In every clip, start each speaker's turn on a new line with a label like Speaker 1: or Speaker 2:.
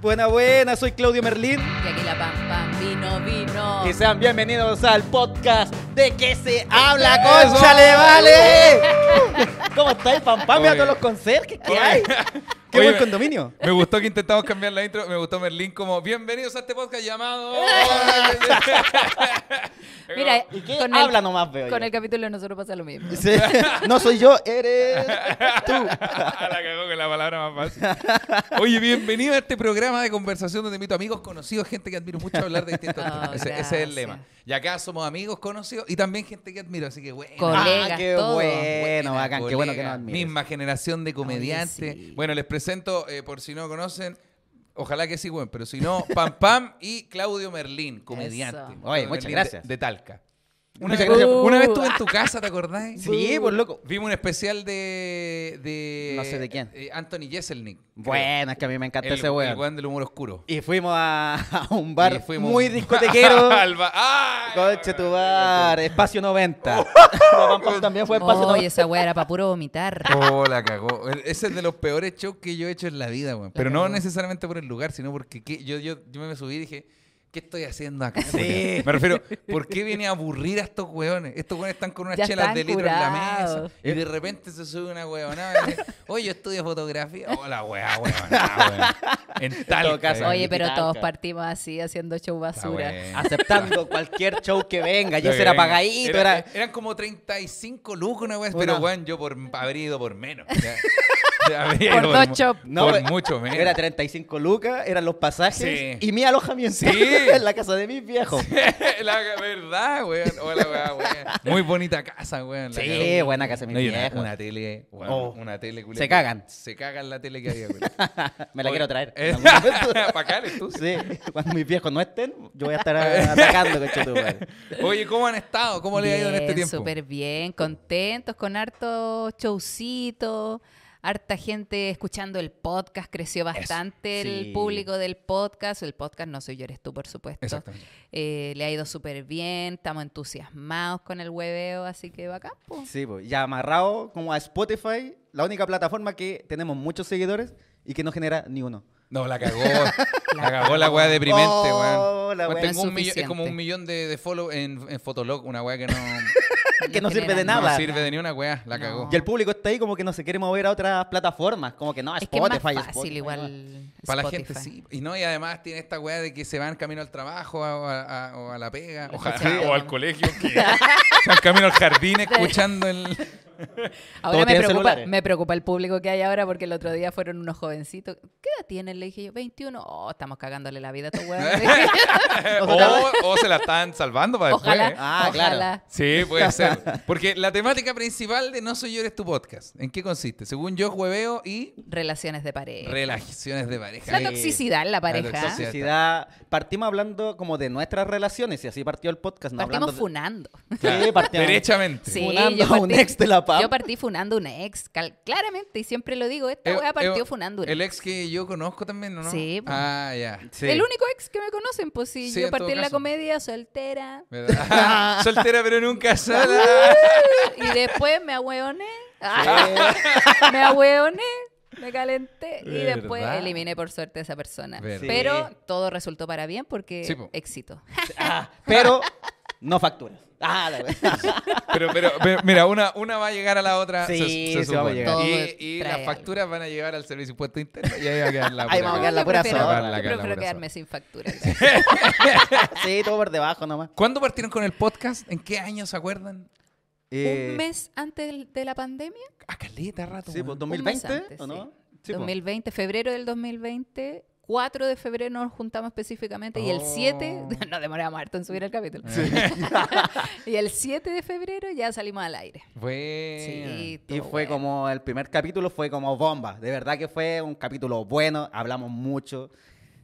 Speaker 1: Buena, buena, soy Claudio Merlín.
Speaker 2: Y aquí la pam, pam, vino, vino.
Speaker 1: Y sean bienvenidos al podcast de que se habla, concha, le vale. ¿Cómo estáis, pam, pam? Mira
Speaker 3: Oye.
Speaker 1: todos los conserjes que
Speaker 3: Oye.
Speaker 1: hay. Qué
Speaker 3: Oye,
Speaker 1: buen
Speaker 3: me-
Speaker 1: condominio.
Speaker 3: Me gustó que intentamos cambiar la intro. Me gustó Merlín como bienvenidos a este podcast llamado.
Speaker 2: Mira,
Speaker 1: ¿Y qué
Speaker 2: con,
Speaker 1: habla
Speaker 2: el,
Speaker 1: nomás, veo
Speaker 2: con
Speaker 1: yo.
Speaker 2: el capítulo de nosotros pasa lo mismo.
Speaker 1: Sí. No soy yo, eres tú.
Speaker 3: la cagó con la palabra más fácil. Oye, bienvenido a este programa de conversación donde invito amigos conocidos, gente que admiro mucho a hablar de distintos
Speaker 2: Oh,
Speaker 3: temas. Ese, ese es el
Speaker 2: gracias.
Speaker 3: lema. Y acá somos amigos conocidos y también gente que admiro, así que bueno.
Speaker 2: Colegas,
Speaker 1: Ah, qué
Speaker 2: todo.
Speaker 1: bueno, bacán, qué bueno que nos
Speaker 3: colega.
Speaker 1: admires.
Speaker 3: Misma generación de comediantes.
Speaker 2: Oye, sí.
Speaker 3: Bueno, les presento, eh, por si no conocen, ojalá que sí, bueno, pero si no, Pam Pam y Claudio Merlín, comediante.
Speaker 2: Oye,
Speaker 3: Claudio
Speaker 1: muchas
Speaker 3: Merlín
Speaker 1: gracias.
Speaker 3: De, de Talca. Una,
Speaker 1: Muchas
Speaker 3: vez,
Speaker 1: gracias Uh.
Speaker 2: por-
Speaker 3: una vez estuve en tu casa, ¿te acordás?
Speaker 1: Sí, pues loco.
Speaker 3: Vimos un especial de, de-
Speaker 1: No sé de quién.
Speaker 3: eh, Anthony Jeselnik. creo.
Speaker 1: Bueno, es que a mí me encanta
Speaker 3: el,
Speaker 1: ese
Speaker 3: El
Speaker 1: weón.
Speaker 3: weón del humor oscuro.
Speaker 1: Y fuimos a, a un
Speaker 3: Y
Speaker 1: bar
Speaker 3: fuimos-
Speaker 1: muy discotequero.
Speaker 3: Al ba- ¡Ay!
Speaker 1: Coche tu bar, espacio 90. La Pam Pam también fue espacio
Speaker 2: Oye,
Speaker 1: 90.
Speaker 2: esa weá era para puro vomitar.
Speaker 3: Oh, la cagó. El- Ese es de los peores shows que yo he hecho en la vida, weón. Pero no
Speaker 2: cagó.
Speaker 3: necesariamente por el lugar, sino porque qué- yo, yo, yo me subí y dije, ¿qué estoy haciendo acá?
Speaker 1: Sí.
Speaker 3: culiao? Me refiero, ¿por qué viene a aburrir a estos weones? Estos weones están con unas
Speaker 2: Ya
Speaker 3: chelas
Speaker 2: están
Speaker 3: de litro en la mesa.
Speaker 2: curados.
Speaker 3: Y de repente se sube una weonada y dice, oye, yo estudio fotografía. Hola, weá, weonada, weón. En tal
Speaker 1: todo caso,
Speaker 3: caso.
Speaker 1: Oye,
Speaker 2: Oye, pero
Speaker 1: Talca.
Speaker 2: todos partimos así, haciendo show basura.
Speaker 3: Eh,
Speaker 1: Aceptando cualquier show que venga. Y ese era pagadito. Era,
Speaker 3: Eran como 35 lucas una weá,
Speaker 1: Una-
Speaker 3: pero weón, yo por haber ido por menos. o sea, de haber ido
Speaker 2: Por dos
Speaker 3: mu-
Speaker 2: chop.
Speaker 1: No,
Speaker 3: por
Speaker 1: pero-
Speaker 3: mucho menos.
Speaker 1: era 35 lucas, eran los pasajes
Speaker 3: Sí.
Speaker 1: y mi alojamiento
Speaker 3: Sí.
Speaker 1: en la casa de mis viejos.
Speaker 3: la verdad, weón. Hola, weá, weón. Muy bonita casa, weón. la
Speaker 1: Sí,
Speaker 3: cagó.
Speaker 1: buena casa de mis
Speaker 3: No, y
Speaker 1: viejos.
Speaker 3: Una, una tele, weón,
Speaker 1: Oh.
Speaker 3: una tele, culiao,
Speaker 1: Se
Speaker 3: que-
Speaker 1: cagan.
Speaker 3: Se cagan la tele que había, weón.
Speaker 1: Me la quiero traer.
Speaker 3: eh.
Speaker 1: en algún momento.
Speaker 3: Para acá, eres tú.
Speaker 1: Sí, cuando mis viejos no estén, yo voy a estar atacando, conchetumare.
Speaker 3: Oye, ¿cómo han estado? ¿Cómo le ha ido en este tiempo?
Speaker 2: Súper bien, contentos, con harto showcito, harta gente escuchando el podcast, creció bastante
Speaker 1: sí.
Speaker 2: el público del podcast, el podcast no soy yo, eres tú, por supuesto.
Speaker 3: Exactamente.
Speaker 2: Eh, le ha ido súper bien, estamos entusiasmados con el hueveo, así que bacán, po.
Speaker 1: Sí, pues, ya amarrado como a Spotify, la única plataforma que tenemos muchos seguidores y que no genera ni uno.
Speaker 3: No, la cagó. la cagó la weá deprimente,
Speaker 1: Oh,
Speaker 3: weón.
Speaker 1: la
Speaker 3: Weón,
Speaker 1: weá.
Speaker 3: tengo
Speaker 2: No es
Speaker 3: un millón- es como
Speaker 2: suficiente.
Speaker 3: un millón de, de follow en, en Fotolog, una weá que no,
Speaker 1: Que no sirve
Speaker 2: generan
Speaker 1: de
Speaker 3: no
Speaker 1: nada.
Speaker 3: sirve de ni una weá. La
Speaker 2: No.
Speaker 3: cagó.
Speaker 1: Y el público está ahí como que no se quiere mover a otras plataformas, como que no, a
Speaker 2: Es que es más
Speaker 1: Spotify,
Speaker 2: fácil
Speaker 1: Spotify, no.
Speaker 2: igual
Speaker 3: Para la
Speaker 2: Spotify.
Speaker 3: gente sí. Y no, y además tiene esta weá de que se van camino al trabajo a- a- a- o a la pega. Ojalá.
Speaker 2: Escuchando.
Speaker 3: O al colegio. que- se van camino al jardín escuchando el.
Speaker 1: Todos
Speaker 2: Ahora me
Speaker 1: tienen
Speaker 2: preocupa,
Speaker 1: celulares.
Speaker 2: me preocupa el público que hay ahora porque el otro día fueron unos jovencitos. ¿Qué edad tienen? Le dije yo, 21. Oh, estamos cagándole la vida a estos huevos.
Speaker 3: o, o se la están salvando para después.
Speaker 2: Ojalá,
Speaker 3: ¿eh?
Speaker 1: Ah,
Speaker 2: ojalá.
Speaker 3: Sí, puede ser. Porque la temática principal de No Soy Yo eres tu podcast. ¿En qué consiste? Según yo, hueveo y
Speaker 2: Relaciones de pareja.
Speaker 3: relaciones de pareja.
Speaker 2: la
Speaker 1: Sí.
Speaker 2: toxicidad en la pareja.
Speaker 3: toxicidad.
Speaker 1: Toxicidad. Partimos hablando como de nuestras relaciones y así partió el podcast. No
Speaker 2: Partimos
Speaker 1: hablando de-
Speaker 2: funando.
Speaker 3: Claro,
Speaker 1: Sí, partimos.
Speaker 3: Derechamente.
Speaker 2: Sí,
Speaker 1: Funando
Speaker 2: yo
Speaker 1: a un
Speaker 2: partí-
Speaker 1: ex de la PAM.
Speaker 2: Yo partí funando a un ex, cal- claramente, y siempre lo digo, esta
Speaker 3: Eh,
Speaker 2: weá partió
Speaker 3: eh,
Speaker 2: funando a un
Speaker 3: El
Speaker 2: ex.
Speaker 3: ex que yo conozco también, ¿o ¿no?
Speaker 2: Sí, pues.
Speaker 3: Ah, ya.
Speaker 1: Sí.
Speaker 2: El único ex que me conocen, pues sí,
Speaker 3: Sí, en
Speaker 2: yo
Speaker 3: todo
Speaker 2: partí en la
Speaker 3: caso.
Speaker 2: comedia soltera
Speaker 3: ¿Verdad? Soltera pero nunca sola.
Speaker 2: y después me ahueoné,
Speaker 1: Sí.
Speaker 2: me ahueoné, me calenté y
Speaker 3: ¿Verdad?
Speaker 2: después eliminé por suerte a esa persona.
Speaker 3: ¿Verdad?
Speaker 2: Pero
Speaker 1: Sí.
Speaker 2: todo resultó para bien porque
Speaker 3: Sí, po.
Speaker 2: éxito.
Speaker 1: Ah, pero no facturas. Ah, la verdad.
Speaker 3: Pero, pero, pero, mira, una, una va a llegar a la otra.
Speaker 1: Sí,
Speaker 3: se, se
Speaker 1: sí vamos a
Speaker 3: supone.
Speaker 1: llegar.
Speaker 2: Todo
Speaker 3: Y, y
Speaker 2: trae
Speaker 3: las
Speaker 2: algo.
Speaker 3: facturas van a llegar al servicio de impuesto interno y ahí va a quedar la
Speaker 1: Ahí
Speaker 3: pura
Speaker 1: vamos a
Speaker 3: cosa.
Speaker 1: quedar la
Speaker 2: Yo
Speaker 1: pura
Speaker 2: prefiero-
Speaker 1: zorra.
Speaker 3: La
Speaker 2: Yo
Speaker 3: cara, la
Speaker 2: prefiero
Speaker 3: pura
Speaker 2: quedarme
Speaker 3: zorra.
Speaker 2: sin factura.
Speaker 1: sí, todo por debajo nomás.
Speaker 3: ¿Cuándo partieron con el podcast? ¿En qué año se acuerdan?
Speaker 1: Eh,
Speaker 2: Un mes antes del- de la pandemia.
Speaker 3: A caleta rato.
Speaker 1: Sí,
Speaker 3: weón.
Speaker 1: pues
Speaker 2: Un mes
Speaker 1: 2020,
Speaker 2: antes,
Speaker 1: ¿o no?
Speaker 2: sí.
Speaker 1: Sí, pues.
Speaker 2: 2020, febrero del 2020. 4 de febrero nos juntamos específicamente y el 7,
Speaker 3: Oh.
Speaker 2: no demoramos harto en subir el capítulo. y el 7 de febrero ya salimos al aire.
Speaker 3: Bueno.
Speaker 2: Sí,
Speaker 1: Y
Speaker 2: todo
Speaker 1: fue
Speaker 2: bueno.
Speaker 1: como el primer capítulo fue como bomba. De verdad que fue un capítulo bueno. Hablamos mucho.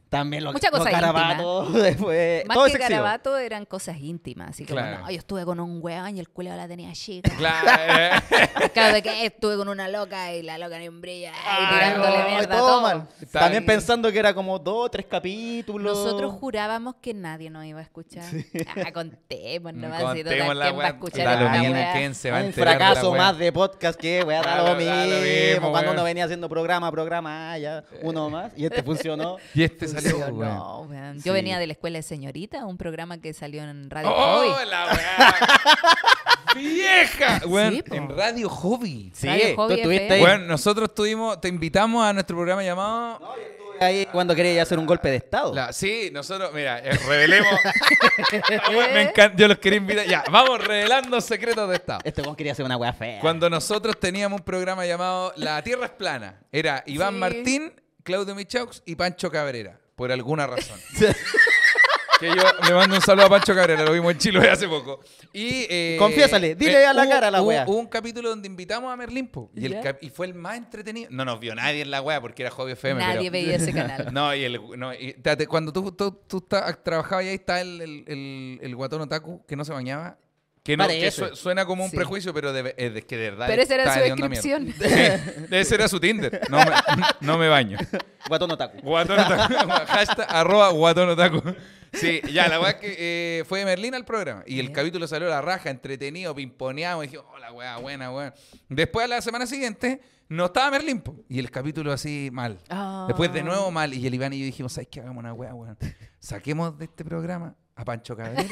Speaker 1: También los,
Speaker 2: Mucha
Speaker 1: los
Speaker 2: cosa
Speaker 1: garabatos,
Speaker 3: Eh,
Speaker 1: después.
Speaker 2: Más
Speaker 1: todo es
Speaker 2: que
Speaker 1: sexivo.
Speaker 2: garabato eran cosas íntimas. Así como,
Speaker 3: Claro.
Speaker 2: no, yo estuve con un weón y el culo la tenía chica.
Speaker 3: Claro. eh.
Speaker 2: Claro, de que estuve con una loca y la loca ni un brillo, ahí
Speaker 3: Ay,
Speaker 2: tirándole
Speaker 1: Ay,
Speaker 2: mierda a
Speaker 1: todo
Speaker 2: todo.
Speaker 1: mal.
Speaker 3: Está
Speaker 1: También
Speaker 3: bien.
Speaker 1: pensando que era como dos, tres capítulos.
Speaker 2: Nosotros jurábamos que nadie nos iba a escuchar. Ah, contemos nomás. si total,
Speaker 3: Mm, Contemos la
Speaker 2: ¿Quién va a
Speaker 3: weá.
Speaker 2: escuchar
Speaker 1: Da lo
Speaker 2: esta
Speaker 1: mismo,
Speaker 2: weá?
Speaker 3: ¿quién se va a
Speaker 1: un
Speaker 3: enterar de la
Speaker 1: fracaso
Speaker 3: weá?
Speaker 1: más de podcast que, weá, da
Speaker 3: Da
Speaker 1: lo
Speaker 3: lo- da lo
Speaker 1: mismo.
Speaker 3: mismo,
Speaker 1: Cuando
Speaker 3: weón. Eh.
Speaker 1: uno venía haciendo programa, programa, ah, ya, uno más. Y este funcionó.
Speaker 3: Y este salió,
Speaker 2: Yo
Speaker 3: weón.
Speaker 2: no, weón. Yo
Speaker 3: Sí.
Speaker 2: venía de la escuela de señorita, un programa que salió en Radio
Speaker 3: ¡Oh,
Speaker 2: Hobby.
Speaker 3: la weá! ¡Vieja! Weón,
Speaker 2: po.
Speaker 3: en Radio Hobby.
Speaker 1: Sí,
Speaker 2: Radio
Speaker 1: tú
Speaker 2: Hobby
Speaker 1: estuviste
Speaker 2: FM.
Speaker 1: ahí,
Speaker 3: Bueno, nosotros tuvimos, te invitamos a nuestro programa llamado.
Speaker 1: ahí cuando quería hacer un golpe de estado.
Speaker 3: La- sí, nosotros, mira, eh, revelemos. Ah, bueno,
Speaker 1: ¿Eh?
Speaker 3: Me encanta, yo los quería invitar. Ya, vamos revelando secretos de Estado.
Speaker 1: Este weón quería hacer una weá fea.
Speaker 3: Cuando nosotros teníamos un programa llamado La Tierra es Plana, era Iván
Speaker 2: Sí.
Speaker 3: Martín, Claudio Michaux y Pancho Cabrera, por alguna razón. que yo le mando un saludo a Pancho Cabrera, lo vimos en Chile hace poco. Y, eh,
Speaker 1: Confiésale, dile a la
Speaker 3: hubo-
Speaker 1: cara a la
Speaker 3: hubo-
Speaker 1: wea.
Speaker 3: Hubo un capítulo donde invitamos a Merlín, po, y, el
Speaker 1: Ya.
Speaker 3: cap- y fue el más entretenido. No nos vio nadie en la wea porque era Hobby FM. pero-
Speaker 2: Nadie veía ese canal.
Speaker 3: no, y el. No, y- espérate, cuando tú, tú, tú está- trabajabas ahí, está el, el, el, el guatón otaku que no se bañaba. Que, no, que
Speaker 1: Parece.
Speaker 3: su- suena como un
Speaker 2: Sí.
Speaker 3: prejuicio, pero de, es de- que de verdad.
Speaker 2: Pero esa era
Speaker 3: está
Speaker 2: su
Speaker 3: hediondo a mierda.
Speaker 2: descripción.
Speaker 3: Sí, ese era su Tinder. No me, no me baño.
Speaker 1: Guatón otaku.
Speaker 3: Guatón otaku. Hashtag arroba guatón otaku. Sí, ya, la weá que eh, fue de Merlín al programa. Y el
Speaker 2: Ya.
Speaker 3: capítulo salió a la raja, entretenido, pimponeado. Y dije, oh, la weá, buena, weá. Después, a la semana siguiente, no estaba Merlín. po. Y el capítulo así mal.
Speaker 2: Ah.
Speaker 3: Después de nuevo mal. Y el Iván y yo dijimos, ¿sabes qué? Hagamos una weá, weón. Saquemos de este programa a Pancho Cabrera.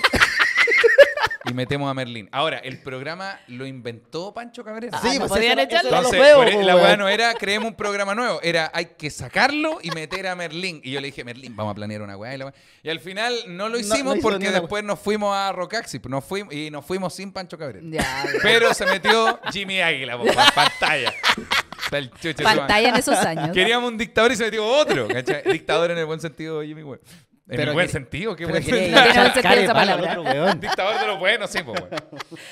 Speaker 3: y metemos a Merlín. Ahora, el programa lo inventó Pancho Cabrera.
Speaker 2: Sí, pues,
Speaker 1: eso
Speaker 2: podrían
Speaker 1: era- eso
Speaker 2: echarlo.
Speaker 1: era lo
Speaker 3: Entonces,
Speaker 1: feo,
Speaker 3: por e-
Speaker 1: po,
Speaker 3: la
Speaker 1: pues,
Speaker 3: weá
Speaker 1: weón.
Speaker 3: no era, creemos un programa nuevo, era hay que sacarlo y meter a Merlín. Y yo le dije, Merlín, vamos a planear una weá. Y, la weá. Y al final no lo
Speaker 1: No,
Speaker 3: hicimos
Speaker 1: no hizo ni
Speaker 3: porque
Speaker 1: una
Speaker 3: después nos fuimos a Rocaxi nos fuimos, y nos fuimos sin Pancho Cabrera.
Speaker 2: Ah. Ya, weón.
Speaker 3: Pero se metió Jimmy Águila, po, pa- pantalla. Está el chuche su madre.
Speaker 2: Pantalla en esos años.
Speaker 3: Queríamos un dictador y se metió otro. ¿cachai? Dictador en el buen sentido, de Jimmy, weón. En
Speaker 1: Pero
Speaker 3: el buen
Speaker 1: quería-
Speaker 3: sentido, qué
Speaker 1: Pero
Speaker 3: buen
Speaker 1: quería
Speaker 2: No
Speaker 3: sentido.
Speaker 2: tiene buen
Speaker 1: echar
Speaker 2: sentido
Speaker 1: cara de
Speaker 2: esa
Speaker 1: palo al
Speaker 2: palabra.
Speaker 1: otro weón.
Speaker 3: Dictador de los buenos, sí, pues, weón.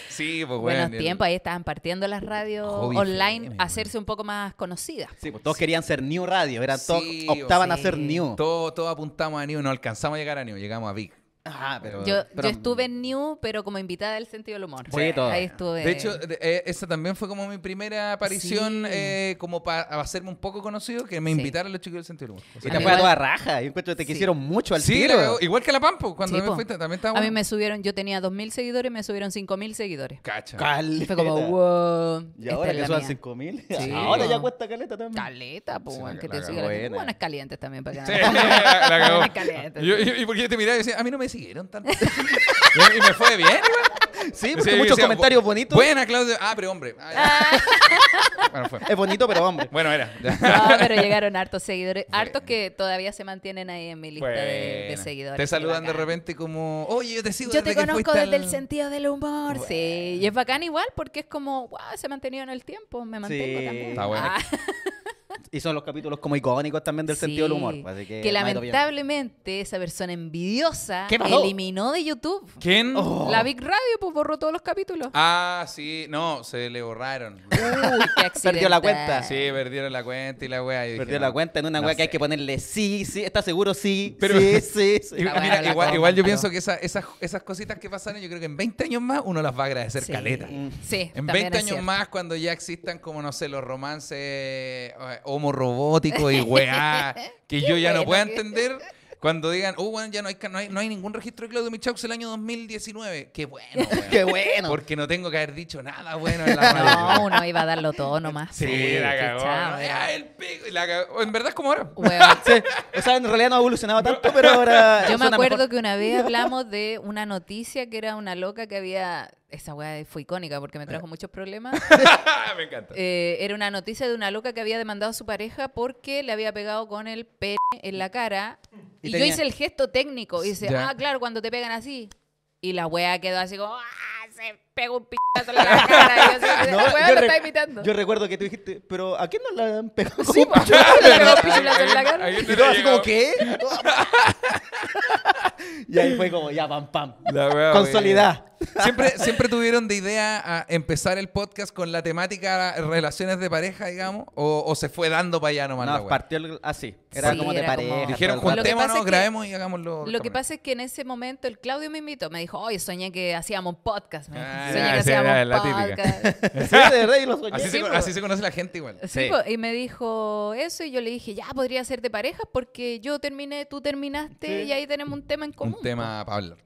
Speaker 3: Sí, pues,
Speaker 2: Buenos
Speaker 3: weón. el-
Speaker 2: tiempos, ahí estaban partiendo las radios
Speaker 3: Hobby
Speaker 2: online
Speaker 3: FM,
Speaker 2: a hacerse un poco más conocidas.
Speaker 1: Sí, pues, todos querían ser New Radio, eran todos
Speaker 3: Sí,
Speaker 1: optaban a
Speaker 2: sí.
Speaker 1: ser New.
Speaker 3: Todos todo apuntamos a New, no alcanzamos a llegar a New, llegamos a Big.
Speaker 1: Ajá, pero,
Speaker 2: Yo,
Speaker 1: pero-
Speaker 2: yo estuve en New, pero como invitada del sentido del humor.
Speaker 1: Sí, todo.
Speaker 2: Ahí estuve.
Speaker 3: De hecho, de- eh, esa también fue como mi primera aparición,
Speaker 2: Sí.
Speaker 3: eh, como para hacerme un poco conocido, que me
Speaker 2: Sí.
Speaker 3: invitaron los chicos del Sentido del Humor. O
Speaker 1: Y
Speaker 3: sea,
Speaker 2: A
Speaker 1: te
Speaker 2: mí
Speaker 1: fue a toda
Speaker 2: igual-
Speaker 1: raja. Yo encuentro que te
Speaker 2: Sí.
Speaker 1: quisieron mucho al
Speaker 3: sí, la
Speaker 1: tiro.
Speaker 3: cagó. igual que la Pampo, cuando
Speaker 2: Sí,
Speaker 3: me
Speaker 2: po.
Speaker 3: fuiste, también estaba
Speaker 2: a mí
Speaker 3: bueno.
Speaker 2: me subieron, yo tenía 2.000 seguidores, me subieron 5.000 seguidores.
Speaker 3: Cacha.
Speaker 1: Caleta.
Speaker 2: Fue como, wow.
Speaker 1: Y ahora que
Speaker 2: son
Speaker 1: son 5000.
Speaker 2: Sí.
Speaker 1: Ahora ya cuesta caleta también.
Speaker 2: Caleta, pues,
Speaker 3: Sí,
Speaker 2: weón,
Speaker 3: la-
Speaker 2: que
Speaker 3: la
Speaker 2: te siga
Speaker 1: cagó.
Speaker 2: la gente.
Speaker 1: Buena.
Speaker 2: Buenas calientes también, para
Speaker 3: Sí,
Speaker 2: que no-
Speaker 3: la cagó.
Speaker 2: Buenas calientes.
Speaker 3: Yo- yo- y porque yo te miraba y decía, a mí no me siguieron tanto. y me fue bien,
Speaker 1: Sí,
Speaker 3: igual.
Speaker 1: porque
Speaker 3: Sí,
Speaker 1: muchos
Speaker 3: decía,
Speaker 1: comentarios
Speaker 3: "Bu-
Speaker 1: bonitos.
Speaker 3: Buena, Claudio. Ah, pero hombre. Ah, ya. bueno, fue.
Speaker 1: Es bonito, pero hombre.
Speaker 3: Bueno, era.
Speaker 2: No, pero llegaron hartos seguidores,
Speaker 3: Bueno.
Speaker 2: hartos que todavía se mantienen ahí en mi lista de- de,
Speaker 3: Buena.
Speaker 2: seguidores.
Speaker 3: Te
Speaker 2: qué
Speaker 3: saludan de
Speaker 2: bacán.
Speaker 3: repente como, oye, yo te sigo
Speaker 2: Yo
Speaker 3: desde
Speaker 2: te
Speaker 3: que
Speaker 2: conozco
Speaker 3: fuiste
Speaker 2: desde
Speaker 3: al-
Speaker 2: el sentido del humor. Sí, y es bacán igual porque es como, wow, se ha mantenido en el tiempo, me mantengo
Speaker 1: Sí.
Speaker 2: también. Ah,
Speaker 3: Está bueno.
Speaker 1: Y son los capítulos como icónicos también del sentido del humor. pues, Así que, me ha ido bien.
Speaker 2: lamentablemente esa persona envidiosa
Speaker 1: ¿Qué pasó?
Speaker 2: eliminó de YouTube.
Speaker 3: ¿Quién?
Speaker 1: Oh.
Speaker 2: La Big Radio pues borró todos los capítulos.
Speaker 3: Ah, sí, no, se le borraron.
Speaker 2: Uy, qué
Speaker 1: Perdió la
Speaker 2: accidental.
Speaker 1: cuenta.
Speaker 3: Sí, perdieron la cuenta y la wea. yo dije,
Speaker 1: Perdió
Speaker 3: no.
Speaker 1: la cuenta en una
Speaker 3: no
Speaker 1: weá que hay
Speaker 3: sé.
Speaker 1: que ponerle sí, sí, ¿estás seguro? Sí,
Speaker 3: Pero-
Speaker 1: sí, sí, sí.
Speaker 3: Y-
Speaker 2: La wea
Speaker 3: mira,
Speaker 2: la
Speaker 3: igual,
Speaker 2: cuenta,
Speaker 3: igual yo
Speaker 2: pero-
Speaker 3: pienso que esa- esas, esas cositas que pasaron, yo creo que en 20 años más uno las va a agradecer
Speaker 2: Sí.
Speaker 3: caleta.
Speaker 2: Sí,
Speaker 3: En
Speaker 2: también
Speaker 3: 20
Speaker 2: es
Speaker 3: años
Speaker 2: cierto.
Speaker 3: más, cuando ya existan, como no sé, los romances eh, homorobóticos y weá, que yo ya no
Speaker 2: bueno
Speaker 3: pueda
Speaker 2: que-
Speaker 3: entender, cuando digan, oh, bueno, ya no hay, ca- no hay, no hay ningún registro de Claudio Michaux el año 2019. Qué bueno, weón.
Speaker 1: Qué bueno.
Speaker 3: Porque no tengo que haber dicho nada bueno en la radio.
Speaker 2: No, uno iba a darlo todo nomás.
Speaker 3: Sí, la
Speaker 2: qué
Speaker 3: cagó.
Speaker 2: chao,
Speaker 3: ¿no?
Speaker 2: era-
Speaker 3: Ya, el pico, y la cagó. En verdad es como ahora.
Speaker 2: Weón,
Speaker 1: Sí, O sea, en realidad no ha evolucionado tanto, pero ahora.
Speaker 2: Yo me
Speaker 1: suena
Speaker 2: acuerdo
Speaker 1: mejor.
Speaker 2: que una vez hablamos de una noticia que era una loca que había. Esa weá fue icónica porque me trajo muchos problemas.
Speaker 3: Me encanta.
Speaker 2: Eh, era una noticia de una loca que había demandado a su pareja porque le había pegado con el pene en la cara.
Speaker 1: Y
Speaker 2: Y,
Speaker 1: tenía-
Speaker 2: yo hice el gesto técnico. Y dice,
Speaker 3: Ya.
Speaker 2: ah, claro, cuando te pegan así. Y la weá quedó así como, ah, se pega un pichazo en la cara. Y yo así,
Speaker 1: No,
Speaker 2: "Weón,
Speaker 1: yo
Speaker 2: lo
Speaker 1: re-
Speaker 2: está imitando.
Speaker 1: Yo recuerdo que tú dijiste, pero ¿a quién no la han pegado?
Speaker 2: Sí, pues, yo
Speaker 1: Claro.
Speaker 2: le pegó un pichazo en la cara.
Speaker 3: Ahí- ahí
Speaker 1: Y todo así
Speaker 3: llegó.
Speaker 1: como, ¿qué? y ahí fue como, ya, pam, pam.
Speaker 3: La wea,
Speaker 1: Consolidá.
Speaker 3: wea. Siempre, siempre tuvieron de idea a empezar el podcast con la temática relaciones de pareja, digamos, o, o se fue dando para allá nomás. la
Speaker 1: No,
Speaker 3: wea?
Speaker 1: partió el- así. Era
Speaker 2: ah, Sí,
Speaker 1: como de
Speaker 2: era como-
Speaker 1: pareja. todo el
Speaker 3: Dijeron,
Speaker 1: rato.
Speaker 2: Lo que
Speaker 3: juntémonos,
Speaker 2: pasa es que-
Speaker 3: grabemos y hagámoslo.
Speaker 2: Lo que pasa es que en ese momento el Claudio me invitó, me dijo, oye, soñé que hacíamos un podcast. me dijo.
Speaker 3: Ah,
Speaker 2: soñé
Speaker 3: ya,
Speaker 2: que
Speaker 3: sí, era
Speaker 2: hacíamos
Speaker 3: la
Speaker 2: un
Speaker 3: típica.
Speaker 2: podcast.
Speaker 1: Sí, de verdad, y lo soñé.
Speaker 3: Así, se,
Speaker 2: Sí,
Speaker 3: con-
Speaker 2: po.
Speaker 3: así se conoce la gente igual.
Speaker 2: Sí,
Speaker 1: Sí.
Speaker 2: po, y me dijo eso y yo le dije, ya, podría ser de pareja porque yo terminé, tú terminaste
Speaker 1: Sí.
Speaker 2: y ahí tenemos un tema en común.
Speaker 3: Un tema para hablar.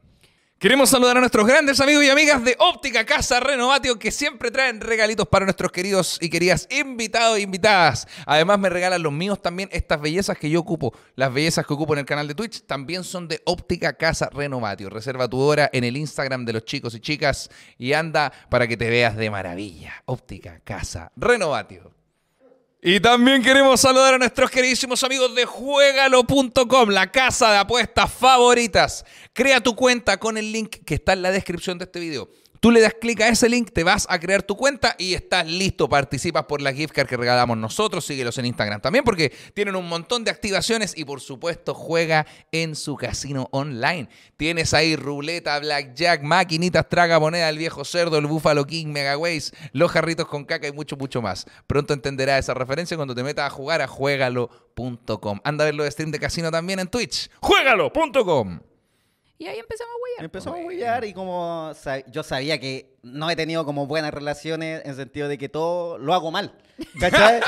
Speaker 3: Queremos saludar a nuestros grandes amigos y amigas de Óptica Casa Renovatio que siempre traen regalitos para nuestros queridos y queridas invitados e invitadas. Además me regalan los míos también estas bellezas que yo ocupo. Las bellezas que ocupo en el canal de Twitch también son de Óptica Casa Renovatio. Reserva tu hora en el Instagram de los chicos y chicas y anda para que te veas de maravilla. Óptica Casa Renovatio. Y también queremos saludar a nuestros queridísimos amigos de juegalo.com, la casa de apuestas favoritas. Crea tu cuenta con el link que está en la descripción de este video. Tú le das clic a ese link, te vas a crear tu cuenta y estás listo. Participas por la gift card que regalamos nosotros. Síguelos en Instagram también porque tienen un montón de activaciones y por supuesto juega en su casino online. Tienes ahí ruleta, blackjack, maquinitas, traga moneda, el viejo cerdo, el Buffalo King, Megaways, los jarritos con caca y mucho, mucho más. Pronto entenderás esa referencia cuando te metas a jugar a juegalo.com. Anda a ver los streams de casino también en Twitch. Juegalo.com.
Speaker 2: Y ahí empezamos a huear.
Speaker 1: Empezó a huellar y como sab- yo sabía que no he tenido como buenas relaciones en sentido de que todo lo hago mal. ¿Cachai?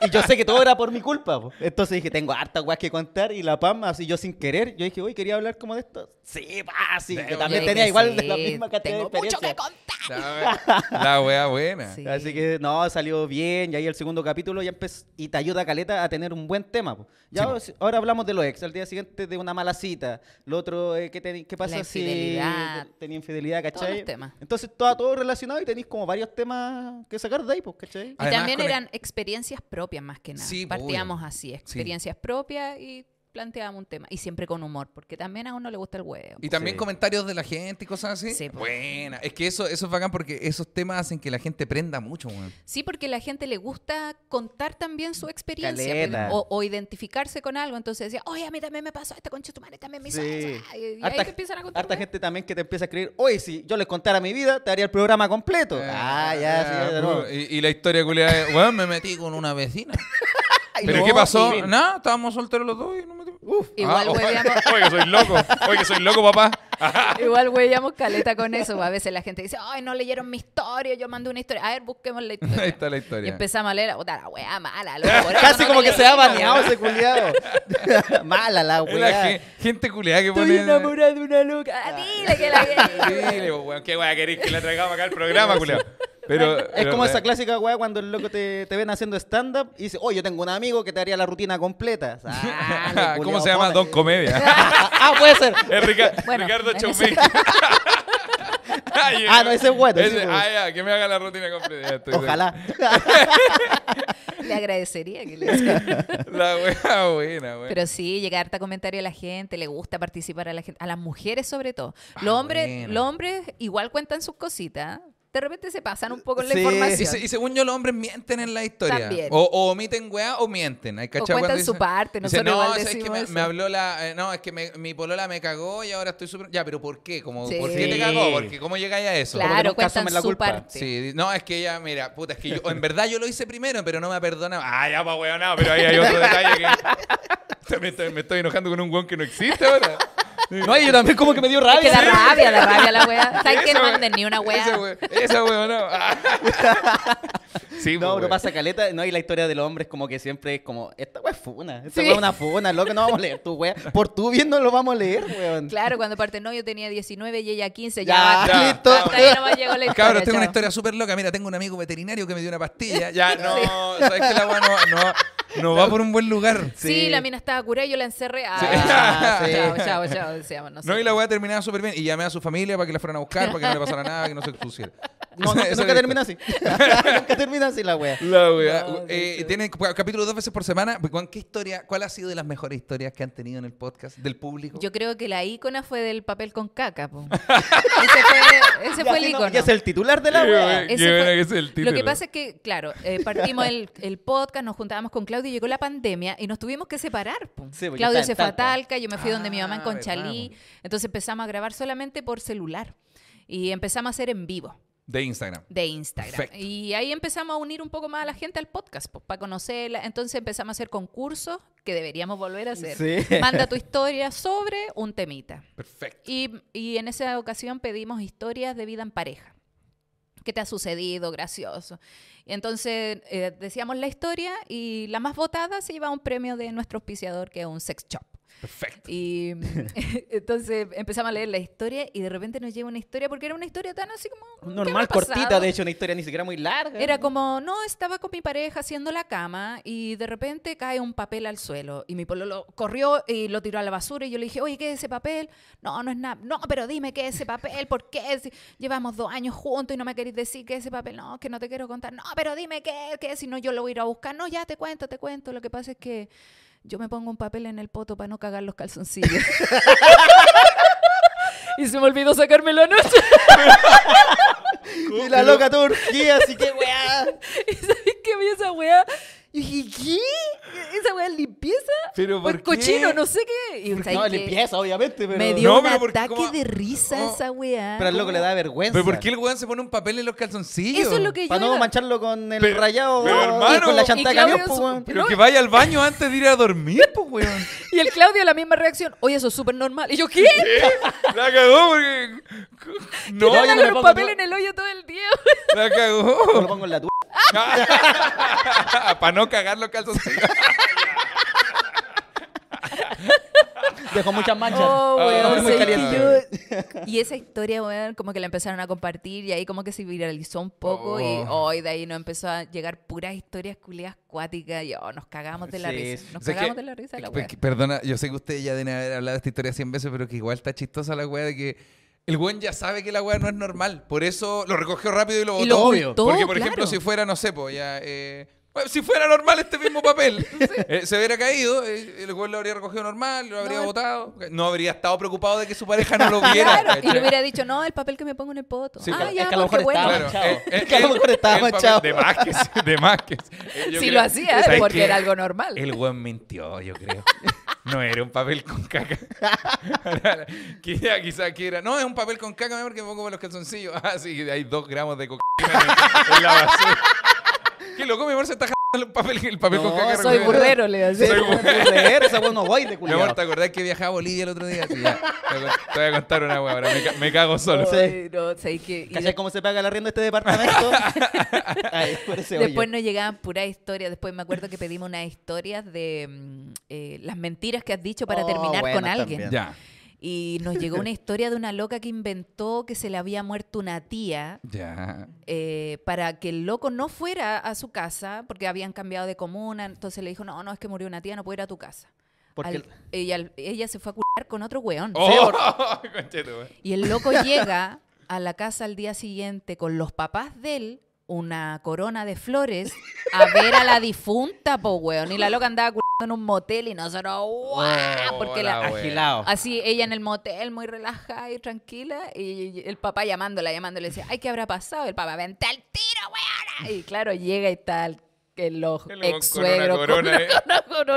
Speaker 1: y yo sé que todo era por mi culpa. po. Entonces dije, tengo harta guas que contar y la PAM, así yo sin querer, yo dije, uy, quería hablar como de esto. Sí, pa, sí.
Speaker 3: Debo-
Speaker 1: Que también
Speaker 2: Yo
Speaker 1: tenía
Speaker 2: que
Speaker 1: igual
Speaker 2: sí,
Speaker 1: de la misma cantidad
Speaker 2: Tengo
Speaker 1: de
Speaker 2: mucho que
Speaker 1: experiencia.
Speaker 2: contar.
Speaker 3: La, wea buena.
Speaker 2: Sí.
Speaker 1: Así que no, salió bien. Y ahí el segundo capítulo ya empezó. Y te ayuda Caleta a tener un buen tema. po. Ya
Speaker 3: Sí,
Speaker 1: ahora, ahora hablamos de los ex. Al día siguiente de una mala cita. Lo otro, eh, ¿qué, teni- qué pasa
Speaker 2: infidelidad.
Speaker 1: si tenía infidelidad,
Speaker 2: Todos
Speaker 1: cachai?
Speaker 2: los temas.
Speaker 1: Entonces todo, todo relacionado y tenéis como varios temas que sacar de ahí, pues, cachai.
Speaker 2: Y
Speaker 3: Además,
Speaker 2: también
Speaker 3: con el-
Speaker 2: eran experiencias propias más que nada.
Speaker 3: Sí, pues,
Speaker 2: Partíamos
Speaker 3: obvio.
Speaker 2: así, experiencias propias y planteábamos un tema. Y siempre con humor, porque también a uno le gusta el huevo.
Speaker 3: Y también
Speaker 1: Sí.
Speaker 3: comentarios de la gente y cosas así.
Speaker 2: Sí, pues. po.
Speaker 3: Buena. Es que eso, eso es bacán porque esos temas hacen que la gente prenda mucho, weón.
Speaker 2: Sí, porque la gente le gusta contar también su experiencia
Speaker 1: Caleta.
Speaker 2: pues, o, o identificarse con algo. Entonces decía, oye, a mí también me pasó esta concha de tu madre, también me hizo
Speaker 1: Sí.
Speaker 2: esa". Y, y ahí
Speaker 1: Harta-
Speaker 2: te empiezan a contar.
Speaker 1: Harta
Speaker 2: weas.
Speaker 1: gente también que te empieza a escribir, oye, si yo les contara mi vida, te haría el programa completo.
Speaker 2: Eh,
Speaker 1: ah, ya, sí, ya, de nuevo.
Speaker 3: Eh, puro. Y, y la historia culiada es, weón, me metí con una vecina.
Speaker 1: Ay,
Speaker 3: ¿Pero
Speaker 1: no,
Speaker 3: qué pasó?
Speaker 1: sí, ven.
Speaker 3: Nada, estábamos solteros los dos y no me... Uf.
Speaker 1: Ah,
Speaker 2: Igual hueveamos.
Speaker 3: oye, que soy loco. Oye, que soy loco, papá.
Speaker 2: Igual huellamos caleta con eso. A veces la gente dice, ay, no leyeron mi historia, yo mandé una historia. A ver, busquemos la historia.
Speaker 3: Ahí está la
Speaker 2: Y
Speaker 3: historia.
Speaker 2: empezamos a leer, puta, la wea mala. loco, por eso
Speaker 1: Casi
Speaker 2: no
Speaker 1: como que
Speaker 2: leyeron
Speaker 1: se ha
Speaker 2: la wea".
Speaker 1: baneado ese culiado. Mala la
Speaker 3: Es la
Speaker 1: weá.
Speaker 3: ge- gente culiada que pone...
Speaker 2: Estoy enamorada de una loca. Ah, Dile que la
Speaker 3: Dile, po, weón, qué weá querés que la traigamos acá al programa, culiado. Pero,
Speaker 1: Es
Speaker 3: pero- eh,
Speaker 1: como esa clásica weá cuando el loco te, te ven haciendo stand-up y dice, oye, yo tengo un amigo que te haría la rutina completa. Sale,
Speaker 3: ah, ¿Cómo
Speaker 1: culiao,
Speaker 3: se llama?
Speaker 1: fome.
Speaker 3: Don Comedia.
Speaker 1: ah, puede ser.
Speaker 3: Es Rica-
Speaker 2: Bueno,
Speaker 3: Ricardo
Speaker 2: en
Speaker 3: Chaumé.
Speaker 2: ese-
Speaker 3: Ay,
Speaker 1: Ah, no, ese es bueno, sí, pues.
Speaker 3: ah, ya, que me haga la rutina completa. Ya, estoy-
Speaker 1: Ojalá.
Speaker 2: Le agradecería que le
Speaker 3: La wea buena, wea.
Speaker 2: Pero sí, llega harta comentario a la gente, le gusta participar a la gente, a las mujeres sobre todo. Los hombres,
Speaker 3: Ah, bueno.
Speaker 2: los hombres igual cuentan sus cositas. De repente se pasan un poco en la
Speaker 1: Sí,
Speaker 3: Y,
Speaker 2: información.
Speaker 3: se- y según yo, los hombres mienten en la historia.
Speaker 2: También.
Speaker 3: O, o omiten weá o mienten. Hay
Speaker 2: cuentan su parte,
Speaker 3: Dicen,
Speaker 2: nosotros
Speaker 3: no,
Speaker 2: igual
Speaker 3: es que
Speaker 2: decimos
Speaker 3: me,
Speaker 2: eso".
Speaker 3: me habló la. eh, no, es que me- mi polola me cagó y ahora estoy súper. Ya, pero ¿por qué? Como,
Speaker 2: Sí.
Speaker 3: ¿Por qué te cagó? Porque ¿cómo llegáis a eso?
Speaker 1: Como que
Speaker 2: claro,
Speaker 1: nunca
Speaker 2: cuentan
Speaker 1: asumen la
Speaker 2: su
Speaker 1: culpa.
Speaker 2: parte.
Speaker 3: Sí, no, es que ella, mira, puta, es que yo, en verdad yo lo hice primero, pero no me ha perdonado. Ah, ya, pa, weón, no, pero ahí hay otro detalle que. También estoy- me estoy enojando con un weón que no existe ahora.
Speaker 1: No, y yo también como que me dio
Speaker 2: Es que
Speaker 1: rabia.
Speaker 2: da rabia, da rabia la wea. ¿Sabes que no
Speaker 3: Esa
Speaker 2: manden
Speaker 3: we-
Speaker 2: ni una wea?
Speaker 3: Esa, we- esa weón, no. sí,
Speaker 1: No,
Speaker 3: pues,
Speaker 1: pero
Speaker 3: weón.
Speaker 1: pasa caleta, no, y la historia del hombre es como que siempre es como, esta weá es funa, esta
Speaker 2: Sí.
Speaker 1: weá es una funa, loco, no vamos a leer tu weá, por tu bien no lo vamos a leer, weón.
Speaker 2: Claro, cuando parte no, yo tenía 19 y ella 15, ya,
Speaker 1: Ya,
Speaker 2: basta.
Speaker 3: Ya,
Speaker 1: listo.
Speaker 3: ya,
Speaker 2: Hasta ahí nomás llegó la historia.
Speaker 3: Cabros, tengo una
Speaker 2: chao.
Speaker 3: historia súper loca. Mira, tengo un amigo veterinario que me dio una pastilla. Ya, no, sabes que la weá no, no, no va por un buen lugar.
Speaker 2: Sí,
Speaker 1: Sí.
Speaker 2: la mina estaba curada y yo la encerré. Ah,
Speaker 1: Sí.
Speaker 2: chao,
Speaker 1: Ah, sí.
Speaker 2: Chao, chao, chao, decíamos, no sé.
Speaker 3: No, y la weá terminaba súper bien. Y llamé a su familia para que la fueran a buscar, para que no le pasara nada, que no se expusiera.
Speaker 1: No, no-
Speaker 3: Eso
Speaker 1: nunca
Speaker 3: es-
Speaker 1: termina así. nunca termina así la wea.
Speaker 3: La weá.
Speaker 1: No,
Speaker 3: Eh,
Speaker 1: sí, sí.
Speaker 3: tienen ca- capítulos dos veces por semana. Juan, ¿Qué historia, ¿Cuál ha sido de las mejores historias que han tenido en el podcast del público?
Speaker 2: Yo creo que la ícona fue del papel con caca. po. Ese fue,
Speaker 1: Ya
Speaker 2: ese fue el
Speaker 1: que no-
Speaker 2: ícono.
Speaker 1: ya es el titular de la
Speaker 3: Qué
Speaker 1: wea.
Speaker 3: bueno.
Speaker 2: Ese
Speaker 3: bueno
Speaker 2: fue-
Speaker 3: que es el
Speaker 2: Lo que
Speaker 3: título.
Speaker 2: pasa es que, claro, eh, partimos el, el podcast, nos juntábamos con Claudio, llegó la pandemia y nos tuvimos que separar. po.
Speaker 1: Sí, porque
Speaker 2: Claudio
Speaker 1: está
Speaker 2: se
Speaker 1: en
Speaker 2: fue a
Speaker 1: Talca.
Speaker 2: Talca, yo me fui donde mi mamá en
Speaker 3: Ah,
Speaker 2: Conchalí,
Speaker 3: verdad,
Speaker 2: entonces empezamos a grabar solamente por celular y empezamos a hacer en vivo
Speaker 3: De Instagram.
Speaker 2: de Instagram.
Speaker 3: Perfecto.
Speaker 2: Y ahí empezamos a unir un poco más a la gente al podcast, para conocerla. Entonces empezamos a hacer concursos que deberíamos volver a hacer.
Speaker 1: Sí.
Speaker 2: Manda tu historia sobre un temita.
Speaker 3: Perfecto.
Speaker 2: Y, y en esa ocasión pedimos historias de vida en pareja. ¿Qué te ha sucedido? Gracioso. Y entonces eh, decíamos la historia y la más votada se iba a un premio de nuestro auspiciador, que es un sex shop.
Speaker 3: Perfecto.
Speaker 2: Y mm, entonces empezamos a leer la historia y de repente nos llega una historia, porque era una historia tan así como... mm, ¿qué
Speaker 1: Normal,
Speaker 2: habrá pasado?
Speaker 1: cortita, de hecho, una historia ni siquiera muy larga.
Speaker 2: Era como, no, estaba con mi pareja haciendo la cama y de repente cae un papel al suelo. Y mi pololo corrió y lo tiró a la basura y yo le dije, oye, ¿qué es ese papel? No, no es nada. No, pero dime qué es ese papel, ¿por qué? Si llevamos dos años juntos y no me queréis decir qué es ese papel. No, que no te quiero contar. No, pero dime qué, es, qué es, si no yo lo voy a ir a buscar. No, ya te cuento, te cuento. Lo que pasa es que yo me pongo un papel en el poto para no cagar los calzoncillos. y se me olvidó sacármelo anoche.
Speaker 1: Y la loca Turquía, así que weá.
Speaker 2: ¿Y sabes qué vi esa weá? Y dije, ¿qué? ¿Esa weá es limpieza?
Speaker 3: Pero
Speaker 2: ¿O
Speaker 3: ¿por
Speaker 2: es cochino,
Speaker 3: qué?
Speaker 2: no sé qué. Y ¿sabes
Speaker 1: No,
Speaker 2: qué?
Speaker 1: limpieza, obviamente, pero.
Speaker 2: Me dio
Speaker 3: No,
Speaker 2: un
Speaker 3: pero porque
Speaker 2: ataque
Speaker 3: como-
Speaker 2: de risa
Speaker 3: no.
Speaker 2: esa weá.
Speaker 1: Pero al loco le da vergüenza.
Speaker 3: ¿Pero por qué el weón se pone un papel en los calzoncillos?
Speaker 2: Eso es lo que yo.
Speaker 1: Para no
Speaker 2: iba-
Speaker 1: mancharlo con el
Speaker 3: Pero-
Speaker 1: rayado
Speaker 3: pero
Speaker 1: o-
Speaker 3: hermano,
Speaker 1: y con la
Speaker 3: y
Speaker 1: chanta de
Speaker 2: Claudio
Speaker 1: camión,
Speaker 2: en
Speaker 1: po,
Speaker 2: su-
Speaker 1: weón.
Speaker 3: Pero
Speaker 2: No,
Speaker 3: que
Speaker 2: y-
Speaker 3: vaya al baño antes de ir a dormir, pues, weón.
Speaker 2: Y el Claudio, la misma reacción. Oye, eso es súper normal. Y yo, ¿qué?
Speaker 3: La cagó porque. No,
Speaker 2: Yo
Speaker 1: yo
Speaker 2: ando
Speaker 1: me
Speaker 2: con un
Speaker 1: pongo
Speaker 2: papel
Speaker 1: todo-
Speaker 2: en el hoyo todo el día.
Speaker 3: la
Speaker 1: Yo lo
Speaker 3: cagó.
Speaker 1: pongo en la tu...
Speaker 3: Para no cagar los calzoncillos.
Speaker 1: Dejó muchas manchas.
Speaker 2: Oh,
Speaker 3: Ah,
Speaker 2: weón,
Speaker 1: Muy
Speaker 2: sé que
Speaker 1: caliente.
Speaker 2: yo- Y esa historia, weón, como que la empezaron a compartir y ahí como que se viralizó un poco y
Speaker 3: Oh.
Speaker 2: hoy de ahí nos empezó a llegar puras historias culias cuáticas y oh, nos cagamos de la
Speaker 1: Sí,
Speaker 2: risa.
Speaker 1: sí.
Speaker 2: Nos
Speaker 3: O sea que-
Speaker 2: cagamos de la risa la
Speaker 3: Pe-
Speaker 2: weá.
Speaker 3: que- Perdona, yo sé que ustedes ya deben haber hablado de esta historia 100 veces, pero que igual está chistosa la weá de que el weón ya sabe que la weá no es normal. Por eso lo recogió rápido y lo botó.
Speaker 2: Y lo
Speaker 1: Obvio,
Speaker 2: ocultó,
Speaker 3: Porque, por
Speaker 2: claro.
Speaker 3: ejemplo, si fuera, no sé, po, ya. eh, bueno, si fuera normal este mismo papel, eh, se hubiera caído, eh, el weón lo habría recogido normal, lo habría
Speaker 2: No, el-
Speaker 3: botado. No habría estado preocupado de que su pareja no lo viera.
Speaker 2: Claro, y
Speaker 3: ¿cachai?
Speaker 2: le hubiera dicho, no, el papel que me pongo en el poto.
Speaker 3: Sí,
Speaker 2: ah,
Speaker 3: claro.
Speaker 2: ya,
Speaker 1: Es que a lo
Speaker 2: porque
Speaker 1: mejor
Speaker 2: bueno.
Speaker 1: estaba- Claro. manchado.
Speaker 3: eh,
Speaker 1: Que a lo
Speaker 3: el-
Speaker 1: mejor estaba
Speaker 3: el papel-
Speaker 1: manchado.
Speaker 3: De más que sí, de más que sí. Eh, yo
Speaker 2: Si lo
Speaker 3: creo-
Speaker 2: hacía,
Speaker 3: ¿sabes
Speaker 2: porque
Speaker 3: qué?
Speaker 2: era algo normal.
Speaker 3: El weón mintió, yo creo. No era un papel con caca. quizá, quizá que era. No, es un papel con caca, mejor que me pongo para los calzoncillos. Ah, sí, hay dos gramos de cocaína en- en la basura. Qué loco, mi amor, se está jugando el papel, el papel con
Speaker 1: No,
Speaker 3: caca.
Speaker 2: Soy
Speaker 3: recogido.
Speaker 2: burrero, le
Speaker 1: Sí,
Speaker 2: decía.
Speaker 1: soy burlero, esa weón no voy de
Speaker 3: Mi amor,
Speaker 1: culiado.
Speaker 3: ¿te acordás que viajaba a Bolivia el otro día? Sí, ya. Te voy a cont- te voy a contar una weá ahora. Me, ca- me cago solo.
Speaker 1: No,
Speaker 2: Ay, no, sé que... y
Speaker 1: ¿Cachai cómo se paga el arriendo de este departamento? Ay, por ese hoyo.
Speaker 2: Después nos llegaban puras historias. Después me acuerdo que pedimos unas historias de mm, eh, las mentiras que has dicho para
Speaker 1: Oh,
Speaker 2: terminar
Speaker 1: bueno,
Speaker 2: con alguien.
Speaker 1: también.
Speaker 3: Ya,
Speaker 2: Y nos llegó una historia de una loca que inventó que se le había muerto una tía
Speaker 3: ya.
Speaker 2: eh, para que el loco no fuera a su casa porque habían cambiado de comuna. Entonces le dijo, no, no, es que murió una tía, no puedo ir a tu casa.
Speaker 1: Porque...
Speaker 2: Al- ella, ella se fue a curar con otro weón.
Speaker 3: Oh, conchete, weón.
Speaker 2: Y el loco llega a la casa al día siguiente con los papás de él, una corona de flores, a ver a la difunta, po, weón. Y la loca andaba curando en un motel y nosotros, ¡guau!
Speaker 3: Oh,
Speaker 2: porque
Speaker 3: la
Speaker 2: la-
Speaker 3: wea.
Speaker 1: Agilado.
Speaker 2: Así ella en el motel, muy relajada y tranquila, y el papá llamándola, llamándola, le decía, ay, ¿qué habrá pasado? El papá, vente al tiro, weona. Y claro, llega y tal, que los
Speaker 3: El weón
Speaker 2: ex suegro
Speaker 3: con una corona, eh.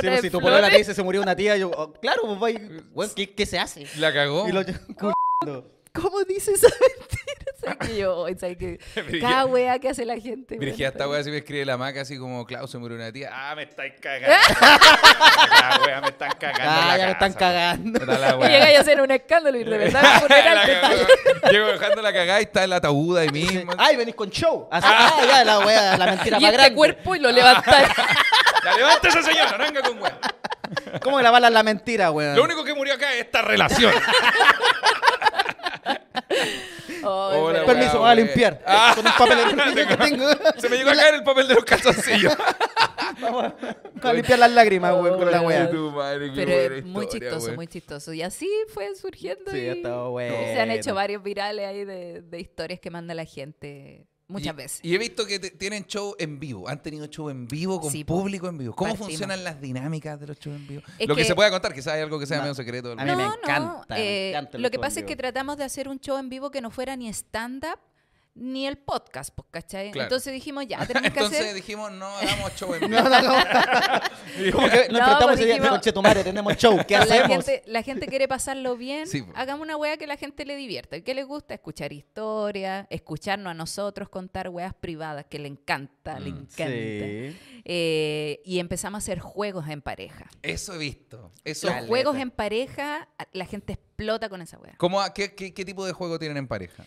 Speaker 1: Sí, pues, si tu polola te dice se murió una tía, yo, oh, claro, pues vay, weón, ¿qué, qué se hace?
Speaker 3: La cagó.
Speaker 1: Y lo culiando.
Speaker 2: ¿Cómo dice esa mentira? ¿Sabes que yo, ¿sabes que cada wea que hace la gente. weón,
Speaker 3: Virginia, esta
Speaker 2: está-
Speaker 3: weá si me escribe la maca así como Klaus se murió una tía. Ah, me estáis cagando. la weá, me están cagando. en
Speaker 1: Ah,
Speaker 3: la
Speaker 1: ya me están
Speaker 3: casa.
Speaker 1: cagando.
Speaker 3: Puta la
Speaker 2: Y
Speaker 3: weá.
Speaker 2: llega y hacer un escándalo y reventar el funeral.
Speaker 3: La
Speaker 2: que está-
Speaker 3: cagó. Llego dejando la cagada y está en la ataúd ahí mismo.
Speaker 1: Ay, venís con show. Así, ah, ya, la wea, la mentira
Speaker 2: Y
Speaker 1: más
Speaker 2: este
Speaker 1: grande.
Speaker 2: cuerpo y lo levantar.
Speaker 3: ¡Ya levanta esa señora! ¡No venga con weá!
Speaker 1: ¿Cómo que la bala es la mentira,
Speaker 2: Ah.
Speaker 1: weón?
Speaker 3: Lo único que murió acá es esta relación.
Speaker 2: Ay,
Speaker 3: Hola,
Speaker 2: pero-
Speaker 3: weá.
Speaker 1: Permiso, voy a limpiar.
Speaker 3: Ah.
Speaker 1: Con un papel de que tengo.
Speaker 3: Se me llegó a caer el papel de los calzoncillos.
Speaker 1: vamos a limpiar las lágrimas, weón, con la
Speaker 3: Conche
Speaker 1: weá.
Speaker 3: tu madre, qué
Speaker 2: Pero
Speaker 3: buena
Speaker 2: es muy
Speaker 3: historia,
Speaker 2: chistoso,
Speaker 3: weón.
Speaker 2: muy chistoso. Y así fue surgiendo.
Speaker 1: Sí,
Speaker 2: y
Speaker 1: ha estado bueno.
Speaker 2: Se han hecho varios virales ahí de, de historias que manda la gente muchas
Speaker 3: Y-
Speaker 2: veces.
Speaker 3: Y he visto que te- tienen show en vivo. Han tenido show en vivo con
Speaker 2: Sí, po.
Speaker 3: público en vivo. ¿Cómo
Speaker 2: Partimos.
Speaker 3: funcionan las dinámicas de los shows en vivo?
Speaker 2: Es
Speaker 3: Lo que,
Speaker 2: que-
Speaker 3: se pueda contar, quizás hay algo que sea
Speaker 1: No,
Speaker 3: medio secreto.
Speaker 1: a mí me encanta, me
Speaker 2: eh,
Speaker 1: encanta el
Speaker 2: lo que
Speaker 1: show en
Speaker 2: pasa es que
Speaker 1: vivo.
Speaker 2: tratamos de hacer un show en vivo que no fuera ni stand-up ni el podcast, pues, ¿cachai?
Speaker 3: Claro.
Speaker 2: Entonces dijimos, ya, tenemos que
Speaker 3: Entonces
Speaker 2: hacer...
Speaker 3: dijimos, no hagamos show en
Speaker 1: No,
Speaker 3: vivo.
Speaker 1: no, no. Como que nos
Speaker 2: No,
Speaker 1: tratamos
Speaker 2: pues
Speaker 1: ese día,
Speaker 2: dijimos-
Speaker 1: conche tu madre, tenemos show, ¿qué
Speaker 2: La
Speaker 1: hacemos?
Speaker 2: gente, la gente quiere pasarlo bien.
Speaker 3: Sí, po.
Speaker 2: Hagamos una wea que la gente le divierta. ¿Y ¿Qué le gusta? Escuchar historias, escucharnos a nosotros contar weas privadas que le encanta, le
Speaker 3: Mm,
Speaker 2: encanta. Eh, y empezamos a hacer juegos en pareja.
Speaker 3: Eso he visto. Eso.
Speaker 2: Los
Speaker 1: Caleta.
Speaker 2: juegos en pareja, a- la gente explota con esa wea.
Speaker 3: ¿Cómo, a- qué, qué- qué tipo de juego tienen en pareja?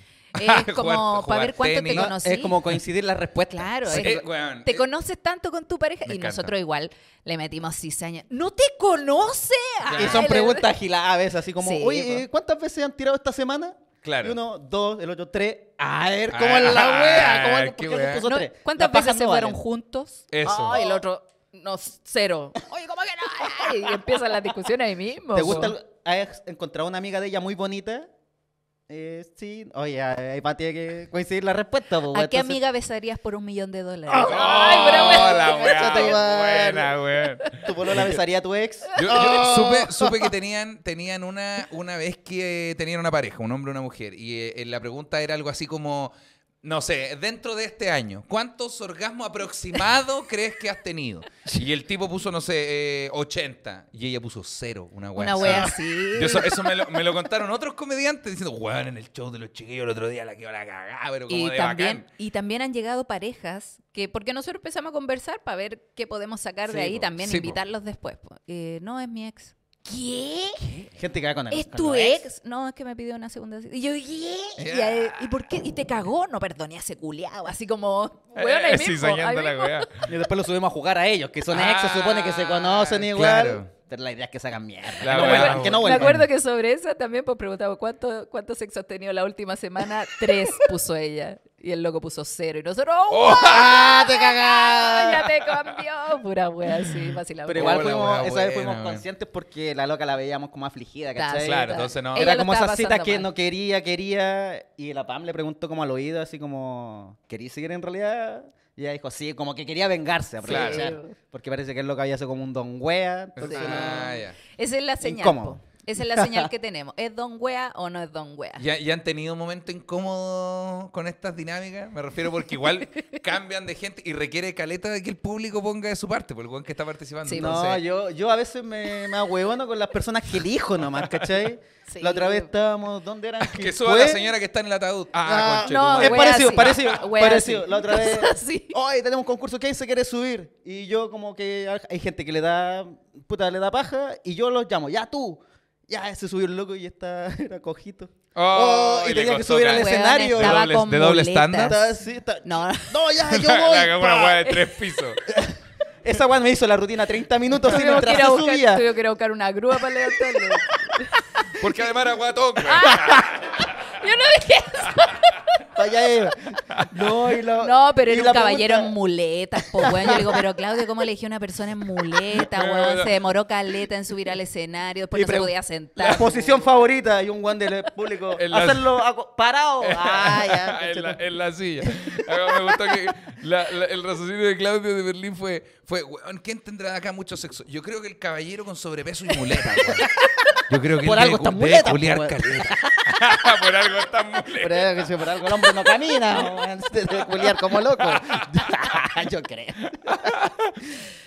Speaker 2: Es como
Speaker 3: Jugar-
Speaker 2: para ver
Speaker 3: jugar
Speaker 2: cuánto
Speaker 3: tenis.
Speaker 2: te
Speaker 3: No,
Speaker 2: conocí.
Speaker 1: Es como coincidir las respuestas.
Speaker 2: Claro,
Speaker 3: Sí,
Speaker 2: es-
Speaker 3: weón,
Speaker 2: te
Speaker 3: eh,
Speaker 2: conoces tanto con tu pareja
Speaker 3: Me
Speaker 2: y
Speaker 3: encanta.
Speaker 2: nosotros igual le metimos cizaña. ¿No te conoce? Ah,
Speaker 1: Y
Speaker 2: Ay,
Speaker 1: son
Speaker 2: la-
Speaker 1: preguntas agiladas a veces, así como,
Speaker 2: Sí,
Speaker 1: oye,
Speaker 2: po.
Speaker 1: eh, ¿cuántas veces han tirado esta semana?
Speaker 3: Claro.
Speaker 1: Y uno, dos, el otro, tres. A ver,
Speaker 3: A
Speaker 1: ¿cómo es la
Speaker 3: ver,
Speaker 1: wea? ¿Cómo,
Speaker 3: qué
Speaker 1: ¿Por qué
Speaker 3: wea.
Speaker 1: le puso
Speaker 2: No,
Speaker 1: tres?
Speaker 2: ¿Cuántas
Speaker 1: Las
Speaker 2: veces
Speaker 1: pajas
Speaker 2: se
Speaker 1: no
Speaker 2: fueron
Speaker 1: valen.
Speaker 2: juntos?
Speaker 3: Eso.
Speaker 2: Ay, el otro, no, cero. Oye, ¿cómo que no? Y empiezan las discusiones ahí mismo.
Speaker 1: ¿Te
Speaker 2: po.
Speaker 1: gusta? el- ¿Has encontrado una amiga de ella muy bonita? Eh, sí. Oye, ahí va, tiene que coincidir la respuesta. po,
Speaker 2: ¿A qué
Speaker 1: entonces-
Speaker 2: amiga besarías por un millón de dólares?
Speaker 3: ¡Oh,
Speaker 2: bueno.
Speaker 3: la weá,
Speaker 1: Concha tu madre.
Speaker 3: buena, weón.
Speaker 1: ¿Tu polola besaría a tu ex?
Speaker 3: Yo,
Speaker 2: Oh.
Speaker 1: Oh.
Speaker 3: yo supe, supe que tenían, tenían una, una vez que tenían una pareja, un hombre y una mujer, y eh, la pregunta era algo así como, no sé, dentro de este año, ¿cuántos orgasmos aproximados crees que has tenido? Y el tipo puso, no sé, eh, 80, y ella puso cero, una
Speaker 2: Una
Speaker 3: wea así.
Speaker 2: wea así.
Speaker 3: Yo eso eso me, lo, me lo contaron otros comediantes diciendo, weón, en el show de los chiquillos el otro día la que la cagada, pero como
Speaker 2: Y
Speaker 3: de
Speaker 2: también,
Speaker 3: bacán.
Speaker 2: y también han llegado parejas que, porque nosotros empezamos a conversar para ver qué podemos sacar
Speaker 1: Sí,
Speaker 2: de ahí,
Speaker 1: po.
Speaker 2: también
Speaker 3: Sí, po.
Speaker 2: invitarlos después. po. Eh, no, es mi ex. ¿Qué?
Speaker 1: Gente que va con el
Speaker 2: ¿Es
Speaker 1: con
Speaker 2: tu
Speaker 1: los
Speaker 2: ex? No, es que me pidió una segunda cita. Y yo, ¿qué? Y, ahí- ¿y por qué? ¿Y te cagó? No perdoné a ese culiao. Así como, weón, ahí
Speaker 3: Eh,
Speaker 2: mismo,
Speaker 3: cizañando
Speaker 2: ahí
Speaker 3: la
Speaker 2: mismo.
Speaker 3: wea.
Speaker 1: Y después lo subimos a jugar a ellos, que son ex, se supone que se
Speaker 3: Ah,
Speaker 1: conocen igual.
Speaker 3: claro.
Speaker 1: Pero la idea es que se hagan mierda.
Speaker 3: La
Speaker 1: que, no
Speaker 3: wea,
Speaker 1: vuelvan, que no
Speaker 3: wea.
Speaker 2: Me
Speaker 1: vuelvan.
Speaker 2: acuerdo que sobre esa también pues preguntaba ¿cuánto, cuánto sexo has tenido la última semana? Tres puso ella. Y el loco puso cero. Y nosotros, ¡oh,
Speaker 3: ¡Oh!
Speaker 1: ¡Ah, te
Speaker 2: ya
Speaker 1: cagás!
Speaker 2: te cambió! Pura wea, así, vacilaba.
Speaker 1: Pero igual
Speaker 3: Hola,
Speaker 1: fuimos,
Speaker 3: wea,
Speaker 1: esa vez
Speaker 3: buena,
Speaker 1: fuimos
Speaker 3: wea.
Speaker 1: conscientes porque la loca la veíamos como afligida,
Speaker 2: Está,
Speaker 1: ¿cachai?
Speaker 2: sí,
Speaker 3: Claro,
Speaker 2: está.
Speaker 3: entonces no.
Speaker 2: Ella
Speaker 1: Era
Speaker 2: lo
Speaker 1: como
Speaker 2: estaba
Speaker 1: esas citas
Speaker 2: pasando
Speaker 1: que
Speaker 2: mal.
Speaker 1: no quería, quería, y la Pam le preguntó como al oído, así como, ¿querís seguir en realidad? Y ella dijo, sí, como que quería vengarse, aprovechar.
Speaker 2: Claro.
Speaker 1: Porque parece que el loco había sido como un don wea. entonces no-
Speaker 3: Ah, ya.
Speaker 2: Esa es la señal.
Speaker 1: Incómodo.
Speaker 2: po. Esa es la señal que tenemos. ¿Es don wea o no es don wea?
Speaker 3: ¿Ya, ya han tenido momentos incómodos con estas dinámicas? Me refiero porque igual cambian de gente y requiere caleta de que el público ponga de su parte, por el buen que está participando.
Speaker 2: Sí,
Speaker 1: No,
Speaker 3: Entonces,
Speaker 1: yo, yo a veces me, me ahueono con las personas que elijo nomás, ¿cachai?
Speaker 2: Sí.
Speaker 1: La otra vez estábamos, ¿dónde eran?
Speaker 3: que suba la
Speaker 1: Quilpué.
Speaker 3: señora que está en el ataúd. Ah,
Speaker 1: Ah,
Speaker 3: conche tu
Speaker 2: no,
Speaker 3: madre.
Speaker 1: Es
Speaker 2: wea
Speaker 1: parecido,
Speaker 2: sí.
Speaker 1: parecido,
Speaker 2: Wea
Speaker 1: parecido.
Speaker 2: sí.
Speaker 1: La otra vez,
Speaker 2: Cosas así.
Speaker 1: hoy tenemos un concurso, ¿quién se quiere subir? Y yo como que hay- hay gente que le da, puta, le da paja, y yo los llamo, ya tú. Ya, se subió el loco y está, era cojito.
Speaker 3: Oh,
Speaker 1: Oh,
Speaker 3: y
Speaker 1: y
Speaker 3: le
Speaker 1: tenía que
Speaker 3: costó
Speaker 1: subir al
Speaker 3: caer.
Speaker 2: Weón,
Speaker 1: escenario.
Speaker 2: estaba
Speaker 3: De doble-
Speaker 2: con
Speaker 3: de doble
Speaker 2: muletas.
Speaker 3: estándar.
Speaker 1: Está así, está-
Speaker 2: No,
Speaker 1: No, ya, Ah, yo
Speaker 3: La- la-
Speaker 1: voy.
Speaker 3: una
Speaker 1: pa.
Speaker 3: hueá de tres pisos.
Speaker 1: Esa weá me hizo la rutina 30 minutos y
Speaker 2: tuvimos que,
Speaker 1: mientras
Speaker 2: ir a
Speaker 1: se
Speaker 2: buscar,
Speaker 1: subía.
Speaker 2: tuvimos que ir a buscar una grúa para levantarlo.
Speaker 3: Porque además era guatón. güey.
Speaker 2: Yo no dije eso.
Speaker 1: Pa' allá iba. No, y la-
Speaker 2: No, pero
Speaker 1: y
Speaker 2: era
Speaker 1: la
Speaker 2: un caballero
Speaker 1: pregunta-
Speaker 2: en muletas, po, weón. Yo digo, pero Claudio, ¿cómo elegí a una persona en muleta, weón? Se demoró caleta en subir al escenario, después
Speaker 1: Y
Speaker 2: no se
Speaker 1: pregun-
Speaker 2: podía sentar.
Speaker 1: La posición favorita y un guan del público.
Speaker 3: En la-
Speaker 1: Hacerlo aco- parado. Ah, ya.
Speaker 3: en, la, en la silla. Ah, Me gustó que la- la- el raciocinio de Claudio de Berlín fue, fue weón, ¿quién tendrá acá mucho sexo? Yo creo que el caballero con sobrepeso y muleta. weón. Yo creo que
Speaker 1: Por
Speaker 3: él
Speaker 1: algo
Speaker 3: debe,
Speaker 1: está
Speaker 3: cu-
Speaker 1: en
Speaker 3: debe
Speaker 1: muleta, pues,
Speaker 3: culiar
Speaker 1: po, weón.
Speaker 3: caleta. Por algo está muleta.
Speaker 1: Pero es que si por algo el hombre no camina, weón, antes de culiar como loco. Yo creo.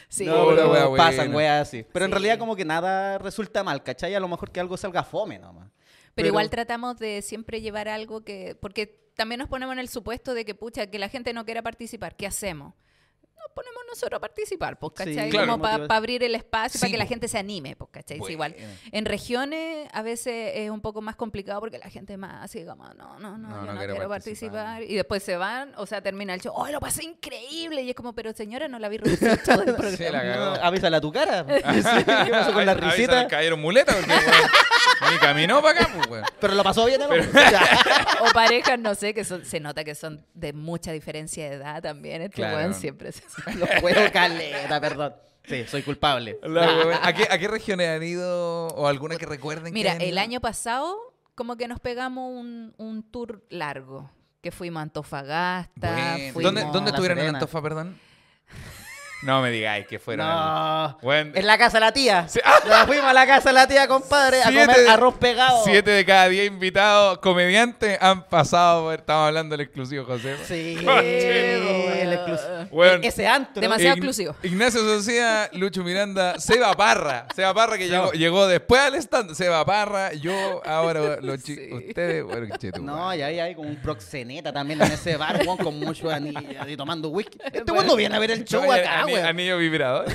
Speaker 2: Sí.
Speaker 1: No,
Speaker 3: Hola,
Speaker 1: pero
Speaker 3: wea, buena.
Speaker 1: pasan weas así. Pero en
Speaker 2: Sí.
Speaker 1: realidad como que nada resulta mal, ¿cachai? A lo mejor que algo salga fome nomás.
Speaker 2: Pero igual tratamos de siempre llevar algo que. Porque también nos ponemos en el supuesto de que, pucha, que la gente no quiera participar. ¿Qué hacemos? Nos ponemos nosotros a participar, pues,
Speaker 1: Sí,
Speaker 2: ¿cachai?
Speaker 3: claro.
Speaker 2: Como para
Speaker 1: Motiva-
Speaker 2: abrir el espacio,
Speaker 3: Sí,
Speaker 2: para que la
Speaker 3: po.
Speaker 2: gente se anime, pues, ¿cachai? Sí, igual.
Speaker 3: Bueno.
Speaker 2: En regiones a veces es un poco más complicado porque la gente es más así como, no, no, no,
Speaker 3: No,
Speaker 2: yo
Speaker 3: no
Speaker 2: no,
Speaker 3: quiero
Speaker 2: quiero,
Speaker 3: participar".
Speaker 2: participar. Y después se van, o sea, termina el show, ¡oh, lo pasé increíble! Y es como, pero señora, no la vi reducir el show del programa".
Speaker 3: Sí, la
Speaker 1: No,
Speaker 3: cagó.
Speaker 1: avísale a tu cara. Sí, ¿Qué pasó con la
Speaker 3: Avisa-
Speaker 1: risita?
Speaker 3: le cayeron muletas porque weón, ni caminó para acá, pues, weón.
Speaker 1: Pero lo pasó bien, ¿no? Ya.
Speaker 2: O parejas, no sé, que son, se nota que son de mucha diferencia de edad también. Este
Speaker 3: Claro.
Speaker 2: weón siempre se-
Speaker 1: Los juego caleta, perdón. Sí, soy culpable.
Speaker 3: La wea- ¿A, qué, a qué regiones han ido o alguna que recuerden? que
Speaker 2: Mira,
Speaker 3: hayan
Speaker 2: el
Speaker 3: ido?
Speaker 2: año pasado como que nos pegamos un, un tour largo, que fuimos a Antofagasta,
Speaker 3: Bueno.
Speaker 2: fuimos...
Speaker 3: ¿Dónde, dónde
Speaker 1: a La
Speaker 3: estuvieron en
Speaker 1: Serena.
Speaker 3: Antofa, perdón? No me digáis que fueron. al-
Speaker 1: No.
Speaker 3: Bueno.
Speaker 1: En la casa de la tía.
Speaker 3: Sí.
Speaker 1: Nos fuimos a la casa de la tía, compadre, a
Speaker 3: Siete-
Speaker 1: comer arroz pegado.
Speaker 3: Siete de cada diez invitados comediantes han pasado por. Estamos hablando del exclusivo José. Eh,
Speaker 1: Sí,
Speaker 2: Conchetumare.
Speaker 1: el exclusivo.
Speaker 3: Bueno.
Speaker 1: Ese antro.
Speaker 2: Demasiado
Speaker 3: Ign-
Speaker 2: exclusivo.
Speaker 3: Ignacio Socia, Lucho Miranda, Seba Parra. Seba Parra que llegó, llegó después al stand. Seba Parra, yo, ahora los chi-
Speaker 2: Sí.
Speaker 3: ustedes. Bueno, qué cheto,
Speaker 1: No,
Speaker 3: weón.
Speaker 1: y ahí hay como un proxeneta también en ese bar, weón, con mucho anillo y tomando whisky. Este
Speaker 2: Bueno.
Speaker 1: weón no viene a ver el show
Speaker 3: No, y
Speaker 1: acá,
Speaker 3: eh, ani-
Speaker 1: weón.
Speaker 3: Anillo vibrador.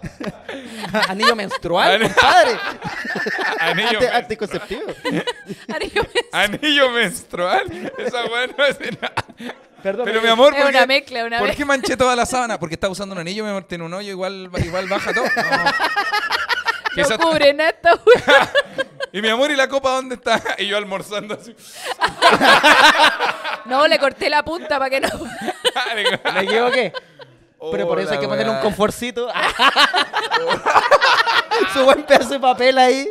Speaker 1: Anillo menstrual,
Speaker 3: Ani-
Speaker 1: compadre.
Speaker 3: Anillo,
Speaker 1: Ante-
Speaker 3: men-
Speaker 1: Anticonceptivo.
Speaker 3: anillo menstrual. Esa weá no es nada.
Speaker 1: Perdón.
Speaker 3: Pero mi amor,
Speaker 2: Es
Speaker 3: ¿por
Speaker 2: una
Speaker 3: qué,
Speaker 2: mezcla, una
Speaker 3: ¿por
Speaker 2: mezcla.
Speaker 3: qué manché toda la sábana? Porque está usando un anillo, mi amor, tiene un hoyo, igual, igual baja todo. No. Que
Speaker 2: No
Speaker 3: esa-
Speaker 2: cubren a esta wea.
Speaker 3: Y mi amor, ¿y la copa dónde está? Y yo almorzando así.
Speaker 2: No, le corté la punta para que no...
Speaker 1: Me equivoqué. Pero por eso hay
Speaker 3: Hola,
Speaker 1: que ponerle un
Speaker 3: weá.
Speaker 1: confortcito. Su buen pedazo de papel ahí.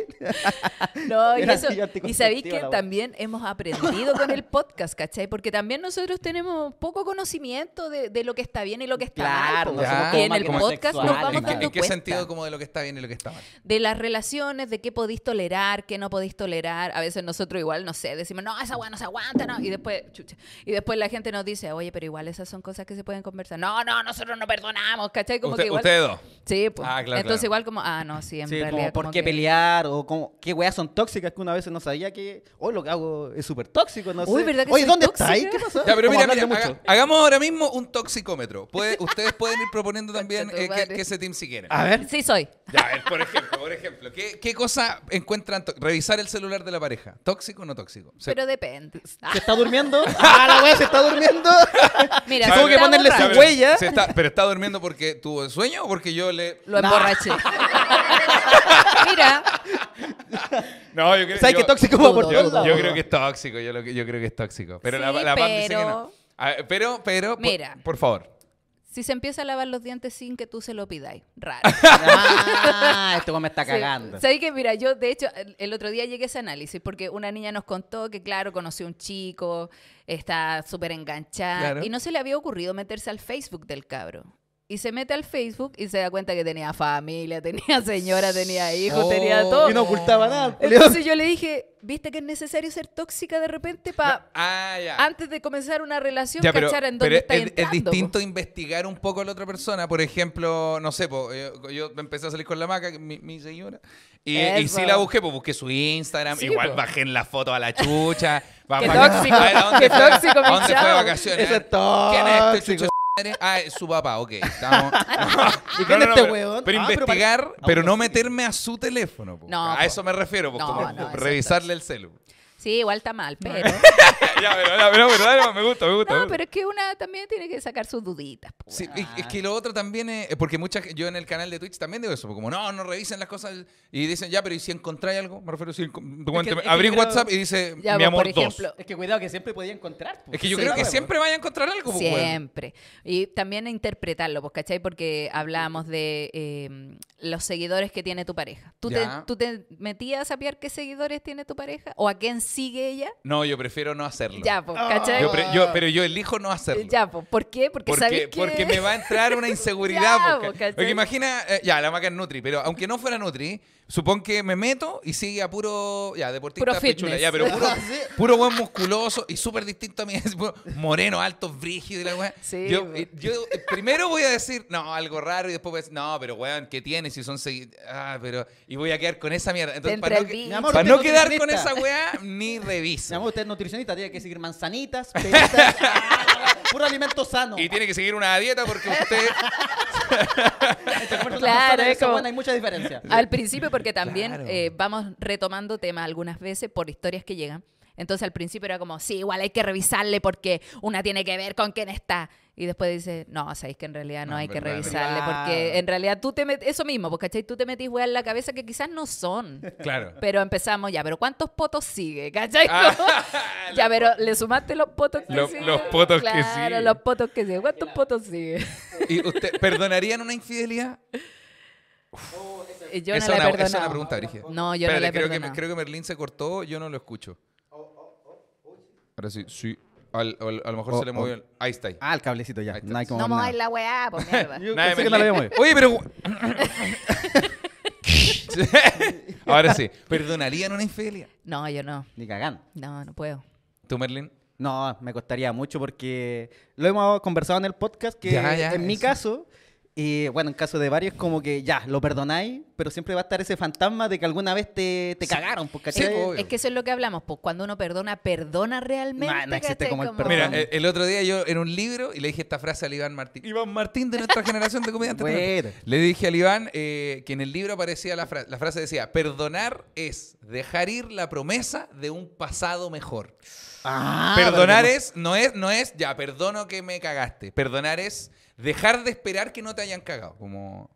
Speaker 2: No, y,
Speaker 1: Era
Speaker 2: eso,
Speaker 1: así,
Speaker 2: y sabéis
Speaker 1: anticonceptiva
Speaker 2: que
Speaker 1: la wea.
Speaker 2: también hemos aprendido con el podcast, ¿cachai? Porque también nosotros tenemos poco conocimiento de, de lo que está bien y lo que está
Speaker 1: Claro,
Speaker 2: mal. po.
Speaker 1: no somos
Speaker 2: y
Speaker 1: como
Speaker 2: en el
Speaker 1: máquinas
Speaker 2: podcast nos
Speaker 1: sexuales,
Speaker 2: vamos
Speaker 3: ¿En qué,
Speaker 2: dando
Speaker 3: en qué
Speaker 2: cuenta.
Speaker 3: sentido como de lo que está bien y lo que está mal?
Speaker 2: de las relaciones, de qué podéis tolerar, qué no podéis tolerar. A veces nosotros igual, no sé, decimos, no, esa weá no se aguanta, no. Y después, chucha. Y después la gente nos dice, oye, pero igual esas son cosas que se pueden conversar. No, no, nosotros no perdonamos, ¿cachai? Como
Speaker 3: Usted-
Speaker 2: que igual.
Speaker 3: Ustedes dos.
Speaker 2: Sí, pues.
Speaker 3: Ah, claro,
Speaker 2: Entonces
Speaker 3: claro.
Speaker 2: igual como, ah, no, sí, en
Speaker 1: Sí,
Speaker 2: realidad.
Speaker 1: como por
Speaker 2: como
Speaker 1: qué
Speaker 2: que-
Speaker 1: pelear o como, qué weas son tóxicas que una vez no sabía que, hoy lo que hago es súper tóxico, no
Speaker 2: Uy,
Speaker 1: sé.
Speaker 2: ¿verdad que
Speaker 1: Oye,
Speaker 2: soy
Speaker 1: ¿dónde
Speaker 2: tóxica?
Speaker 1: está ahí? ¿Qué pasó?
Speaker 3: Ya, pero
Speaker 1: Como
Speaker 3: mira,
Speaker 1: hablar de
Speaker 3: mira,
Speaker 1: mucho.
Speaker 3: haga- hagamos ahora mismo un toxicómetro. Puede- ustedes pueden ir proponiendo también
Speaker 2: Concha tu
Speaker 3: eh,
Speaker 2: madre.
Speaker 3: qué, qué ese team si quieren.
Speaker 1: A ver.
Speaker 2: Sí, soy.
Speaker 3: Ya, a ver, por ejemplo, por ejemplo, ¿qué, qué cosa encuentran? to- Revisar el celular de la pareja. ¿Tóxico o no tóxico? Se-
Speaker 2: Pero depende. Ah,
Speaker 1: ¿Se está durmiendo? ¡Ah, la wea se está durmiendo!
Speaker 2: mira,
Speaker 1: Si
Speaker 2: si
Speaker 1: tuvo que
Speaker 2: está
Speaker 1: ponerle
Speaker 3: Ya,
Speaker 1: su
Speaker 2: borracho,
Speaker 3: pero-
Speaker 1: huella.
Speaker 3: se está- pero está durmiendo porque tuvo sueño o porque yo le.
Speaker 2: Lo emborraché. mira,
Speaker 3: No, yo creo
Speaker 1: ¿Sabes qué
Speaker 3: yo-
Speaker 1: tóxico va por
Speaker 2: Yo-
Speaker 1: todos
Speaker 3: Yo,
Speaker 1: lados?
Speaker 3: yo creo que es tóxico, yo, lo que- yo creo que es tóxico. Pero la,
Speaker 2: Sí,
Speaker 3: la Pam dice que no.
Speaker 2: pero-
Speaker 3: A ver, pero, pero, por-
Speaker 2: Mira.
Speaker 3: por, favor.
Speaker 2: si se empieza a lavar los dientes sin que tú se lo pidáis, raro.
Speaker 1: Ah, este weón me está
Speaker 2: Sí.
Speaker 1: cagando.
Speaker 2: ¿Sabes que Mira, yo de hecho el, el otro día llegué a ese análisis porque una niña nos contó que, claro, conoció a un chico, está súper enganchada
Speaker 3: Claro.
Speaker 2: y no se le había ocurrido meterse al Facebook del cabro. Y se mete al Facebook y se da cuenta que tenía familia, tenía señora, tenía hijos, tenía
Speaker 3: Oh.
Speaker 2: todo.
Speaker 1: Y no ocultaba nada.
Speaker 2: Entonces yo le dije, ¿viste que es necesario ser tóxica de repente para
Speaker 3: Ah, ya.
Speaker 2: antes de comenzar una relación
Speaker 3: Ya, pero,
Speaker 2: cachar en
Speaker 3: pero
Speaker 2: dónde
Speaker 3: es,
Speaker 2: está
Speaker 3: es
Speaker 2: entrando? po?
Speaker 3: distinto investigar un poco a la otra persona. Por ejemplo, no sé, po, yo, yo empecé a salir con la maca, que mi, mi señora, y, y
Speaker 2: Eso.
Speaker 3: sí la busqué, pues busqué su Instagram,
Speaker 2: Sí,
Speaker 3: igual
Speaker 2: po.
Speaker 3: bajé en la foto a la chucha. va-
Speaker 2: Qué
Speaker 3: va-
Speaker 2: tóxico,
Speaker 3: a ver, ¿a dónde
Speaker 2: qué
Speaker 3: fue-
Speaker 2: tóxico,
Speaker 3: ¿A
Speaker 2: mi
Speaker 3: dónde fue de
Speaker 2: chavo.
Speaker 3: vacaciones?
Speaker 1: Eso es
Speaker 3: ¿Quién es este
Speaker 1: tóxico.
Speaker 3: chucho? de madre? Ah, es su papá, ok. estamos-
Speaker 1: ¿Y quién es este
Speaker 3: pero-
Speaker 1: weón?
Speaker 3: Pero
Speaker 1: Ah, pero
Speaker 3: investigar,
Speaker 1: parece-
Speaker 3: pero,
Speaker 1: Ah,
Speaker 3: no
Speaker 1: bueno, sí.
Speaker 3: meterme a su teléfono. po.
Speaker 2: No,
Speaker 3: a
Speaker 2: po.
Speaker 3: eso me refiero, po,
Speaker 2: No,
Speaker 3: como
Speaker 2: no, eso es
Speaker 3: revisarle el celu.
Speaker 2: Sí, igual está mal, pero...
Speaker 3: ya, pero, ya, pero, pero, dale, me gusta, me gusta. me
Speaker 2: No,
Speaker 3: gusta.
Speaker 2: pero es que una también tiene que sacar sus duditas. po,
Speaker 3: Sí,
Speaker 2: weón.
Speaker 3: y- es que lo otro también es, porque muchas, yo en el canal de Twitch también digo eso, porque como no, no revisen las cosas y dicen, ya, pero ¿y si encontráis algo? Me refiero, si encon- cuénteme,
Speaker 1: es que
Speaker 3: abrí
Speaker 1: creo-
Speaker 3: WhatsApp y dice,
Speaker 2: Ya, pues,
Speaker 3: mi
Speaker 2: por
Speaker 3: amor, dos.
Speaker 2: ejemplo,
Speaker 1: Es que cuidado que siempre podía encontrar. pues.
Speaker 3: Es que yo
Speaker 1: Sí,
Speaker 3: creo que
Speaker 1: weón.
Speaker 3: siempre vaya a encontrar algo, pues, weón.
Speaker 2: Siempre. Y también interpretarlo, pues, ¿cachai? Porque hablábamos de eh, los seguidores que tiene tu pareja. ¿Tú te,
Speaker 3: Ya.
Speaker 2: ¿Tú te metías a saber qué seguidores tiene tu pareja? ¿O a quién sigue ella?
Speaker 3: No, yo prefiero no hacerlo.
Speaker 2: Ya, pues, ¿cachai?
Speaker 3: Yo pre- yo- pero yo elijo no hacerlo.
Speaker 2: ya, pues, ¿por qué? Porque, sabes
Speaker 3: Porque,
Speaker 2: que...
Speaker 3: porque me va a entrar una inseguridad.
Speaker 2: Ya,
Speaker 3: porque,
Speaker 2: po, ¿cachai?
Speaker 3: porque imagina, eh, ya, la maca es Nutri, pero aunque no fuera Nutri, supón que me meto y sigue a puro, ya, deportista
Speaker 2: Puro
Speaker 3: pichula,
Speaker 2: fitness.
Speaker 3: ya, pero puro,
Speaker 1: Sí.
Speaker 3: puro buen musculoso y súper distinto a mí, es puro moreno, alto, brígido y la weá.
Speaker 2: Sí,
Speaker 3: yo,
Speaker 2: po.
Speaker 3: eh, yo, eh, primero voy a decir, no, algo raro y después voy a decir, no, pero weón, ¿qué tiene si son segui- Ah, pero, y voy a quedar con esa mierda. Entonces,
Speaker 2: Entra
Speaker 3: para no,
Speaker 2: el
Speaker 3: que-
Speaker 2: bicho.
Speaker 1: Mi amor,
Speaker 3: para
Speaker 1: usted
Speaker 3: no
Speaker 1: es
Speaker 3: quedar con
Speaker 1: nutricionista.
Speaker 3: esa weá, ni
Speaker 1: Mi
Speaker 3: reviso.
Speaker 1: amor, usted es nutricionista, tiene que seguir manzanitas, peritas, ah, puro alimento sano.
Speaker 3: Y tiene que seguir una dieta porque usted...
Speaker 1: Entre comerse una
Speaker 2: Claro,
Speaker 1: manzana y
Speaker 2: es
Speaker 1: esa
Speaker 2: como- Ah,
Speaker 1: buena hay mucha diferencia.
Speaker 2: Al principio, porque también
Speaker 3: Claro.
Speaker 2: eh, vamos retomando temas algunas veces por historias que llegan. Entonces al principio era como, sí, igual hay que revisarle porque una tiene que ver con quién está. Y después dice, no, sabéis que en realidad no,
Speaker 3: No,
Speaker 2: hay
Speaker 3: en
Speaker 2: que
Speaker 3: verdad, en
Speaker 2: revisarle
Speaker 1: verdad.
Speaker 2: porque en realidad tú te metes, eso mismo, porque ¿cachai? Tú te metís weas en la cabeza que quizás no son.
Speaker 3: Claro.
Speaker 2: Pero empezamos ya, pero ¿cuántos potos sigue? ¿Cachai? Como- ya, pero le sumaste los potos que
Speaker 3: Ah, Los-
Speaker 2: sigue.
Speaker 3: los potos que sigue.
Speaker 2: Claro, los potos que sigue. ¿Cuántos potos sigue?
Speaker 3: ¿Y usted perdonarían una infidelidad?
Speaker 2: Yo no
Speaker 3: Esa es
Speaker 2: la he
Speaker 3: una- esa es una
Speaker 2: perdonado.
Speaker 3: pregunta, Brigia.
Speaker 2: No, yo no la he
Speaker 3: creo, que,
Speaker 2: perdonado.
Speaker 3: creo que Merlín se cortó, yo no lo escucho. Ahora sí, sí. Al- al- a lo mejor
Speaker 1: Oh,
Speaker 3: se le
Speaker 1: oh.
Speaker 3: movió el... Ahí está. Ahí.
Speaker 1: Ah, el cablecito ya.
Speaker 3: Ahí está.
Speaker 1: No hay como
Speaker 2: No
Speaker 1: nada.
Speaker 2: mováis la weá, por mierda.
Speaker 1: Yo
Speaker 3: Nada de
Speaker 1: pensé que no la
Speaker 3: Merlín.
Speaker 1: había movido.
Speaker 3: Oye, pero... Ahora sí. ¿Perdonarían una infidelidad?
Speaker 2: No, yo no.
Speaker 1: Ni cagando.
Speaker 2: No, no puedo.
Speaker 3: ¿Tú, Merlín?
Speaker 1: No, me costaría mucho porque lo hemos conversado en el podcast que
Speaker 3: Ya, ya,
Speaker 1: en mi
Speaker 3: eso.
Speaker 1: caso, y bueno, en caso de varios, como que ya, lo perdonáis, pero siempre va a estar ese fantasma de que alguna vez te, te
Speaker 3: Sí.
Speaker 1: cagaron, pues, porque
Speaker 3: Sí, po. Obvio.
Speaker 2: Es que eso es lo que hablamos, pues cuando uno perdona, perdona realmente.
Speaker 1: No, no existe
Speaker 2: ¿cachai?
Speaker 1: como el perdón.
Speaker 3: Mira,
Speaker 1: Perdón.
Speaker 3: el, el otro día yo en un libro y le dije esta frase al Iván Martín. Iván Martín de nuestra generación de comediantes.
Speaker 1: Bueno.
Speaker 3: Le dije al Iván eh, que en el libro aparecía la frase. La frase decía, perdonar es dejar ir la promesa de un pasado mejor.
Speaker 1: Ah,
Speaker 3: perdonar
Speaker 1: pero
Speaker 3: es, no es, no es, ya, perdono que me cagaste. Perdonar es dejar de esperar que no te hayan cagado. Como,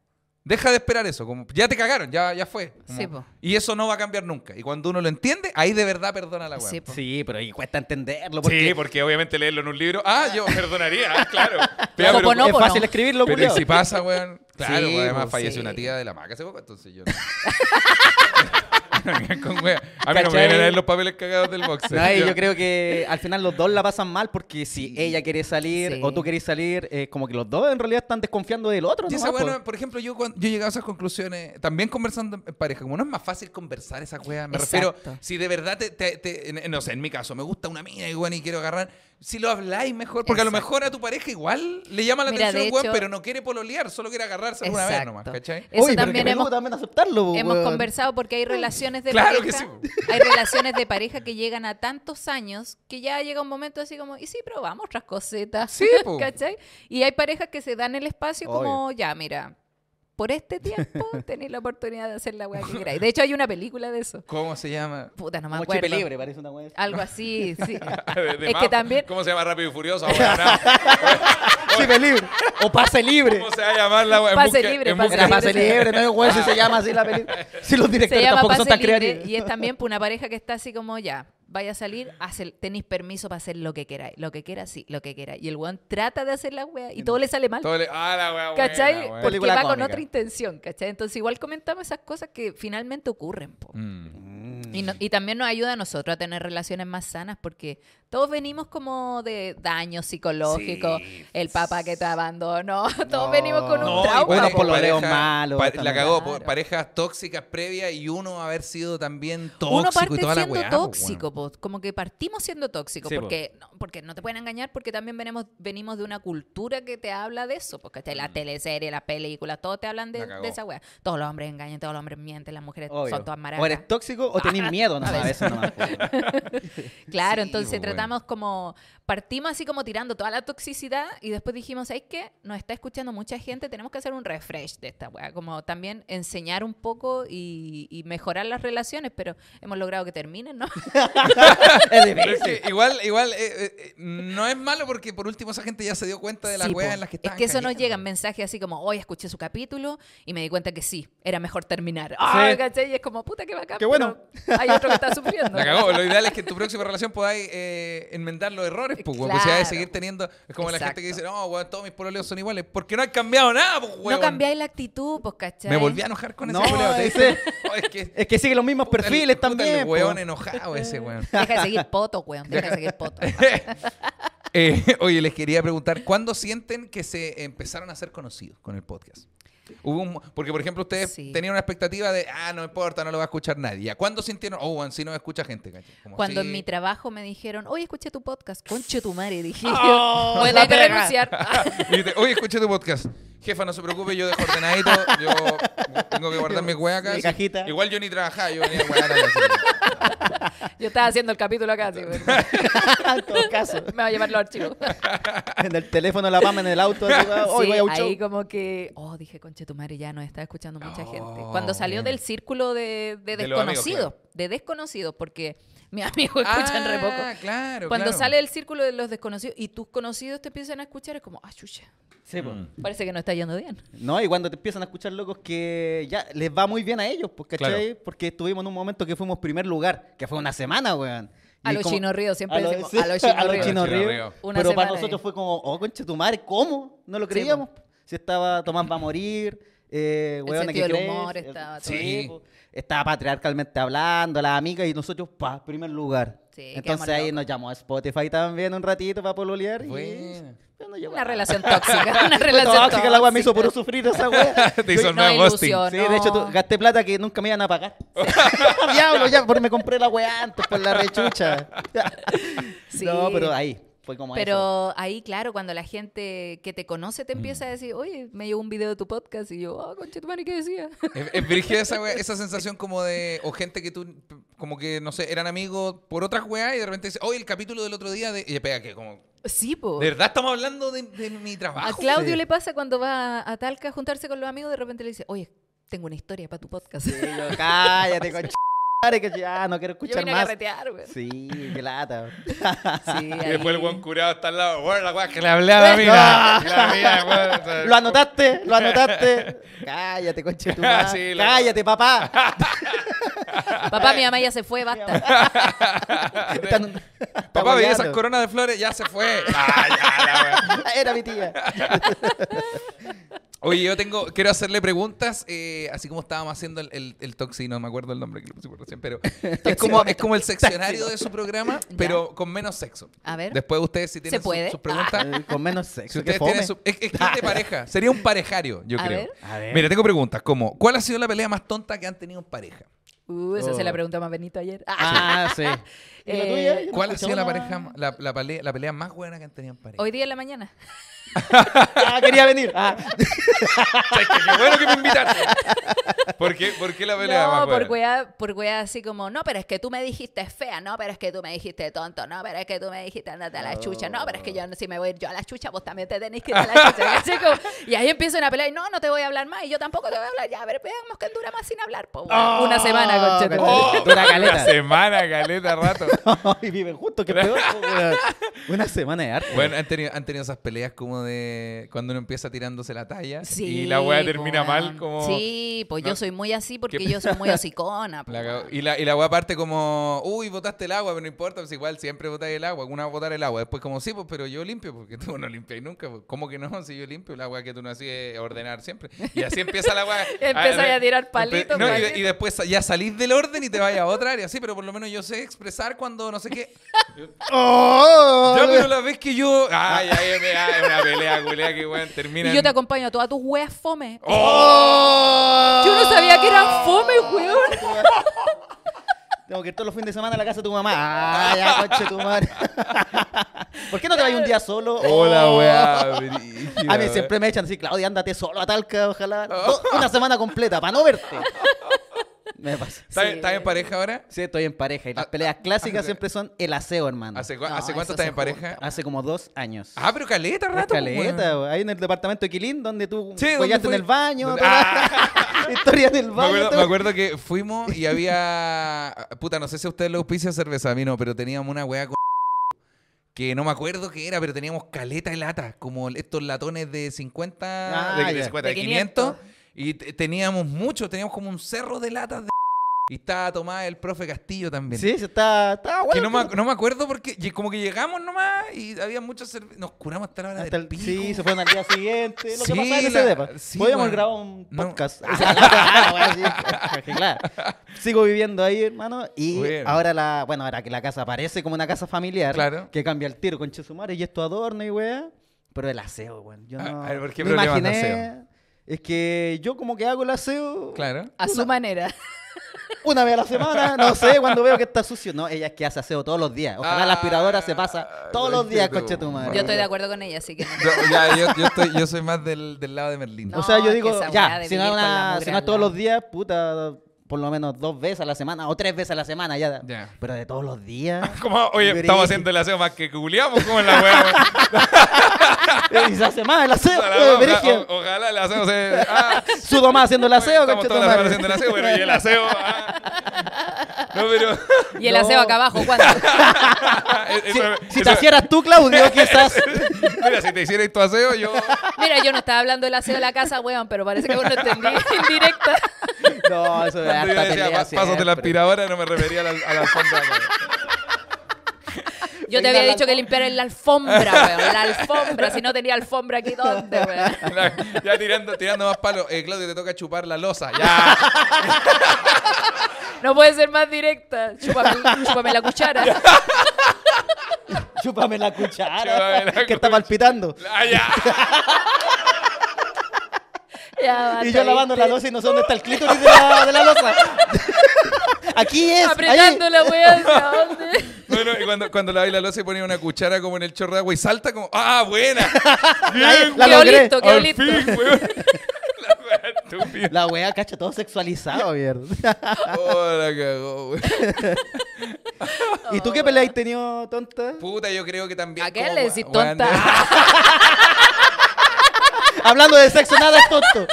Speaker 3: deja de esperar eso. Como, ya te cagaron, ya, ya fue. Como,
Speaker 2: Sí, po.
Speaker 3: y eso no va a cambiar nunca. Y cuando uno lo entiende, ahí de verdad perdona la weá.
Speaker 2: Sí,
Speaker 1: como- Sí, pero ahí cuesta entenderlo.
Speaker 3: Sí,
Speaker 1: Porque
Speaker 3: porque obviamente leerlo en un libro. Ah, yo perdonaría, claro.
Speaker 2: Pero- Ojo, po, no,
Speaker 1: es
Speaker 2: po,
Speaker 1: fácil
Speaker 2: no.
Speaker 1: escribirlo,
Speaker 3: pero ¿y
Speaker 1: culiao.
Speaker 3: si pasa, weón. Claro,
Speaker 1: Sí,
Speaker 3: weón, además
Speaker 1: pues,
Speaker 3: falleció
Speaker 2: sí.
Speaker 3: una tía de la maca hace poco, entonces yo. no. Con wea. A mí no me
Speaker 1: ¿Cachai?
Speaker 3: vienen a leer los papeles cagados del boxeo.
Speaker 1: No, y yo creo que al final los dos la pasan mal porque si ella quiere salir
Speaker 2: Sí.
Speaker 1: o tú querés salir, es como que los dos en realidad están desconfiando del otro.
Speaker 3: Y esa
Speaker 1: nomás,
Speaker 3: wea,
Speaker 1: po.
Speaker 3: no- por ejemplo, yo, cuando, yo he llegado a esas conclusiones, también conversando en pareja, como no es más fácil conversar esa wea, me refiero,
Speaker 2: Exacto.
Speaker 3: si de verdad, te, te- te- en- no sé, en mi caso, me gusta una mina y, weón, y quiero agarrar, si lo habláis mejor, porque a lo
Speaker 2: Exacto.
Speaker 3: mejor a tu pareja igual le llama la
Speaker 2: Mira,
Speaker 3: atención,
Speaker 2: de
Speaker 3: weón,
Speaker 2: hecho-
Speaker 3: pero no quiere pololear, solo quiere agarrarse alguna vez
Speaker 2: Exacto.
Speaker 3: nomás, ¿cachai?
Speaker 2: Eso
Speaker 1: Oye, pero
Speaker 2: también
Speaker 1: que
Speaker 2: hemos,
Speaker 1: peludo también aceptarlo, po,
Speaker 2: hemos
Speaker 1: weón.
Speaker 2: conversado porque hay relaciones de
Speaker 3: Claro que
Speaker 2: pareja.
Speaker 3: sí,
Speaker 2: Hay relaciones de pareja que llegan a tantos años que ya llega un momento así como, y sí, probamos otras cositas.
Speaker 3: Sí,
Speaker 1: pues.
Speaker 3: po.
Speaker 2: ¿Cachai? Y hay parejas que se dan el espacio como, ya, mira. Por este tiempo tenéis la oportunidad de hacer la weá que queráis. De hecho, hay una película de eso.
Speaker 3: ¿Cómo se llama?
Speaker 2: Puta, no me
Speaker 1: Como
Speaker 2: acuerdo.
Speaker 1: Chipelibre, parece una wea.
Speaker 2: Algo así, sí.
Speaker 3: De- de
Speaker 2: es
Speaker 3: Mafo.
Speaker 2: que también
Speaker 3: ¿Cómo se llama Rápido y Furioso? Ahora, nada.
Speaker 1: Chipe libre. O pase libre.
Speaker 3: ¿Cómo se va a llamar la en
Speaker 2: Pase
Speaker 3: busca-
Speaker 2: libre,
Speaker 3: en
Speaker 2: pase
Speaker 3: busca-
Speaker 1: Era pase libre, no es weón si se llama así la película. Si los
Speaker 2: se
Speaker 1: directores
Speaker 2: llama
Speaker 1: tampoco son
Speaker 2: pase
Speaker 1: tan
Speaker 2: libre
Speaker 1: creativos.
Speaker 2: y es también por una pareja que está así como ya, vaya a salir, hace- tenéis permiso para hacer lo que queráis, lo que quieras, sí, lo que queráis. Y el weón trata de hacer la wea y todo le sale mal.
Speaker 3: Todo le- Ah, la wea buena,
Speaker 2: ¿Cachai?
Speaker 3: wea.
Speaker 2: Porque
Speaker 1: Película
Speaker 2: va con
Speaker 1: cómica.
Speaker 2: otra intención, ¿cachai? Entonces igual comentamos esas cosas que finalmente ocurren. po.
Speaker 3: Mm.
Speaker 2: Y, no- y también nos ayuda a nosotros a tener relaciones más sanas porque todos venimos como de daños psicológicos, el papá que te abandonó, todos
Speaker 1: No.
Speaker 2: venimos con un
Speaker 1: No,
Speaker 3: y
Speaker 2: trauma.
Speaker 1: bueno,
Speaker 3: pareja-
Speaker 2: po.
Speaker 1: por lo leo
Speaker 3: pareja-
Speaker 1: malo,
Speaker 3: pa- la
Speaker 1: también.
Speaker 3: cagó,
Speaker 2: Claro.
Speaker 3: po- parejas tóxicas previas y uno haber sido también tóxico
Speaker 2: Uno parte
Speaker 3: y toda la
Speaker 2: siendo
Speaker 3: weá. po, weón.
Speaker 2: tóxico, po, como que partimos siendo tóxicos,
Speaker 1: Sí, po.
Speaker 2: porque, no, porque no te pueden engañar, porque también venimos, venimos de una cultura que te habla de eso, porque la teleserie, las películas, todo te hablan de,
Speaker 3: Mm. La cagó.
Speaker 2: de esa wea. Todos los hombres engañan, todos los hombres mienten, las mujeres
Speaker 1: Mm. Obvio.
Speaker 2: son todas
Speaker 1: O
Speaker 2: maracas.
Speaker 1: eres tóxico o tenés miedo nomás,
Speaker 2: veces.
Speaker 1: eso nomás, po.
Speaker 2: Claro,
Speaker 3: Sí,
Speaker 2: entonces
Speaker 3: pues, bueno.
Speaker 2: tratamos como, partimos así como tirando toda la toxicidad y después dijimos, ¿sabes qué? Nos está escuchando mucha gente, tenemos que hacer un refresh de esta weá, como también enseñar un poco y, y mejorar las relaciones, pero hemos logrado que terminen, ¿no?
Speaker 1: Es
Speaker 3: Pero es
Speaker 1: difícil.
Speaker 3: que igual, igual, eh, eh, eh, no es malo porque por último esa gente ya se dio cuenta de la
Speaker 2: Sí,
Speaker 3: weá
Speaker 2: po.
Speaker 3: en las que
Speaker 2: Es
Speaker 3: estaban
Speaker 2: que eso nos
Speaker 3: cayendo.
Speaker 2: llegan mensajes así como, hoy escuché su capítulo y me di cuenta que sí, era mejor terminar. Ah, ¿cachai? Y es como, puta, que bacán.
Speaker 1: Qué bueno.
Speaker 2: pero Hay otro que está sufriendo.
Speaker 3: La cagó. Lo ideal es que en tu próxima relación podáis eh, enmendar los errores, pues, weón. Pues, si hay que
Speaker 2: Claro.
Speaker 3: seguir teniendo. Es como la gente que dice,
Speaker 2: Exacto.
Speaker 3: no, weón, todos mis pololeos son iguales. Porque no han cambiado nada, pues,
Speaker 2: No
Speaker 3: weón.
Speaker 2: cambiáis la actitud, pues, ¿cachai?
Speaker 3: Me volví a enojar con ese
Speaker 1: No,
Speaker 3: pololeo. Te
Speaker 1: ese-
Speaker 3: dicen, "Oh, es que
Speaker 1: Es que siguen los mismos
Speaker 3: puta el-
Speaker 1: perfiles
Speaker 3: puta el
Speaker 1: también. po.
Speaker 3: weón enojado ese, weón.
Speaker 2: Deja de seguir poto, weón. Deja de seguir poto.
Speaker 3: Eh, oye, les quería preguntar, ¿cuándo sienten que se empezaron a ser conocidos con el podcast? Hubo un, porque, por ejemplo, ustedes
Speaker 2: Sí.
Speaker 3: tenían una expectativa de, ah, no importa, no lo va a escuchar nadie. ¿A cuándo sintieron, oh, weón, si no me escucha gente? cachai? Como,
Speaker 2: Cuando
Speaker 3: sí.
Speaker 2: en mi trabajo me dijeron, hoy escuché tu podcast, conche tu madre, dije. Pues,
Speaker 1: Oh,
Speaker 2: voy a
Speaker 1: la
Speaker 2: tener que
Speaker 1: pega.
Speaker 2: renunciar. Ah,
Speaker 3: Y te- oye, escuché tu podcast. Jefa, no se preocupe, yo dejo ordenadito. Yo tengo que guardar mis hueá acá.
Speaker 1: Mi cajita.
Speaker 3: Igual yo ni trabajaba, yo venía a guardar acá, así
Speaker 2: Yo estaba haciendo el capítulo acá, así, weón.
Speaker 1: en todo caso.
Speaker 2: Me va a llevar los archivos.
Speaker 1: En el teléfono la pama en el auto. así, va, "Hoy
Speaker 2: Sí,
Speaker 1: voy a un
Speaker 2: ahí
Speaker 1: show".
Speaker 2: como que, oh, dije, conche tu madre, ya nos está escuchando mucha gente.
Speaker 3: Oh,
Speaker 2: Cuando salió
Speaker 3: bien.
Speaker 2: del círculo de, de
Speaker 3: De los amigos,
Speaker 2: desconocidos, de desconocidos, porque Mis amigos Pues escuchan re poco.
Speaker 3: Ah, claro,
Speaker 2: Cuando
Speaker 3: claro.
Speaker 2: sale el círculo de los desconocidos y tus conocidos te empiezan a escuchar, es como, ah, chucha,
Speaker 1: Sí, po.
Speaker 2: parece que no está yendo bien.
Speaker 1: Mm. No, y cuando te empiezan a escuchar locos que ya les va muy bien a ellos, pues, ¿cachai? Porque estuvimos en un momento que fuimos primer lugar, que fue una semana, weón. Y
Speaker 2: A los
Speaker 1: como-
Speaker 2: Chino Río, siempre
Speaker 1: a los-
Speaker 2: decimos,
Speaker 1: sí,
Speaker 2: a los Chino
Speaker 1: a los
Speaker 2: Río.
Speaker 1: Chino
Speaker 3: A los Chino
Speaker 1: Río.
Speaker 3: Río.
Speaker 2: Una
Speaker 1: Pero para
Speaker 2: semana
Speaker 1: nosotros
Speaker 2: ahí.
Speaker 1: fue como, oh, conche tu madre, ¿cómo? No lo
Speaker 2: Sí,
Speaker 1: creíamos. si estaba Tomás va a morir, eh,
Speaker 2: El
Speaker 1: weón,
Speaker 2: sentido del humor estaba todo.
Speaker 1: Sí,
Speaker 3: Sí.
Speaker 1: po. estaba patriarcalmente hablando, las amigas, y nosotros, pa, primer lugar.
Speaker 2: Sí, quedamos
Speaker 1: Entonces ahí
Speaker 2: locos.
Speaker 1: nos llamó a Spotify también un ratito para pololear.
Speaker 3: Buena.
Speaker 1: Y... pero no llegó
Speaker 2: Una
Speaker 1: a nada.
Speaker 2: relación tóxica. Una
Speaker 1: Fue
Speaker 2: relación
Speaker 1: tóxica, la weá me hizo puro sufrir esa weá.
Speaker 3: Te hizo
Speaker 1: Yo-
Speaker 3: el
Speaker 2: no,
Speaker 3: nuevo ghosting.
Speaker 2: ilusión.
Speaker 1: Sí, de hecho
Speaker 2: no.
Speaker 1: tu- gasté plata que nunca me iban a pagar. Diablo, ya, porque me compré la weá antes por la rechucha.
Speaker 2: Sí.
Speaker 1: No, pero ahí, fue como eso.
Speaker 2: Pero ahí, claro, cuando la gente que te conoce te
Speaker 3: Mm.
Speaker 2: empieza a decir, oye, me llegó un video de tu podcast y yo, oh, conchetumare, ¿qué decía?
Speaker 3: Es, es brígida esa, wea- esa sensación como de. O gente que tú. p- Como que, no sé, eran amigos por otras weas y de repente dices, oye, el capítulo del otro día. De, y pega que como.
Speaker 2: sí, po.
Speaker 3: ¿De verdad estamos hablando de, de mi trabajo?
Speaker 2: A Claudio
Speaker 1: Sí.
Speaker 2: le pasa cuando va a Talca a juntarse con los amigos, de repente le dice, oye, tengo una historia para tu podcast.
Speaker 1: Sí, yo, cállate, con que ya no quiero
Speaker 2: yo
Speaker 1: escuchar
Speaker 2: vine a
Speaker 1: más.
Speaker 2: carretear, güey.
Speaker 1: Sí, qué lata.
Speaker 2: Sí,
Speaker 3: Y
Speaker 2: ahí-
Speaker 3: después el buen curado está al lado. Bueno, la wea que le hablaba a mí. La, la mía, wea, o sea,
Speaker 1: Lo anotaste, lo anotaste. Cállate, conche tu madre.
Speaker 3: Ah, Sí, lo-
Speaker 1: Cállate, papá.
Speaker 2: Papá, mi mamá ya se fue, basta.
Speaker 1: Están-
Speaker 3: Papá, veía esas
Speaker 1: Apoyando.
Speaker 3: coronas de flores, ya se fue. Ah, ya, la wea.
Speaker 1: Era mi tía.
Speaker 3: Oye, yo tengo, quiero hacerle preguntas, eh, así como estábamos haciendo el, el, el Toxi, no me acuerdo el nombre que lo pusimos recién, pero es como, es como el seccionario de su programa, pero con menos sexo.
Speaker 2: A ver.
Speaker 3: Después ustedes si tienen
Speaker 2: ¿Se
Speaker 3: su-
Speaker 2: puede? Ah.
Speaker 3: sus preguntas.
Speaker 1: Eh, Con menos
Speaker 3: Si
Speaker 1: sexo. que
Speaker 3: ustedes
Speaker 1: fome.
Speaker 3: tienen su, es, es que es de pareja, sería un parejario, yo
Speaker 2: A
Speaker 3: creo.
Speaker 2: ver.
Speaker 1: A ver.
Speaker 3: Mira, tengo preguntas como, ¿cuál ha sido la pelea más tonta que han tenido en pareja?
Speaker 2: Uh, esa se la
Speaker 1: Oh.
Speaker 2: preguntó más Benito ayer.
Speaker 1: Ah, sí. ¿Y la
Speaker 2: Eh,
Speaker 1: tuya? Yo no
Speaker 3: ¿Cuál ha
Speaker 1: escuché
Speaker 3: sido la
Speaker 1: nada.
Speaker 3: pareja, la, la pelea, la pelea más buena que han tenido en pareja?
Speaker 2: Hoy día en la mañana.
Speaker 1: Ah, quería venir. Ah.
Speaker 3: ¿Sabes qué? Qué bueno que me invitaste. ¿Por qué, por qué la pelea más
Speaker 2: No,
Speaker 3: buena?
Speaker 2: por weá, por weá así como, no, pero es que tú me dijiste fea, no, pero es que tú me dijiste tonto, no, pero es que tú me dijiste andate a la chucha, no, pero es que yo si me voy a ir yo a la chucha, vos también te tenés que ir a la chucha. ¿cachai? Como- y ahí empieza una pelea y no, no te voy a hablar más y yo tampoco te voy a hablar, ya, a ver, veamos que dura más sin hablar, po, weá.
Speaker 3: Oh,
Speaker 2: una semana,
Speaker 1: Ah,
Speaker 2: conchetumare.
Speaker 1: cachai. Dura
Speaker 3: Una
Speaker 1: caleta.
Speaker 3: semana, caleta, rato.
Speaker 1: y viven juntos, qué peor. po, weón. Una semana de arte.
Speaker 3: Bueno, han tenido, han tenido esas peleas como de cuando uno empieza tirándose la talla
Speaker 2: Sí,
Speaker 3: y la weá
Speaker 2: po,
Speaker 3: termina mal
Speaker 2: weón.
Speaker 3: como...
Speaker 2: Sí, pues
Speaker 3: No.
Speaker 2: yo soy muy así porque
Speaker 3: ¿Qué?
Speaker 2: yo soy muy hocicona. po,
Speaker 3: la
Speaker 2: weón.
Speaker 3: cagó. y, la, y la weá parte como, uy, botaste el agua, pero no importa, pues igual siempre botáis el agua, alguna va a botar el agua. Después como, sí, pues, pero yo limpio, porque tú no limpias nunca. Pues. ¿Cómo que no? Si yo limpio, la weá que tú no hacías es ordenar siempre. Y así empieza la weá.
Speaker 2: Empieza
Speaker 3: Ah,
Speaker 2: ya a tirar
Speaker 3: empe-
Speaker 2: palitos,
Speaker 3: no, y, de-
Speaker 2: palitos.
Speaker 3: y después ya salís del orden y te vayas a otra área. Sí, pero por lo menos yo sé expresar cuando no sé qué.
Speaker 1: ¡Oh!
Speaker 3: Ya, pero la vez que yo... Ay, ay, ay, ay, una pelea, culea, que weón, termina...
Speaker 2: Y yo
Speaker 3: en-
Speaker 2: te acompaño a todas tus weas fome.
Speaker 3: ¡Oh!
Speaker 2: Yo no sabía que eran fome, weón.
Speaker 1: Tengo que ir todos los fines de semana a la casa de tu mamá. ¡Ah, ya, coche tu madre! ¿Por qué no te vas un día solo?
Speaker 3: Hola,
Speaker 1: Oh.
Speaker 3: weá.
Speaker 1: A mí siempre me echan así, Claudia, ándate solo a Talca, ojalá. Do- Una semana completa, para no verte. Me pasa.
Speaker 3: ¿Estás
Speaker 2: Sí.
Speaker 3: estás en pareja ahora?
Speaker 1: Sí, estoy en pareja y las
Speaker 3: Ah,
Speaker 1: peleas
Speaker 3: ah,
Speaker 1: clásicas
Speaker 3: ah,
Speaker 1: siempre son el aseo, hermano.
Speaker 3: ¿Hace, cua-
Speaker 2: No,
Speaker 3: ¿hace
Speaker 2: eso
Speaker 3: cuánto estás
Speaker 2: se
Speaker 3: en pareja?
Speaker 1: Hace como dos años.
Speaker 3: Ah, pero caleta,
Speaker 1: Una
Speaker 3: rato.
Speaker 1: escaleta,
Speaker 3: weón.
Speaker 1: güey. ahí en el departamento de Quilín, donde tú
Speaker 3: Sí, ¿dónde
Speaker 1: follaste
Speaker 3: fue?
Speaker 1: en el baño,
Speaker 3: ¿Dónde?
Speaker 1: toda
Speaker 3: Ah.
Speaker 1: la historia del
Speaker 3: Me
Speaker 1: baño.
Speaker 3: acuerdo,
Speaker 1: todo.
Speaker 3: me acuerdo que fuimos y había. Puta, no sé si a ustedes lo auspicia cerveza, a mí no, pero teníamos una weá con. Que no me acuerdo qué era, pero teníamos caleta de lata, como estos latones de 50,
Speaker 1: Ah,
Speaker 3: de, de
Speaker 1: ya.
Speaker 3: 50, de
Speaker 2: De
Speaker 3: 500. Y te- teníamos mucho, teníamos como un cerro de latas de. Y estaba tomada el profe Castillo también.
Speaker 1: Sí, se está, está
Speaker 3: Que
Speaker 1: bueno. pues.
Speaker 3: no, me, ac- no me acuerdo porque lle- como que llegamos nomás y había muchos serv- Nos curamos hasta la hora
Speaker 1: Hasta
Speaker 3: del
Speaker 1: el-
Speaker 3: pico.
Speaker 1: sí, se fueron al día siguiente. Lo
Speaker 3: Sí,
Speaker 1: que pasaba en
Speaker 3: la-
Speaker 1: ese depa.
Speaker 3: sí,
Speaker 1: Podíamos
Speaker 3: weón.
Speaker 1: grabar un
Speaker 3: No.
Speaker 1: podcast. Ah, sí, claro. Sigo viviendo ahí, hermano. Y
Speaker 3: Bueno.
Speaker 1: ahora la, bueno, ahora que la casa parece como una casa familiar,
Speaker 3: Claro.
Speaker 1: que cambia el tiro con Chesumare y esto adorno y weá. Pero el aseo, weón. Yo
Speaker 3: A-
Speaker 1: no
Speaker 3: Ah, a ver, ¿por qué
Speaker 1: me
Speaker 3: problemas de
Speaker 1: imaginé.
Speaker 3: aseo?
Speaker 1: Es que yo como que hago el aseo.
Speaker 3: Claro.
Speaker 2: A su manera.
Speaker 1: una vez a la semana, no sé, cuando veo que está sucio. No, ella es que hace aseo todos los días. Ojalá la aspiradora se pasa
Speaker 3: Ah,
Speaker 1: todos los días,
Speaker 3: conchetumare.
Speaker 1: coche tu madre.
Speaker 2: Yo estoy de acuerdo con ella, así que no.
Speaker 3: Yo, ya, yo, yo estoy- yo soy más del, del lado de Merlín.
Speaker 2: No,
Speaker 1: o sea,
Speaker 2: es
Speaker 1: yo
Speaker 2: que
Speaker 1: digo,
Speaker 2: esa weá
Speaker 1: ya,
Speaker 2: de
Speaker 1: si no,
Speaker 2: vivir
Speaker 1: es
Speaker 2: con la
Speaker 1: una-
Speaker 2: mugre
Speaker 1: si no
Speaker 2: al
Speaker 1: es todos
Speaker 2: lado.
Speaker 1: los días, puta, por lo menos dos veces a la semana o tres veces a la semana ya.
Speaker 3: Ya.
Speaker 1: Pero de todos los días.
Speaker 3: Como, oye,
Speaker 1: Gris.
Speaker 3: estamos haciendo el aseo más que culiamos como en la wea. weón.
Speaker 1: eh, y se hace más el aseo,
Speaker 3: Ojalá,
Speaker 1: eh, brígido.
Speaker 3: o- ojalá el aseo se. Ah,
Speaker 1: Sudo más haciendo el aseo,
Speaker 3: estamos toda la semana haciendo el aseo, pero y el aseo. ah. No, pero.
Speaker 2: Y el
Speaker 1: No.
Speaker 2: aseo acá abajo, ¿cuándo?
Speaker 1: Si,
Speaker 3: Eso-
Speaker 1: si te
Speaker 3: eso-
Speaker 1: hacieras tú, Claudio, quizás.
Speaker 3: Mira, si te hicierais tu aseo, yo.
Speaker 2: Mira, yo no estaba hablando del aseo de la casa, weón, pero parece que vos no entendí en directa.
Speaker 1: No, eso es
Speaker 3: Cuando
Speaker 1: harta
Speaker 3: yo decía,
Speaker 1: pelea.
Speaker 3: "Pa- pásate la
Speaker 1: siempre.
Speaker 3: aspiradora, no me refería a la, a la alfombra.
Speaker 2: Yo
Speaker 1: Venga,
Speaker 2: te había
Speaker 1: la
Speaker 2: dicho que limpiar la alfombra, weón. La alfombra, si no tenía alfombra aquí, ¿dónde, weón?
Speaker 3: La- ya tirando, tirando más palos. Eh, Claudio, te toca chupar la losa. Ya.
Speaker 2: No puede ser más directa. Chúpame, chúpame la cuchara.
Speaker 1: Chúpame la cuchara.
Speaker 3: Chúpame la
Speaker 1: que está palpitando.
Speaker 3: Ah, ya.
Speaker 2: Ya, basta,
Speaker 1: Y yo lavando la
Speaker 2: ¿viste?
Speaker 1: losa y no sé dónde está el clítoris de la, de la losa. Aquí es. ahí.
Speaker 2: Apretando la weón, ¿a dónde?
Speaker 3: Bueno, y cuando, cuando laváis la losa y ponía una cuchara como en el chorro de agua y salta como. ¡Ah, buena! ¡Bien!
Speaker 1: La
Speaker 2: quedó
Speaker 1: logré.
Speaker 2: listo, quedó
Speaker 3: ¡Al
Speaker 2: listo.
Speaker 3: fin, weón! La wea estúpida.
Speaker 1: La wea, cacha, todo sexualizado, mierda.
Speaker 3: Oh, la cagó, weón.
Speaker 1: ¿Y tú qué pelea has tenido, tonta?
Speaker 3: Puta, yo creo que también.
Speaker 2: ¿A qué
Speaker 3: como,
Speaker 2: le decís
Speaker 3: weón,
Speaker 2: tonta?
Speaker 1: Hablando de sexo, nada es tonto.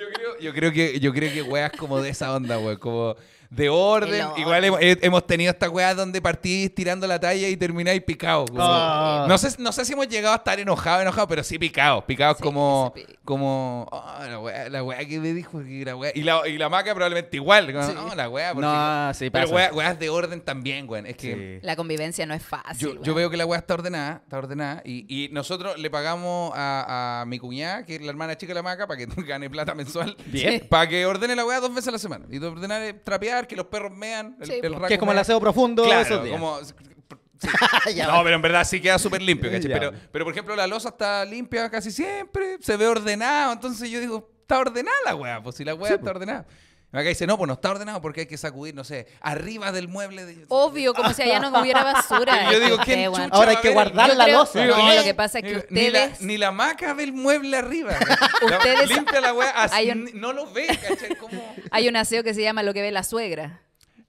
Speaker 3: Yo creo, yo creo que yo creo que weas como de esa onda, weón, como de orden.
Speaker 2: El
Speaker 3: Igual hemos, he- hemos tenido estas weas donde partís tirando la talla y termináis picados. como-
Speaker 1: Ah.
Speaker 3: No sé, no sé si hemos llegado a estar enojados, enojados, pero sí picados. Picados
Speaker 2: Sí,
Speaker 3: como,
Speaker 2: sí, pi-
Speaker 3: como "Ah, la wea, la wea que me dijo que la wea. Y la, y la maca probablemente igual. como, No, la wea, porque-
Speaker 1: No, sí,
Speaker 3: Pero
Speaker 1: pasa.
Speaker 3: wea- weas de orden también, weón. Es que
Speaker 2: La convivencia no es fácil.
Speaker 3: yo, yo
Speaker 2: weón.
Speaker 3: veo que la weá está ordenada, está ordenada. Y, y nosotros le pagamos a, a mi cuñada, que es la hermana chica de la maca, para que gane plata mensual.
Speaker 1: Bien.
Speaker 3: Para que ordene la weá dos veces a la semana. Y de ordenar es trapear, que los perros mean, el,
Speaker 2: Sí,
Speaker 3: el
Speaker 2: pues.
Speaker 3: raco
Speaker 1: Que es como el
Speaker 3: mea.
Speaker 1: aseo profundo.
Speaker 3: Claro,
Speaker 1: esos días. Ah,
Speaker 3: como-
Speaker 1: Ya,
Speaker 3: no, pero en verdad sí queda súper limpio, ¿cachai?
Speaker 1: Ya,
Speaker 3: Pero,
Speaker 1: bueno.
Speaker 3: pero por ejemplo, la losa está limpia casi siempre, se ve ordenado. Entonces yo digo, está ordenada la weá, pues si la weá está ordenada. Y acá dice, no, pues no está ordenado porque hay que sacudir, no sé, arriba del mueble. de-
Speaker 2: Obvio, como si allá no hubiera basura.
Speaker 3: Y yo digo,
Speaker 2: Este,
Speaker 3: ¿quién
Speaker 2: weón.
Speaker 3: chucha
Speaker 1: Ahora hay
Speaker 3: va a
Speaker 1: que
Speaker 3: ver el-
Speaker 1: guardar la
Speaker 2: creo-
Speaker 1: losa.
Speaker 2: No,
Speaker 1: ¿no?
Speaker 2: lo que pasa es que
Speaker 3: ni la-
Speaker 2: ustedes-
Speaker 3: Ni la, maca ve el mueble arriba. La-
Speaker 2: Ustedes-
Speaker 3: limpia la weá, así
Speaker 2: Hay un-
Speaker 3: n- no lo ve, ¿cachai? Como...
Speaker 2: Hay un aseo que se llama lo que ve la suegra.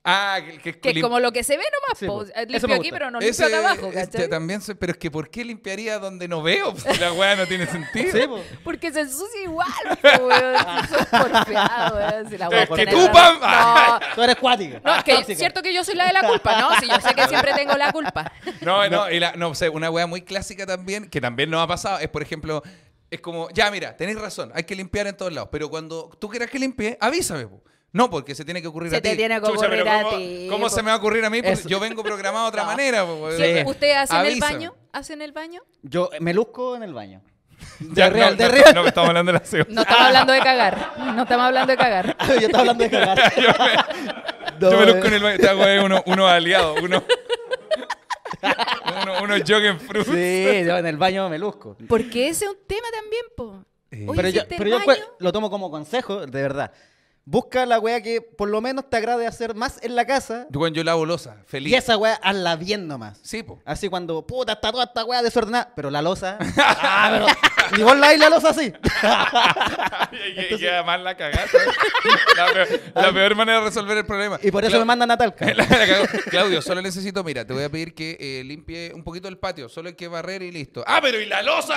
Speaker 3: Ah, que,
Speaker 2: Que es
Speaker 3: lim-
Speaker 2: como lo que se ve nomás.
Speaker 1: Sí,
Speaker 2: po. eh,
Speaker 1: pues, eso
Speaker 2: Limpio
Speaker 1: me
Speaker 2: aquí,
Speaker 1: gusta.
Speaker 2: pero no
Speaker 3: Ese-
Speaker 2: limpio acá abajo,
Speaker 3: este,
Speaker 2: ¿cachai?
Speaker 3: también se- pero es que ¿por qué limpiaría donde no veo? Si la weá no tiene sentido.
Speaker 1: Sí, po.
Speaker 2: Porque se ensucia igual, po, weón. Si son porfiados, weón. Si la
Speaker 3: Es
Speaker 2: weá
Speaker 1: que
Speaker 2: tiene
Speaker 1: tú,
Speaker 2: razón.
Speaker 3: pam.
Speaker 2: No,
Speaker 1: Tú eres cuática.
Speaker 2: No, es que
Speaker 1: Tóxica.
Speaker 2: cierto que yo soy la de la culpa, ¿no? Si yo sé que siempre tengo la culpa.
Speaker 3: No, no, y la- no sé, una weá muy clásica también, que también nos ha pasado, es por ejemplo, es como, ya mira, tenéis razón, hay que limpiar en todos lados, pero cuando tú quieras que limpie, avísame. po. No, porque se tiene que ocurrir
Speaker 2: Se
Speaker 3: a ti.
Speaker 2: te tiene que
Speaker 3: Chucha, pero
Speaker 2: ocurrir a
Speaker 3: ¿cómo-
Speaker 2: ti,
Speaker 3: ¿Cómo
Speaker 2: po.
Speaker 3: se me va a ocurrir a mí? Porque
Speaker 1: Eso.
Speaker 3: Yo vengo programado de otra
Speaker 2: No.
Speaker 3: manera. po, weón.
Speaker 1: Sí.
Speaker 2: ¿Usted hace en el
Speaker 3: Avísame.
Speaker 2: baño? ¿Hace en el baño?
Speaker 1: Yo me luzco en el baño. De
Speaker 3: Ya,
Speaker 1: real, de
Speaker 3: no, no,
Speaker 1: real.
Speaker 3: no, que estamos hablando de la SEO.
Speaker 2: No estamos hablando de cagar. No estamos hablando de cagar.
Speaker 1: Ah, Yo estaba hablando de cagar.
Speaker 3: yo me, yo me luzco en el baño. Esta weá es uno, uno aliado, uno. uno, uno jogging fruit.
Speaker 1: Sí, yo en el baño me luzco.
Speaker 2: Porque ese es un tema también, po.
Speaker 3: Eh,
Speaker 2: Oye,
Speaker 1: pero yo,
Speaker 2: ¿hiciste el
Speaker 1: pero yo
Speaker 2: baño?
Speaker 1: cue- lo tomo como consejo, de verdad. Busca la wea que por lo menos te agrade hacer más en la casa.
Speaker 3: Bueno, yo lavo losa, feliz.
Speaker 1: Y esa wea hazla bien nomás.
Speaker 3: Sí, po.
Speaker 1: Así cuando, puta, está toda esta wea desordenada. Pero la losa. ah, pero, ni vos la la losa así.
Speaker 3: Y- Y y además la cagaste. La peor, la peor manera de resolver el problema.
Speaker 1: Ah. Y por eso me mandan a Talca.
Speaker 3: La- la cagó. Claudio, solo necesito, mira, te voy a pedir que eh, limpie un poquito el patio, solo hay que barrer y listo. Ah, pero ¿y la losa?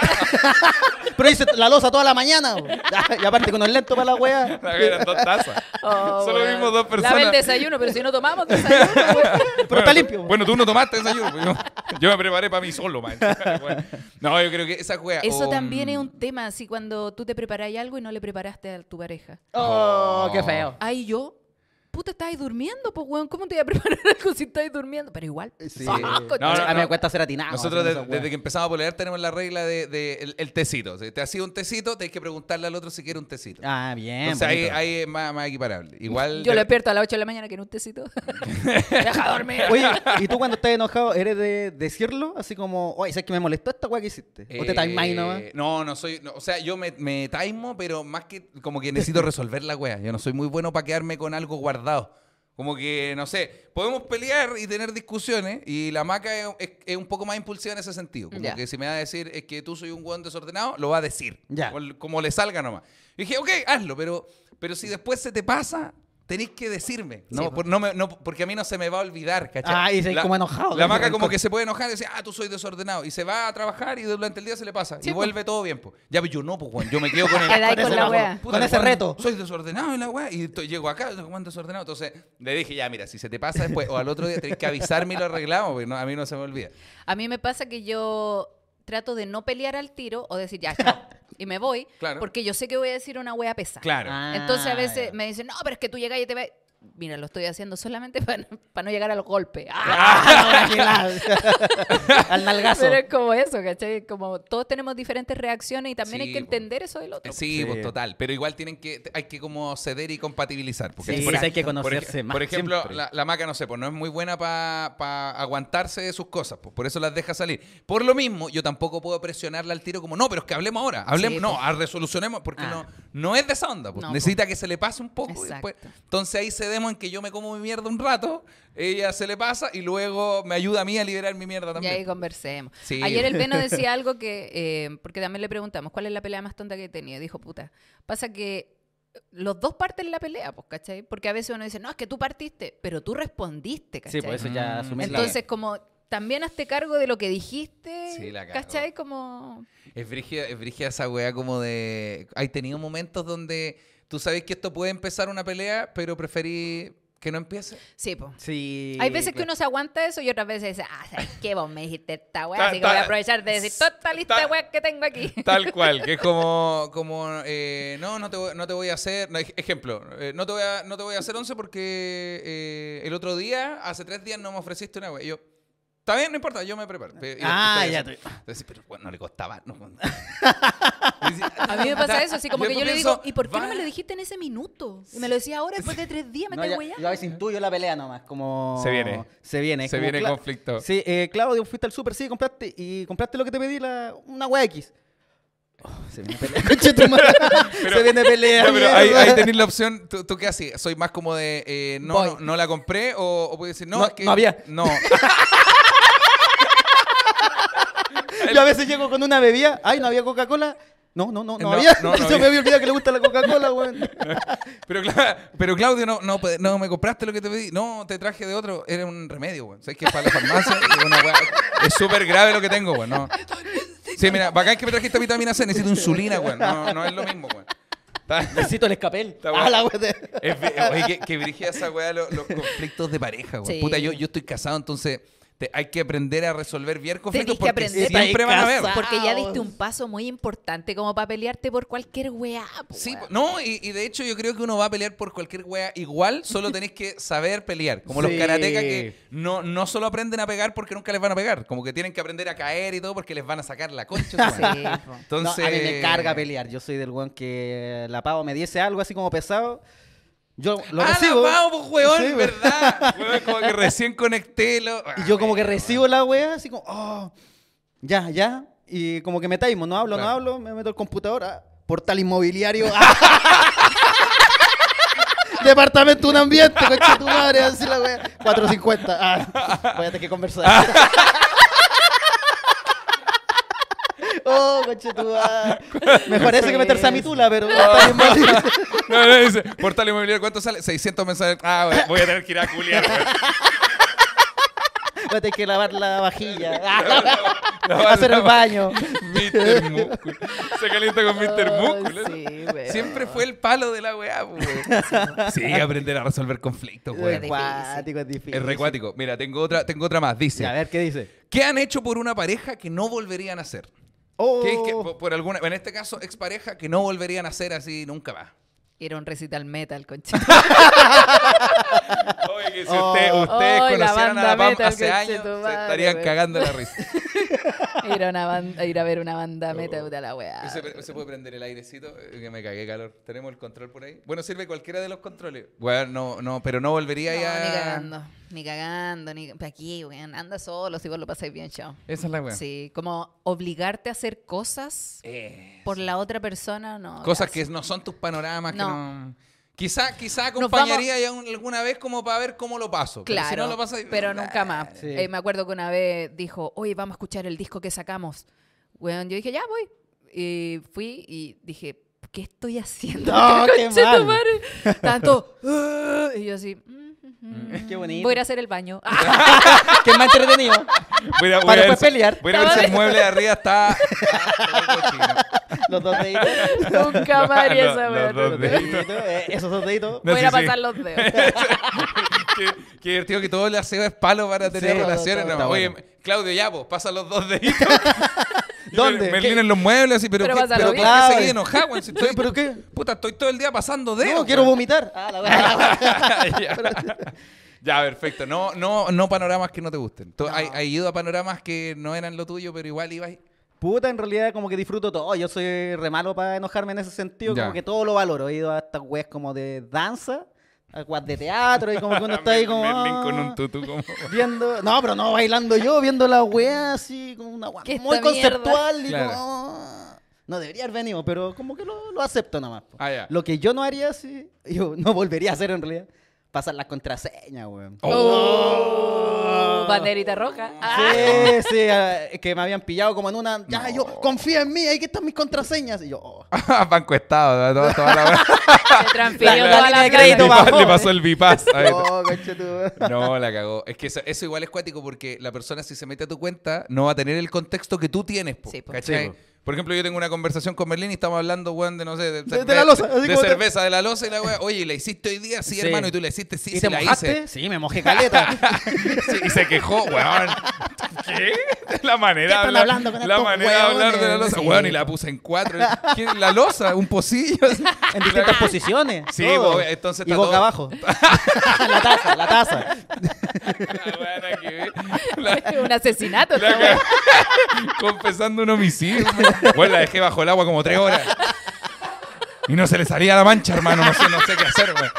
Speaker 1: Pero hice la losa toda la mañana. bo. Y aparte con el lento para la wea.
Speaker 3: La que eran dos tazas.
Speaker 2: Oh,
Speaker 3: solo
Speaker 2: weón.
Speaker 3: vimos dos
Speaker 2: Lava el
Speaker 3: personas.
Speaker 2: desayuno, pero si no tomamos desayuno, weón.
Speaker 1: Pero está limpio. bo.
Speaker 3: Bueno, tú no tomaste desayuno. pues Yo, yo me preparé para mí solo, man. Bueno, No, yo creo que esa juega. oh, mm.
Speaker 2: Eso también es un tema, así cuando tú te preparas algo y no le preparaste a tu pareja.
Speaker 1: Oh, qué feo.
Speaker 2: Ahí yo, puta, estáis durmiendo, pues, weón. ¿Cómo te voy a preparar algo si estáis durmiendo? Pero igual.
Speaker 1: Eh, Sí.
Speaker 2: Ah,
Speaker 1: No,
Speaker 2: coño.
Speaker 3: no,
Speaker 1: a mí
Speaker 3: no.
Speaker 1: me cuesta ser atinado.
Speaker 3: Nosotros
Speaker 1: haciendo
Speaker 3: de-
Speaker 1: esa wea.
Speaker 3: desde que empezamos a polear tenemos la regla de, de el, el tecito. Si te ha sido un tecito, tenés que preguntarle al otro si quiere un tecito.
Speaker 1: Ah, bien.
Speaker 3: Entonces ahí,
Speaker 1: bonito.
Speaker 3: ahí es más, más equiparable. Igual.
Speaker 2: Yo
Speaker 3: de-
Speaker 2: lo despierto a las 8 de la mañana que en un tecito. Deja dormir.
Speaker 1: Oye, ¿y tú cuando estás enojado eres de decirlo? Así como, oye, ¿sabes que me molestó esta weá que hiciste? ¿O te
Speaker 3: Eh,
Speaker 1: timás ahí nomás?
Speaker 3: No, no soy. no, o sea, yo me, me taimo, pero más que como que necesito resolver la wea. Yo no soy muy bueno para quedarme con algo guardado. Como que, no sé, podemos pelear y tener discusiones y la maca es, es- es un poco más impulsiva en ese sentido. Como
Speaker 2: Ya.
Speaker 3: que si me va a decir es que tú soy un hueón desordenado, lo va a decir.
Speaker 1: Ya.
Speaker 3: Como, como le salga nomás. Y dije, ok, hazlo, pero, pero si después se te pasa, tenéis que decirme. No, por- no me- no, porque a mí no se me va a olvidar, ¿cachai?
Speaker 1: Ah, y se- como enojado,
Speaker 3: La
Speaker 1: como
Speaker 3: maca
Speaker 1: rencor.
Speaker 3: como que se puede enojar y decir, ah, tú soy desordenado. Y se va a trabajar y durante el día se le pasa.
Speaker 2: Sí,
Speaker 3: y
Speaker 2: po.
Speaker 3: vuelve todo bien, po. Ya, pues yo no, pues, Juan. Yo me quedo con el...
Speaker 2: Quedáis con
Speaker 3: ese
Speaker 2: la
Speaker 3: trabajo.
Speaker 2: wea.
Speaker 1: Con
Speaker 3: Puta,
Speaker 1: ese
Speaker 3: Juan,
Speaker 1: reto.
Speaker 3: Soy desordenado y la weá. Y estoy- llego acá, no sé cuánto desordenado. Entonces le dije, ya, mira, si se te pasa después o al otro día tenés que avisarme y lo arreglamos, porque no- a mí no se me olvida.
Speaker 2: A mí me pasa que yo trato de no pelear al tiro o decir ya, chao, y me voy,
Speaker 3: Claro.
Speaker 2: porque yo sé que voy a decir una wea pesada.
Speaker 3: Claro.
Speaker 1: Ah.
Speaker 2: Entonces a veces
Speaker 1: ya.
Speaker 2: me dicen, no, pero es que tú llegas y te vas. Mira, lo estoy haciendo solamente para, para no llegar al golpe. ¡Ah!
Speaker 1: Ah, no, la- Al nalgazo.
Speaker 2: Pero es como eso, ¿cachai? Como todos tenemos diferentes reacciones y también
Speaker 3: Sí,
Speaker 2: hay que
Speaker 3: po.
Speaker 2: entender eso del otro.
Speaker 3: Sí,
Speaker 1: Sí.
Speaker 3: pues total. Pero igual tienen que, hay que como ceder y compatibilizar. Porque
Speaker 1: Sí,
Speaker 3: por,
Speaker 1: hay
Speaker 3: ej-
Speaker 1: que
Speaker 3: por ej-
Speaker 1: conocerse más.
Speaker 3: por ejemplo,
Speaker 1: siempre.
Speaker 3: la, la maca, no sé, pues no es muy buena para aguantarse de sus cosas, pues por eso las deja salir. Por lo mismo, yo tampoco puedo presionarla al tiro como, no, pero es que hablemos ahora, hablemos,
Speaker 2: Sí,
Speaker 3: no,
Speaker 2: pues.
Speaker 3: ah, resolucionemos, porque
Speaker 2: Ah.
Speaker 3: no, no es de esa onda, pues.
Speaker 2: No,
Speaker 3: necesita que se le pase un poco. y después-
Speaker 2: Exacto.
Speaker 3: entonces ahí cedemos en que yo me como mi mierda un rato, ella se le pasa y luego me ayuda a mí a liberar mi mierda
Speaker 2: Y
Speaker 3: también.
Speaker 2: ahí conversemos.
Speaker 3: Sí.
Speaker 2: Ayer el Veno decía algo que, eh, porque también le preguntamos, ¿cuál es la pelea más tonta que he tenido? Dijo, puta, pasa que eh, los dos parten la pelea, pues, ¿cachai? Porque a veces uno dice, no, es que tú partiste, pero tú respondiste, ¿cachai?
Speaker 1: Sí, por eso ya
Speaker 3: Mm.
Speaker 1: asumís la-
Speaker 2: Entonces, como también hazte cargo de lo que dijiste,
Speaker 3: Sí, la cagó.
Speaker 2: ¿cachai? Como...
Speaker 3: Es brígida, es brígida esa weá como de... Hay tenido momentos donde tú sabes que esto puede empezar una pelea, pero preferí que no empiece.
Speaker 2: Sí, pues.
Speaker 1: Sí. pues.
Speaker 2: Hay veces
Speaker 3: pues.
Speaker 2: que
Speaker 1: claro.
Speaker 2: uno se aguanta eso y otras veces dice, ah, ¿sabes qué? Vos me dijiste esta weá,
Speaker 3: Ta-
Speaker 2: así que voy a
Speaker 3: ta-
Speaker 2: aprovechar de decir toda esta lista
Speaker 3: ta-
Speaker 2: de weas que tengo aquí.
Speaker 3: Tal cual, que es como, como eh, no, no te, voy, no te voy a hacer, no, ej- ejemplo, eh, no, te voy a, no te voy a hacer once porque eh, el otro día, hace tres días, no me ofreciste una weá. Y yo, está bien, no importa, yo me preparo. Y- y-
Speaker 1: Ah,
Speaker 3: y-
Speaker 1: ya te-
Speaker 3: Entonces, pero bueno, no le costaba. no-
Speaker 2: A mí me pasa eso, así como
Speaker 3: Yo
Speaker 2: que yo le
Speaker 3: pienso,
Speaker 2: digo, ¿y por qué no
Speaker 3: va-
Speaker 2: me lo dijiste en ese minuto? Y me lo decía ahora después de tres días, me
Speaker 1: No,
Speaker 2: estáis
Speaker 1: ya-
Speaker 2: weyando.
Speaker 1: yo a veces intuyo la pelea nomás, como...
Speaker 3: Se viene.
Speaker 1: Se viene. es
Speaker 3: Se
Speaker 1: como,
Speaker 3: viene
Speaker 1: Cla-
Speaker 3: conflicto.
Speaker 1: Sí, eh, Claudio, fuiste al súper, sí, compraste, y compraste lo que te pedí, la, una hueá X. Oh, se viene pelea. Conche tu madre. se viene pelea.
Speaker 3: Ya, pero
Speaker 1: mierda.
Speaker 3: ahí, ahí tenéis la opción. ¿Tú, tú qué haces? ¿Soy más como de eh, no,
Speaker 1: Voy.
Speaker 3: no, no la compré? ¿O, o puedes decir no?
Speaker 1: No,
Speaker 3: es que,
Speaker 1: no había.
Speaker 3: No.
Speaker 1: Yo a veces llego con una bebida, ay, no había Coca-Cola. No, no, no, no,
Speaker 3: No,
Speaker 1: había.
Speaker 3: no, no
Speaker 1: Yo
Speaker 3: había.
Speaker 1: me había olvidado que le gusta la Coca-Cola, weón.
Speaker 3: Pero, Cla- pero Claudio, no, no, pe- no me compraste lo que te pedí. No, te traje de otro. Era un remedio, güey. ¿Sabes que para la farmacia? es una weá- es súper grave lo que tengo, güey. No. Sí, mira, bacán que me trajiste vitamina C. Necesito insulina, güey. No, no es lo mismo, güey. Está-
Speaker 1: Necesito el escapel.
Speaker 3: Está bueno.
Speaker 1: Ah, la weá de-
Speaker 3: Es ve- oye, que, que brígida esa weá, lo- los, conflictos de pareja, weón.
Speaker 2: Sí.
Speaker 3: Puta, yo, yo estoy casado, entonces te- hay que aprender a resolver bien conflictos
Speaker 2: Tenés que
Speaker 3: porque
Speaker 2: aprender.
Speaker 3: siempre van a haber.
Speaker 1: Estáis
Speaker 2: Porque ya diste
Speaker 1: casados.
Speaker 2: un paso muy importante como para pelearte por cualquier weá. po,
Speaker 3: Pues, Sí,
Speaker 2: weón.
Speaker 3: no, y, y de hecho yo creo que uno va a pelear por cualquier weá igual, solo tenés que saber pelear. Como los
Speaker 1: Sí.
Speaker 3: karatecas que no, no solo aprenden a pegar porque nunca les van a pegar, como que tienen que aprender a caer y todo porque les van a sacar la concha. su madre.
Speaker 2: Sí, po.
Speaker 3: Entonces,
Speaker 1: No, a mí me carga pelear. Yo soy del weón que la pavo me diese algo así como pesado. Yo lo
Speaker 3: ¡Ah, la
Speaker 1: recibo.
Speaker 3: Pau, pues, weón!
Speaker 1: Sí, weón.
Speaker 3: ¿Verdad? Weón, como que recién conecté. Lo...
Speaker 1: Y yo como que
Speaker 3: Ah, weón.
Speaker 1: recibo la wea así como, oh, ya, ya. Y como que me taimo, no hablo,
Speaker 3: Claro.
Speaker 1: no hablo, me meto al computador, ah, portal inmobiliario. ah. Departamento un ambiente, coche tu madre, así la wea. 450. Ah, voy a tener que conversar. Oh, coche tu madre. Mejor ese que meterse a mi tula, pero portal inmobiliario.
Speaker 3: No, no, dice, portal inmobiliario, ¿cuánto sale? 600 mensajes. Ah, weón, voy a tener que ir a culiar, weón.
Speaker 1: voy a tener que lavar la vajilla.
Speaker 3: No,
Speaker 1: hacer
Speaker 3: no,
Speaker 1: el baño.
Speaker 3: Mr. Músculo. Se calienta con Mr. Músculo.
Speaker 2: Sí, weón.
Speaker 3: Siempre fue el palo de la weá, pues, po, weón. Sí, aprender a resolver conflictos,
Speaker 1: Es
Speaker 3: weón.
Speaker 2: difícil.
Speaker 1: recuático, es difícil.
Speaker 3: Es recuático. Mira, tengo otra, tengo otra más. Dice:
Speaker 1: Ya, A ver qué dice.
Speaker 3: ¿Qué han hecho por una pareja que no volverían a hacer?
Speaker 1: Oh,
Speaker 3: ¿Qué- qué- por, por alguna, en este caso, expareja que no volverían a hacer así nunca más.
Speaker 2: Era un recital metal, concha.
Speaker 3: Oye, que si
Speaker 1: Oh.
Speaker 3: usted- ustedes
Speaker 2: Oy, la
Speaker 3: conocieran a
Speaker 2: banda
Speaker 3: la Pam
Speaker 2: metal,
Speaker 3: hace años, se
Speaker 2: conchetumare,
Speaker 3: estarían
Speaker 2: weón.
Speaker 3: cagando la risa.
Speaker 2: Ir a, una banda- ir a ver una banda metal de la weá.
Speaker 3: ¿Se, se puede prender el airecito? Eh, Que me cagué calor. ¿Tenemos el control por ahí? Bueno, sirve cualquiera de los controles. Bueno, no, no, pero no volvería
Speaker 2: No,
Speaker 3: ya.
Speaker 2: ni cagando, ni cagando, ni pa' aquí, weón. Anda solo si vos lo pasáis bien, chao.
Speaker 3: Esa es la weá.
Speaker 2: Sí, como obligarte a hacer cosas
Speaker 3: Eh,
Speaker 2: por la otra persona, no.
Speaker 3: cosas
Speaker 2: gracias.
Speaker 3: que no son tus panoramas, que
Speaker 2: No.
Speaker 3: no. Quizá, quizá
Speaker 2: Nos
Speaker 3: acompañaría ya un- alguna vez como para ver cómo lo paso. Pero
Speaker 2: Claro,
Speaker 3: si
Speaker 2: pero,
Speaker 3: no lo pasas-
Speaker 2: nunca más.
Speaker 1: Sí.
Speaker 2: Eh, me acuerdo que una vez dijo, oye, vamos a escuchar el disco que sacamos. Weón, yo dije, ya voy. Y fui y dije, ¿qué estoy haciendo?
Speaker 1: No,
Speaker 2: acá,
Speaker 1: qué
Speaker 2: conche tu
Speaker 1: mal.
Speaker 2: madre? Tanto, "Ah", y yo así, "Mm, mm, mm,
Speaker 1: Qué bonito.
Speaker 2: voy a ir a hacer el baño. Ah,
Speaker 1: que es más entretenido.
Speaker 3: Voy a- voy
Speaker 1: Para
Speaker 3: a ver
Speaker 1: después
Speaker 3: si-
Speaker 1: pelear.
Speaker 3: Voy a ver si el mueble de arriba está. Ah, cochino.
Speaker 1: Los dos deditos.
Speaker 2: Nunca
Speaker 3: No,
Speaker 2: más haría
Speaker 3: no,
Speaker 2: esa
Speaker 3: no,
Speaker 2: weá,
Speaker 3: no,
Speaker 1: Los
Speaker 3: no.
Speaker 1: deditos, eh, esos dos deditos.
Speaker 3: No,
Speaker 2: Voy a
Speaker 3: sí,
Speaker 2: ir a
Speaker 3: sí.
Speaker 2: pasar los dedos.
Speaker 3: qué, qué divertido que todo el aseo es palo para tener
Speaker 1: Sí,
Speaker 3: relaciones.
Speaker 1: está- está
Speaker 3: nomás. Oye,
Speaker 1: bueno.
Speaker 3: Claudio, ya, pues, pasa los dos deditos.
Speaker 1: ¿Dónde?
Speaker 3: Merlín
Speaker 1: ¿Qué?
Speaker 3: en los muebles, así, pero,
Speaker 2: Pero
Speaker 3: ¿qué-
Speaker 2: pásalo
Speaker 3: pero
Speaker 2: bien.
Speaker 3: ¿por qué
Speaker 1: Claro.
Speaker 3: seguí enojado, weón? Si estoy-
Speaker 1: ¿Pero qué?
Speaker 3: Puta, estoy todo el día pasando dedos.
Speaker 1: No, quiero
Speaker 3: weón.
Speaker 1: vomitar. Ah, la weá, la weá.
Speaker 3: ya. Ya, perfecto. No, no, no panoramas que no te gusten. Tú- Hay, hay ido a panoramas que no eran lo tuyo, pero igual ibas.
Speaker 1: Puta, en realidad como que disfruto todo. Yo soy re malo para enojarme en ese sentido,
Speaker 3: Ya.
Speaker 1: como que todo lo valoro. He ido a estas weas como de danza, a weas de teatro, y como que uno está ahí como...
Speaker 3: Merlín con
Speaker 1: ah,
Speaker 3: un tutú como.
Speaker 1: Viendo, no, pero no bailando yo, viendo la wea así, con una wea
Speaker 2: Que
Speaker 1: muy
Speaker 2: esta mierda.
Speaker 1: conceptual. Y
Speaker 3: Claro.
Speaker 1: como, "Ah". no debería haber venido, pero como que lo, lo acepto nada más. po.
Speaker 3: Ah, ya.
Speaker 1: Lo que yo no haría, sí, yo no volvería a hacer en realidad, pasar las contraseñas, weón.
Speaker 2: Oh, Banderita roja. Ah,
Speaker 1: Sí, sí, ah, que me habían pillado como en una. Ya, yo, confía en mí, ahí que están mis contraseñas. Y yo, oh.
Speaker 3: Banco Estado, toda, toda la wea.
Speaker 2: Se Ah, transfirió
Speaker 1: La- la
Speaker 2: toda la,
Speaker 1: línea de
Speaker 2: plata.
Speaker 1: crédito
Speaker 3: Le
Speaker 1: va-
Speaker 3: pa-
Speaker 1: bajó,
Speaker 3: Le
Speaker 1: eh.
Speaker 3: pasó el bypass. A ver.
Speaker 1: Oh, conchetumare.
Speaker 3: No, la cagó. Es que eso, eso igual es cuático porque la persona si se mete a tu cuenta no va a tener el contexto que tú tienes, po,
Speaker 2: Sí, po.
Speaker 3: ¿cachai?
Speaker 1: Sí, po.
Speaker 3: Por ejemplo, yo tengo una conversación con Merlín y estamos hablando, weón, de no sé, de,
Speaker 1: De- de la loza, así
Speaker 3: de
Speaker 1: como te-
Speaker 3: cerveza, de la loza y la weá. Oye, ¿y ¿la hiciste hoy día? Sí,
Speaker 1: Sí.
Speaker 3: hermano, y tú la hiciste, sí,
Speaker 1: ¿Y
Speaker 3: sí,
Speaker 1: te
Speaker 3: la
Speaker 1: mojaste?
Speaker 3: hice.
Speaker 1: Sí, me mojé caleta.
Speaker 3: Sí, y se quejó, weón. ¿Qué? La manera
Speaker 1: ¿Qué están
Speaker 3: de hablar,
Speaker 1: hablando con
Speaker 3: la
Speaker 1: estos
Speaker 3: manera de hablar de la
Speaker 1: weones?
Speaker 3: loza,
Speaker 1: Sí.
Speaker 3: weón, y la puse en cuatro. ¿Qué? ¿La loza? ¿Un pocillo?
Speaker 1: En distintas posiciones.
Speaker 3: Sí,
Speaker 1: todo.
Speaker 3: pues, entonces
Speaker 1: Y
Speaker 3: está
Speaker 1: boca
Speaker 3: todo-
Speaker 1: abajo. la taza, la taza.
Speaker 3: La weá, nada que ver. La-
Speaker 2: Un asesinato.
Speaker 3: La
Speaker 2: esta
Speaker 3: ca-
Speaker 2: weá.
Speaker 3: Confesando un homicidio. Bueno, la dejé bajo el agua como tres horas. Y no se le salía la mancha, hermano. No sé, no sé qué hacer, güey.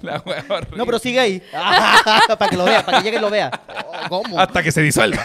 Speaker 3: La wea horrible.
Speaker 1: No, pero sigue ahí. para que lo vea, para que llegue y lo vea. Oh, ¿Cómo?
Speaker 3: Hasta que se disuelva.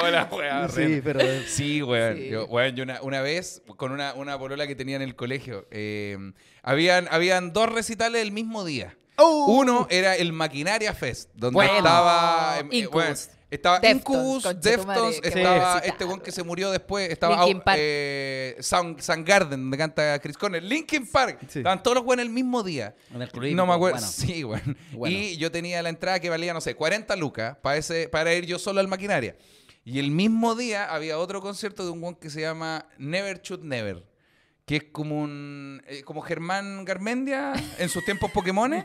Speaker 3: Hola, wea.
Speaker 1: Sí,
Speaker 3: horrible.
Speaker 1: pero.
Speaker 3: Sí, weón.
Speaker 2: Sí.
Speaker 3: Yo, weón, yo una, una vez, con una, una polola que tenía en el colegio, eh, habían, habían dos recitales el mismo día.
Speaker 1: Oh.
Speaker 3: Uno era el Maquinaria Fest, donde
Speaker 1: Bueno.
Speaker 3: estaba... eh,
Speaker 2: Incubus.
Speaker 3: weón, estaba
Speaker 2: Deftones,
Speaker 3: Incubus,
Speaker 2: concha tu
Speaker 3: Deftones,
Speaker 2: madre, qué
Speaker 3: estaba
Speaker 2: buen
Speaker 3: este weón que se murió después, estaba
Speaker 2: Linkin
Speaker 3: au-
Speaker 2: Park.
Speaker 3: eh, Sound, Soundgarden, donde canta Chris Cornell. Linkin Park.
Speaker 1: Sí.
Speaker 3: Estaban todos los weones el mismo día.
Speaker 1: En el club,
Speaker 3: no me acuerdo.
Speaker 1: bueno.
Speaker 3: Sí, weón.
Speaker 1: Bueno.
Speaker 3: Y yo tenía la entrada que valía, no sé, 40 lucas para, ese, para ir yo solo al maquinaria. Y el mismo día había otro concierto de un guan que se llama Never Shoot Never, que es como un eh, como Germán Garmendia en sus tiempos Pokémones,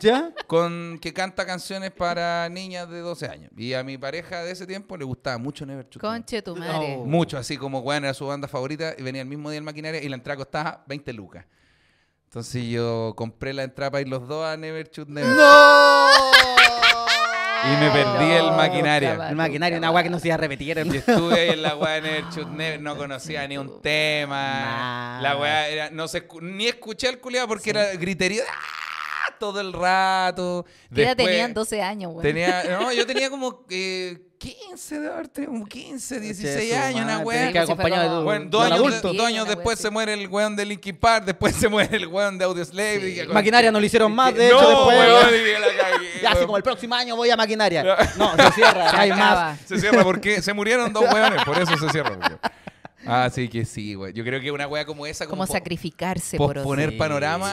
Speaker 1: ¿Ya?
Speaker 3: con que canta canciones para niñas de 12 años. Y a mi pareja de ese tiempo le gustaba mucho Never Shoot Never.
Speaker 2: Conche tu madre.
Speaker 1: No.
Speaker 3: Mucho, así como, bueno, era su banda favorita y venía el mismo día el maquinaria y la entrada costaba 20 lucas. Entonces yo compré la entrada para ir los dos a Never Shoot Never.
Speaker 1: ¡No!
Speaker 3: Y me perdí el maquinaria.
Speaker 2: cabrón.
Speaker 1: El maquinario, una agua que no se iba a repetir.
Speaker 3: Y
Speaker 1: hermano.
Speaker 3: estuve ahí en la weá de Never Shoot Never, no conocía ni un tema.
Speaker 1: Nah.
Speaker 3: La weá era, no se escu- ni escuché el culiado porque era gritería ¡ah! todo el rato.
Speaker 2: ¿Qué edad
Speaker 3: Después
Speaker 2: tenían 12 años, weón.
Speaker 3: tenía- no, yo tenía como eh, 15, de haber tenido como 15, 16
Speaker 1: Che, su
Speaker 3: años, una
Speaker 1: madre,
Speaker 3: weá.
Speaker 1: tenés que
Speaker 2: Sí, pues,
Speaker 1: acompañar
Speaker 2: sí fue
Speaker 1: de tu-
Speaker 3: Bueno,
Speaker 1: de
Speaker 3: dos
Speaker 1: un
Speaker 3: años,
Speaker 1: adulto.
Speaker 3: dos años
Speaker 2: Una wea
Speaker 3: después
Speaker 2: así.
Speaker 3: se muere el weón de Linkin Park, después se muere el weón de Audioslave.
Speaker 2: Sí.
Speaker 3: y que-
Speaker 1: Maquinaria no lo hicieron más, de hecho,
Speaker 3: no,
Speaker 1: después.
Speaker 3: weón, y la cagué,
Speaker 1: Ya, así
Speaker 3: weón.
Speaker 1: como el próximo año voy a maquinaria. No, se cierra, no hay
Speaker 2: Acaba.
Speaker 1: más.
Speaker 3: Se cierra porque se murieron dos hueones, por eso se cierra. weón. Ah, sí que sí, güey. Yo creo que una hueá como esa, como,
Speaker 2: Como
Speaker 3: po-
Speaker 2: sacrificarse por otro.
Speaker 3: posponer
Speaker 1: Sí,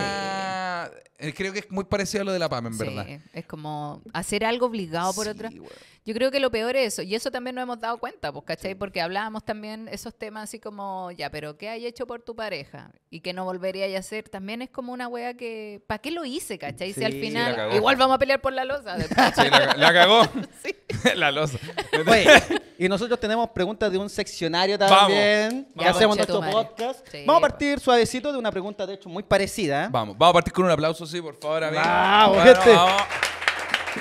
Speaker 3: panorama, eh, creo que es muy parecido a lo de la PAM, en
Speaker 2: Sí,
Speaker 3: verdad.
Speaker 2: es como hacer algo obligado por
Speaker 3: Sí,
Speaker 2: otra.
Speaker 3: weón.
Speaker 2: Yo creo que lo peor es eso. Y eso también nos hemos dado cuenta, pues, ¿cachai? Porque hablábamos también esos temas así como, ya, pero ¿qué hay hecho por tu pareja? Y que no volvería a hacer. También es como una wea que, ¿para qué lo hice, cachai? si al
Speaker 1: Sí,
Speaker 3: la
Speaker 2: final,
Speaker 3: cagó.
Speaker 2: igual vamos a pelear por la losa. después.
Speaker 3: Sí, la, la cagó.
Speaker 2: Sí.
Speaker 3: la losa.
Speaker 1: Oye, y nosotros tenemos preguntas de un seccionario
Speaker 3: Vamos.
Speaker 1: también. que
Speaker 2: Ya,
Speaker 1: hacemos
Speaker 2: conche tu
Speaker 1: nuestro
Speaker 2: madre.
Speaker 1: podcast.
Speaker 2: Sí,
Speaker 1: Vamos a
Speaker 2: va.
Speaker 1: partir suavecito de una pregunta, de hecho, muy parecida.
Speaker 3: Vamos, vamos a partir con un aplauso, sí, por favor, amigo.
Speaker 1: Vamos,
Speaker 3: Bueno,
Speaker 1: gente.
Speaker 3: vamos.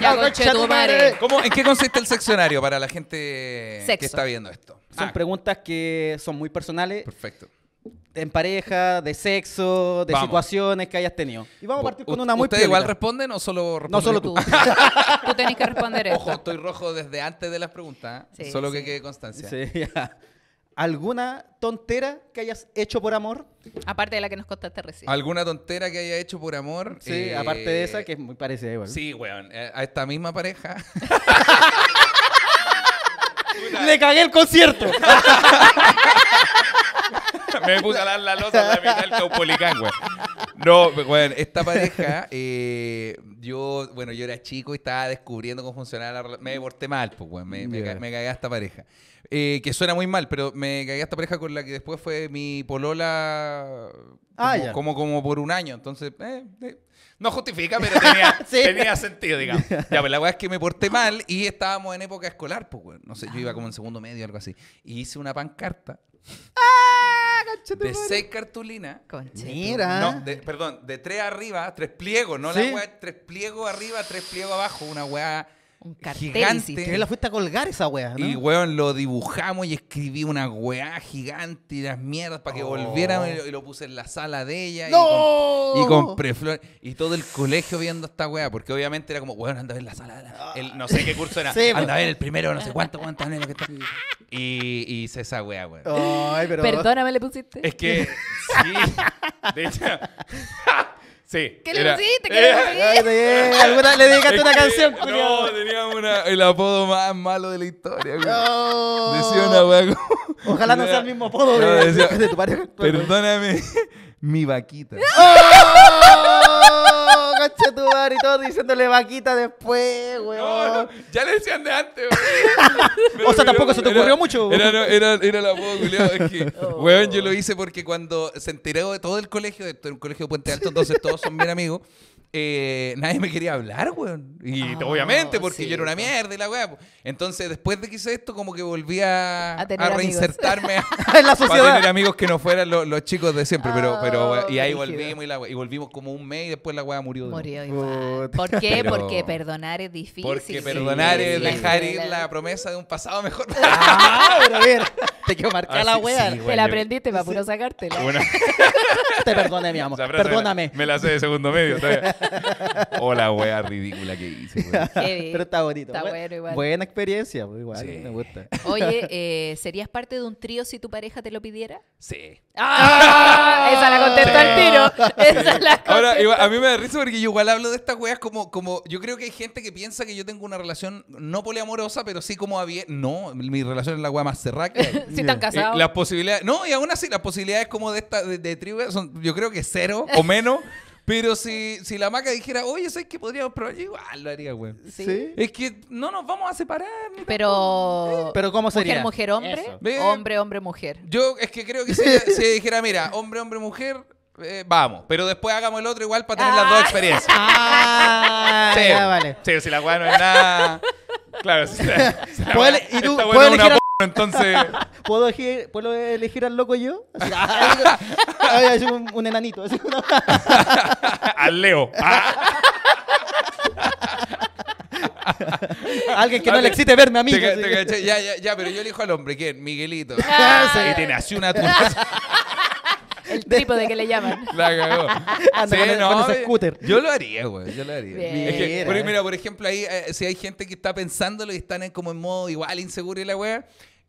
Speaker 2: Ya,
Speaker 1: No, concha tu
Speaker 2: conchetumare.
Speaker 1: madre.
Speaker 3: ¿Cómo- ¿En qué consiste el seccionario para la gente que
Speaker 2: Sexo.
Speaker 3: está viendo esto?
Speaker 1: Son
Speaker 3: Ah,
Speaker 1: preguntas que son muy personales,
Speaker 3: perfecto.
Speaker 1: en pareja, de sexo, de
Speaker 3: Vamos.
Speaker 1: situaciones que hayas tenido. Y vamos a partir con una muy
Speaker 3: ¿Ustedes igual
Speaker 1: piolita.
Speaker 3: responden o solo
Speaker 1: No
Speaker 3: responden
Speaker 1: solo
Speaker 2: Tú,
Speaker 1: tú.
Speaker 2: tú tenés que responder
Speaker 3: Ojo,
Speaker 2: esto.
Speaker 3: estoy rojo desde antes de las preguntas, ¿eh?
Speaker 2: Sí,
Speaker 3: solo que
Speaker 2: sí.
Speaker 3: quede constancia.
Speaker 1: Sí, ya. ¿Alguna tontera que hayas hecho por amor?
Speaker 2: Aparte de la que nos contaste recién.
Speaker 3: ¿Alguna tontera que haya hecho por amor?
Speaker 1: Sí,
Speaker 3: Eh,
Speaker 1: aparte de esa, que es muy parecida igual.
Speaker 3: Sí, weón. eh, A esta misma pareja.
Speaker 1: ¡Le cagué el concierto!
Speaker 3: Me puse a dar la losa en la mitad del Caupolicán, güey. No, bueno, esta pareja, eh, yo, bueno, yo era chico y estaba descubriendo cómo funcionaba la relación. Me porté mal, pues, güey. Me, me,
Speaker 1: Ya.
Speaker 3: ca- me cagué a esta pareja. Eh, que suena muy mal, pero me cagué a esta pareja con la que después fue mi polola
Speaker 1: Ah,
Speaker 3: como,
Speaker 1: ya.
Speaker 3: como, como por un año. Entonces, eh, eh, no justifica, pero tenía,
Speaker 1: Sí.
Speaker 3: tenía sentido, digamos. Ya, pues la weá es que me porté mal y estábamos en época escolar, pues, güey. No sé, yo iba como en segundo medio, algo así. Y hice una pancarta de seis cartulinas.
Speaker 2: Conche.
Speaker 1: Mira.
Speaker 3: No, de- perdón, de tres arriba, tres pliegos, no
Speaker 1: Sí.
Speaker 3: la weá, tres pliegos arriba, tres pliegos abajo, una weá
Speaker 2: Un cartel
Speaker 3: gigante.
Speaker 1: Que
Speaker 2: hiciste.
Speaker 1: la fuiste a colgar esa wea, ¿no?
Speaker 3: Y weón, lo dibujamos y escribí una weá gigante y las mierdas para que
Speaker 1: Oh.
Speaker 3: volvieran y lo, y lo puse en la sala de ella. y
Speaker 1: ¡No!
Speaker 3: com- Y compré flores. Y todo el colegio viendo esta weá, porque obviamente era como, weón, anda a ver la sala. de la- el- no sé qué curso era.
Speaker 1: Sí, pues.
Speaker 3: anda
Speaker 1: pero-
Speaker 3: a ver el primero, no sé cuánto, cuánto, no sé lo que está. Y, y hice esa weá, weón.
Speaker 1: Ay, pero.
Speaker 2: Perdóname, le pusiste.
Speaker 3: Es que sí. De hecho. sí.
Speaker 2: ¿Qué le
Speaker 3: era-
Speaker 2: pusiste? ¿Qué le pusiste?
Speaker 1: Ay, te- alguna- le dedicaste
Speaker 3: Es
Speaker 1: una
Speaker 3: que-
Speaker 1: canción, culiao.
Speaker 3: No, tenía una- el apodo más malo de la historia, güey.
Speaker 1: No.
Speaker 3: Decía una weá como-
Speaker 1: Ojalá no
Speaker 3: Era-
Speaker 1: sea el mismo apodo
Speaker 3: No,
Speaker 1: de,
Speaker 3: decía,
Speaker 1: de tu pareja.
Speaker 3: Perdóname, mi vaquita.
Speaker 1: ¡Oh! Concha tu madre y todo diciéndole vaquita después,
Speaker 3: No,
Speaker 1: weón.
Speaker 3: no, ya le decían de antes, weón. Pero,
Speaker 1: O sea, tampoco
Speaker 3: weón,
Speaker 1: se te ocurrió mucho.
Speaker 3: Era, no, era, era la voz, culiao. Es que, weón, yo lo hice porque cuando se enteró de todo el colegio, de todo el colegio de Puente Alto, entonces todos son bien amigos, eh, nadie me quería hablar, weón. Y
Speaker 2: Ah,
Speaker 3: obviamente, porque
Speaker 2: sí,
Speaker 3: yo era una
Speaker 2: pues.
Speaker 3: mierda y la weá. pues. Entonces, después de que hice esto, como que volví a,
Speaker 2: A tener
Speaker 3: a
Speaker 2: amigos.
Speaker 3: reinsertarme a-
Speaker 1: En la
Speaker 3: Para
Speaker 1: sociedad.
Speaker 3: tener amigos que no fueran lo- los chicos de siempre, pero, pero
Speaker 1: Ah,
Speaker 3: y ahí
Speaker 1: brígido.
Speaker 3: volvimos y, la wea- y volvimos como un mes y después la weá murió. de nuevo.
Speaker 2: Murió igual.
Speaker 1: Puta.
Speaker 2: ¿Por qué?
Speaker 3: Pero-
Speaker 2: Porque perdonar es difícil.
Speaker 3: Porque
Speaker 2: sí.
Speaker 3: perdonar es
Speaker 2: Sí,
Speaker 3: dejar
Speaker 2: sí,
Speaker 3: ir
Speaker 2: sí.
Speaker 3: la promesa de un pasado mejor.
Speaker 1: Ah, pero a ver. Te quiero marcar
Speaker 3: Ah,
Speaker 1: la
Speaker 3: sí,
Speaker 1: wea.
Speaker 3: sí,
Speaker 2: Te
Speaker 3: Bueno,
Speaker 2: la
Speaker 3: yo-
Speaker 2: aprendiste para puro sacártela.
Speaker 3: Una-
Speaker 1: Te perdoné, mi amor.
Speaker 3: esa frase me la-
Speaker 1: Perdóname.
Speaker 3: Me, la sé de segundo medio. todavía. Oh, la wea ridícula que hice. wea.
Speaker 2: Heavy.
Speaker 1: Pero está bonito.
Speaker 2: Está
Speaker 1: Bu-
Speaker 2: bueno igual.
Speaker 1: Buena experiencia, pues, igual.
Speaker 3: Sí.
Speaker 1: Me gusta.
Speaker 2: Oye, eh, ¿serías parte de un trío si tu pareja te lo pidiera?
Speaker 3: Sí.
Speaker 2: ¡Ah! Esa la contestó al tiro. Esa la
Speaker 3: Ahora,
Speaker 2: contestó.
Speaker 3: igual- a mí me da risa porque yo igual hablo de estas weas como, como. Yo creo que hay gente que piensa que yo tengo una relación no poliamorosa, pero sí como había. No, mi relación es la wea más cerrada que hay.
Speaker 2: Si están
Speaker 1: Yeah.
Speaker 2: casados.
Speaker 3: Eh, las posibilidades. No, y aún así, las posibilidades como de esta de, de tribu son, yo creo que cero o menos. pero si, si la maca dijera, oye, ¿sabes qué podríamos probar? Yo igual lo haría, güey.
Speaker 2: Sí.
Speaker 3: Es que no nos vamos a separar. ni
Speaker 2: Pero.
Speaker 1: Pero ¿cómo sería?
Speaker 2: Mujer, mujer, hombre.
Speaker 1: Eso.
Speaker 3: Ve-
Speaker 2: Hombre, hombre, mujer.
Speaker 3: tampoco. Yo es que creo que si, ella- si ella dijera, mira, hombre, hombre, mujer, eh, vamos. Pero después hagamos el otro igual para tener las
Speaker 2: Ah.
Speaker 3: dos experiencias.
Speaker 1: Ah,
Speaker 3: Sí.
Speaker 1: ya, vale.
Speaker 3: Sí, si la weá no es nada. Claro, si la, si la
Speaker 1: Puede-
Speaker 3: weá-
Speaker 1: y tú-
Speaker 3: esta
Speaker 1: puede
Speaker 3: weá no es una
Speaker 1: elegir al-
Speaker 3: p- entonces.
Speaker 1: ¿Puedo elegir, ¿Puedo elegir al loco yo? Así, ah, ay, así un, un enanito. así, una-
Speaker 3: Al Leo. Ah.
Speaker 1: alguien que no
Speaker 3: Alguien-
Speaker 1: le excite verme a mí.
Speaker 3: Te ca-
Speaker 1: así.
Speaker 3: te caché. Ya, ya, ya, pero yo elijo al hombre, ¿quién? Miguelito.
Speaker 2: Ah,
Speaker 3: y
Speaker 2: sí.
Speaker 3: te nació una tunaza.
Speaker 2: El tipo de que le llaman.
Speaker 3: La cagó.
Speaker 2: Ah,
Speaker 1: Anda con el- con ese
Speaker 3: me-
Speaker 1: scooter.
Speaker 3: Yo lo haría, güey. Yo lo haría.
Speaker 2: Bien.
Speaker 3: Es que, por,
Speaker 1: Mira.
Speaker 3: mira, por ejemplo, ahí eh, si hay gente que está pensándolo y están en, como en modo igual inseguro y la wea.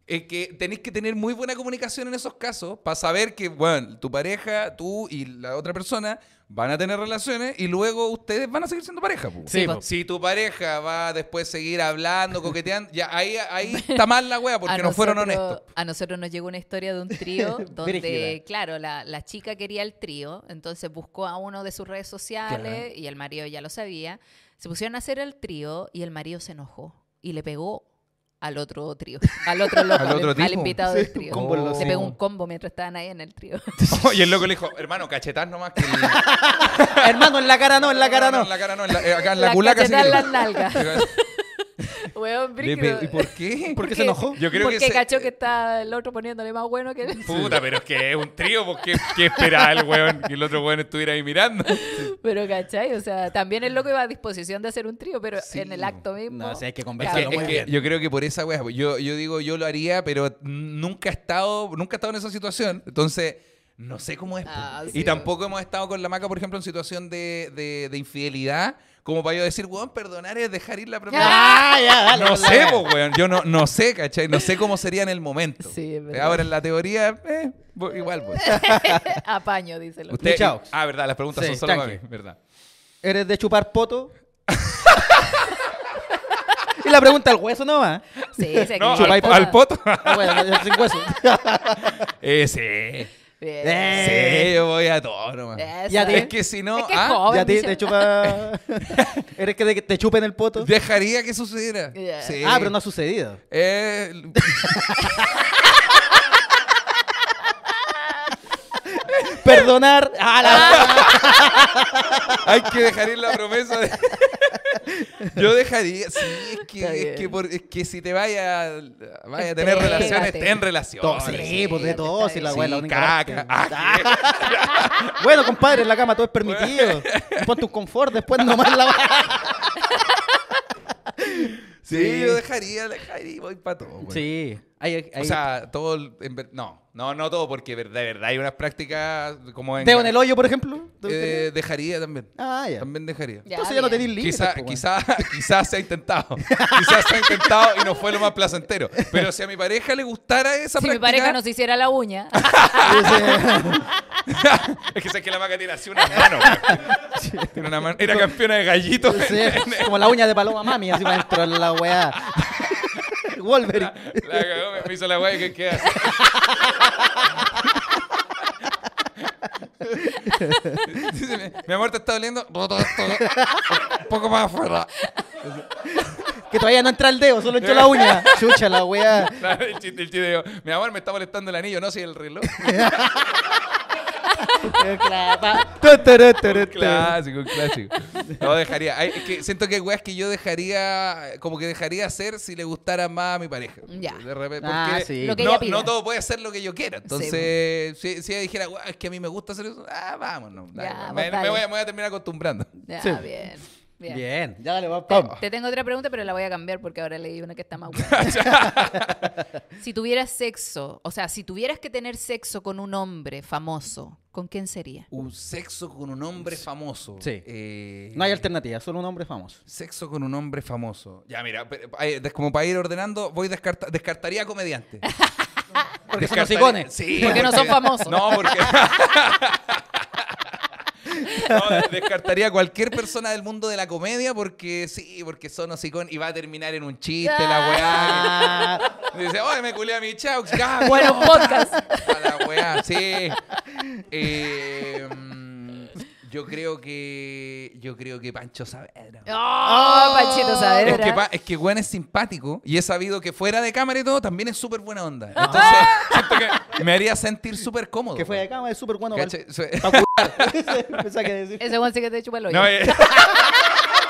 Speaker 3: Es que tenéis que tener muy buena comunicación en esos casos para saber que, bueno, tu pareja, tú y la otra persona van a tener relaciones y luego ustedes van a seguir siendo pareja. po.
Speaker 2: Sí, po.
Speaker 3: si tu pareja va a después seguir hablando, coqueteando, ya ahí, ahí está mal la wea porque
Speaker 2: A
Speaker 3: no fueron
Speaker 2: nosotros-
Speaker 3: honestos.
Speaker 2: A nosotros nos llegó una historia de un trío donde,
Speaker 1: Brígida.
Speaker 2: claro, la, la chica quería el trío, entonces buscó a uno de sus redes sociales y el marido ya lo sabía. Se pusieron a hacer el trío y el marido se enojó y le pegó al otro trío, al otro loco,
Speaker 3: Al otro tipo.
Speaker 2: invitado
Speaker 1: Sí,
Speaker 2: del trío.
Speaker 1: combo en los
Speaker 2: le pegó un
Speaker 1: cinco.
Speaker 2: combo mientras estaban ahí en el trío.
Speaker 3: y el loco le dijo, hermano, cachetás nomás. Que el-
Speaker 1: Hermano, en la
Speaker 2: Ah,
Speaker 1: cara no, en la cara no.
Speaker 3: En la cara no, en la- eh, acá en la,
Speaker 2: La
Speaker 3: culaca sí
Speaker 2: cachetada en
Speaker 3: que-
Speaker 2: las nalgas. Weón,
Speaker 3: Le
Speaker 2: brígido.
Speaker 3: pe- ¿Y por qué?
Speaker 1: ¿Por qué se enojó?
Speaker 3: Yo creo que
Speaker 2: Porque
Speaker 3: se-
Speaker 2: cachó que está el otro poniéndole más bueno que él.
Speaker 3: Puta, pero es que es un trío, porque qué esperaba el weón que el otro weón estuviera ahí mirando?
Speaker 2: Pero, ¿cachai? O sea, también el loco iba a disposición de hacer un trío, pero
Speaker 3: Sí,
Speaker 2: en el acto mismo.
Speaker 1: No, sí, hay que
Speaker 3: Es que,
Speaker 1: conversarlo
Speaker 3: es
Speaker 1: muy
Speaker 3: que
Speaker 1: bien.
Speaker 3: yo creo que por esa wea, yo, yo digo, yo lo haría, pero nunca he estado, nunca he estado en esa situación. Entonces, no sé cómo es. po.
Speaker 2: Ah,
Speaker 3: y
Speaker 2: sí,
Speaker 3: tampoco hemos estado con la maca, por ejemplo, en situación de, de- de infidelidad, como para yo decir, weón, perdonar es dejar ir la propia.
Speaker 1: Ah, ya, dale,
Speaker 3: No
Speaker 1: dale,
Speaker 3: sé,
Speaker 1: dale.
Speaker 3: po, weón. Yo no, no sé, ¿cachai? No sé cómo sería en el momento.
Speaker 2: Sí, es verdad.
Speaker 3: Ahora, en la teoría, eh, bo- igual, pues.
Speaker 2: Apaño, dice el otro.
Speaker 3: Usted,
Speaker 1: Chao.
Speaker 3: Ah, verdad, las preguntas
Speaker 1: Sí,
Speaker 3: son solo para
Speaker 1: tranqui.
Speaker 3: mí, verdad.
Speaker 1: ¿Eres de chupar poto? y la pregunta al hueso no va.
Speaker 2: Sí, se
Speaker 3: No,
Speaker 2: chupa
Speaker 3: al,
Speaker 2: y
Speaker 3: al
Speaker 2: pota.
Speaker 3: poto.
Speaker 1: Ah, bueno, sin hueso.
Speaker 3: Eh, sí.
Speaker 2: Bien.
Speaker 1: Eh.
Speaker 3: Sí, yo voy a todo nomás.
Speaker 2: Eso.
Speaker 1: Ya
Speaker 3: Es que si no,
Speaker 2: Es que es
Speaker 3: ah,
Speaker 2: joven,
Speaker 1: Ya te,
Speaker 2: dice-
Speaker 1: te chupa. ¿Eres que te, te chupen el poto?
Speaker 3: dejaría que sucediera.
Speaker 2: Ya.
Speaker 3: Sí.
Speaker 1: Ah, pero no ha sucedido.
Speaker 3: Eh,
Speaker 1: Perdonar. Ah, la-
Speaker 3: hay que dejar ir la promesa. de- Yo dejaría, sí, es
Speaker 2: Está
Speaker 3: que, es que,
Speaker 2: bien.
Speaker 3: por- es que si te vaya, vaya a tener
Speaker 2: Entrégate.
Speaker 3: relaciones, ten
Speaker 1: To-
Speaker 3: relaciones.
Speaker 1: sí, pues de
Speaker 2: sí,
Speaker 1: todo, si la
Speaker 2: sí,
Speaker 1: weá es la
Speaker 3: Sí,
Speaker 1: única
Speaker 3: caca.
Speaker 1: parte.
Speaker 3: Ah,
Speaker 1: Bueno, compadre, en la cama todo es permitido. Pon tu confort, después nomás la weá.
Speaker 3: sí,
Speaker 1: Sí.
Speaker 3: yo dejaría, dejaría, voy para todo. güey.
Speaker 1: Sí. Hay, hay-
Speaker 3: O sea, todo. el- en ver- no, no, no todo, porque ver- de verdad hay unas prácticas como.
Speaker 1: ¿Dedo en el hoyo, por ejemplo?
Speaker 3: Eh, dejaría también.
Speaker 1: ah, ya.
Speaker 3: También dejaría.
Speaker 2: Ya,
Speaker 1: Entonces ya no
Speaker 2: bien.
Speaker 1: tenéis límites. pues,
Speaker 3: Quizá,
Speaker 1: po, weón.
Speaker 3: quizá, quizás se ha intentado. quizás se ha intentado y no fue lo más placentero. Pero si a mi pareja le gustara esa
Speaker 2: Si mi
Speaker 3: práctica.
Speaker 2: pareja nos hiciera la uña.
Speaker 3: es que sé que la maca tiene así una mano. güey. Tiene una mano- Era campeona de gallitos.
Speaker 1: Sí, es como la uña de paloma mami, así para dentro de la weá. Wolverine.
Speaker 3: La cagó, me hizo la guay que queda así. Dice, "Mi- Mi amor, te está doliendo. Roto esto. Un poco más afuera.
Speaker 1: Que todavía no entra el dedo, solo entró la uña. Chucha, la weá.
Speaker 3: Claro, el chiste, el chiste. digo, Mi amor, me está molestando el anillo, no si el reloj. Un clásico, un clásico. No dejaría. Ay, es que siento que hay weas que yo dejaría, como que dejaría hacer si le gustara más a mi pareja.
Speaker 2: Ya.
Speaker 3: De repente,
Speaker 1: Ah,
Speaker 3: porque
Speaker 1: sí.
Speaker 2: Lo que
Speaker 3: no,
Speaker 2: ella pida.
Speaker 3: no todo puede ser lo que yo quiera. Entonces, si, si ella dijera, "Guau, es que a mí me gusta hacer eso, ah, vámonos. dale,
Speaker 2: Ya, vos
Speaker 3: weón. me, me
Speaker 2: dale.
Speaker 3: voy, a- me voy a terminar acostumbrando.
Speaker 2: Ya,
Speaker 1: Sí.
Speaker 2: bien. Bien.
Speaker 1: Bien, ya dale, va,
Speaker 2: Te,
Speaker 1: pam.
Speaker 2: te tengo otra pregunta, pero la voy a cambiar porque ahora leí una que está más buena. si tuvieras sexo, o sea, si tuvieras que tener sexo con un hombre famoso, ¿con quién sería?
Speaker 3: Un sexo con un hombre famoso.
Speaker 1: Sí.
Speaker 3: Eh,
Speaker 1: No hay alternativa, solo un hombre famoso.
Speaker 3: Sexo con un hombre famoso. Ya, mira, pe- eh, ay, des- como para ir ordenando, voy descarta- descartaría comediante.
Speaker 1: Porque son
Speaker 3: Descartaría-
Speaker 1: hocicones.
Speaker 3: Sí.
Speaker 2: Porque no son famosos.
Speaker 3: No, porque... No, de- descartaría a cualquier persona del mundo de la comedia porque sí, porque son hocicones y va a terminar en un chiste la weá.
Speaker 1: Ah,
Speaker 3: Dice, oye, me culé a mi chaux. Ah,
Speaker 2: Bueno,
Speaker 3: no.
Speaker 2: podcast.
Speaker 3: A la weá, sí. Eh, mm, yo creo que... Yo creo que Pancho Saavedra.
Speaker 2: ¡Oh, Panchito Saavedra!
Speaker 1: Eh,
Speaker 3: Es que, pa- es que weón es simpático y he sabido que fuera de cámara y todo también es súper buena onda.
Speaker 1: Ah.
Speaker 3: Entonces, siento que me haría sentir súper cómodo.
Speaker 1: que fue de
Speaker 3: weón.
Speaker 1: cama, es súper bueno. Para
Speaker 3: ¿Cachai? Soy-
Speaker 1: Pensaba que decir.
Speaker 2: Ese one sí que te chupa el hoyo.
Speaker 3: No, eh,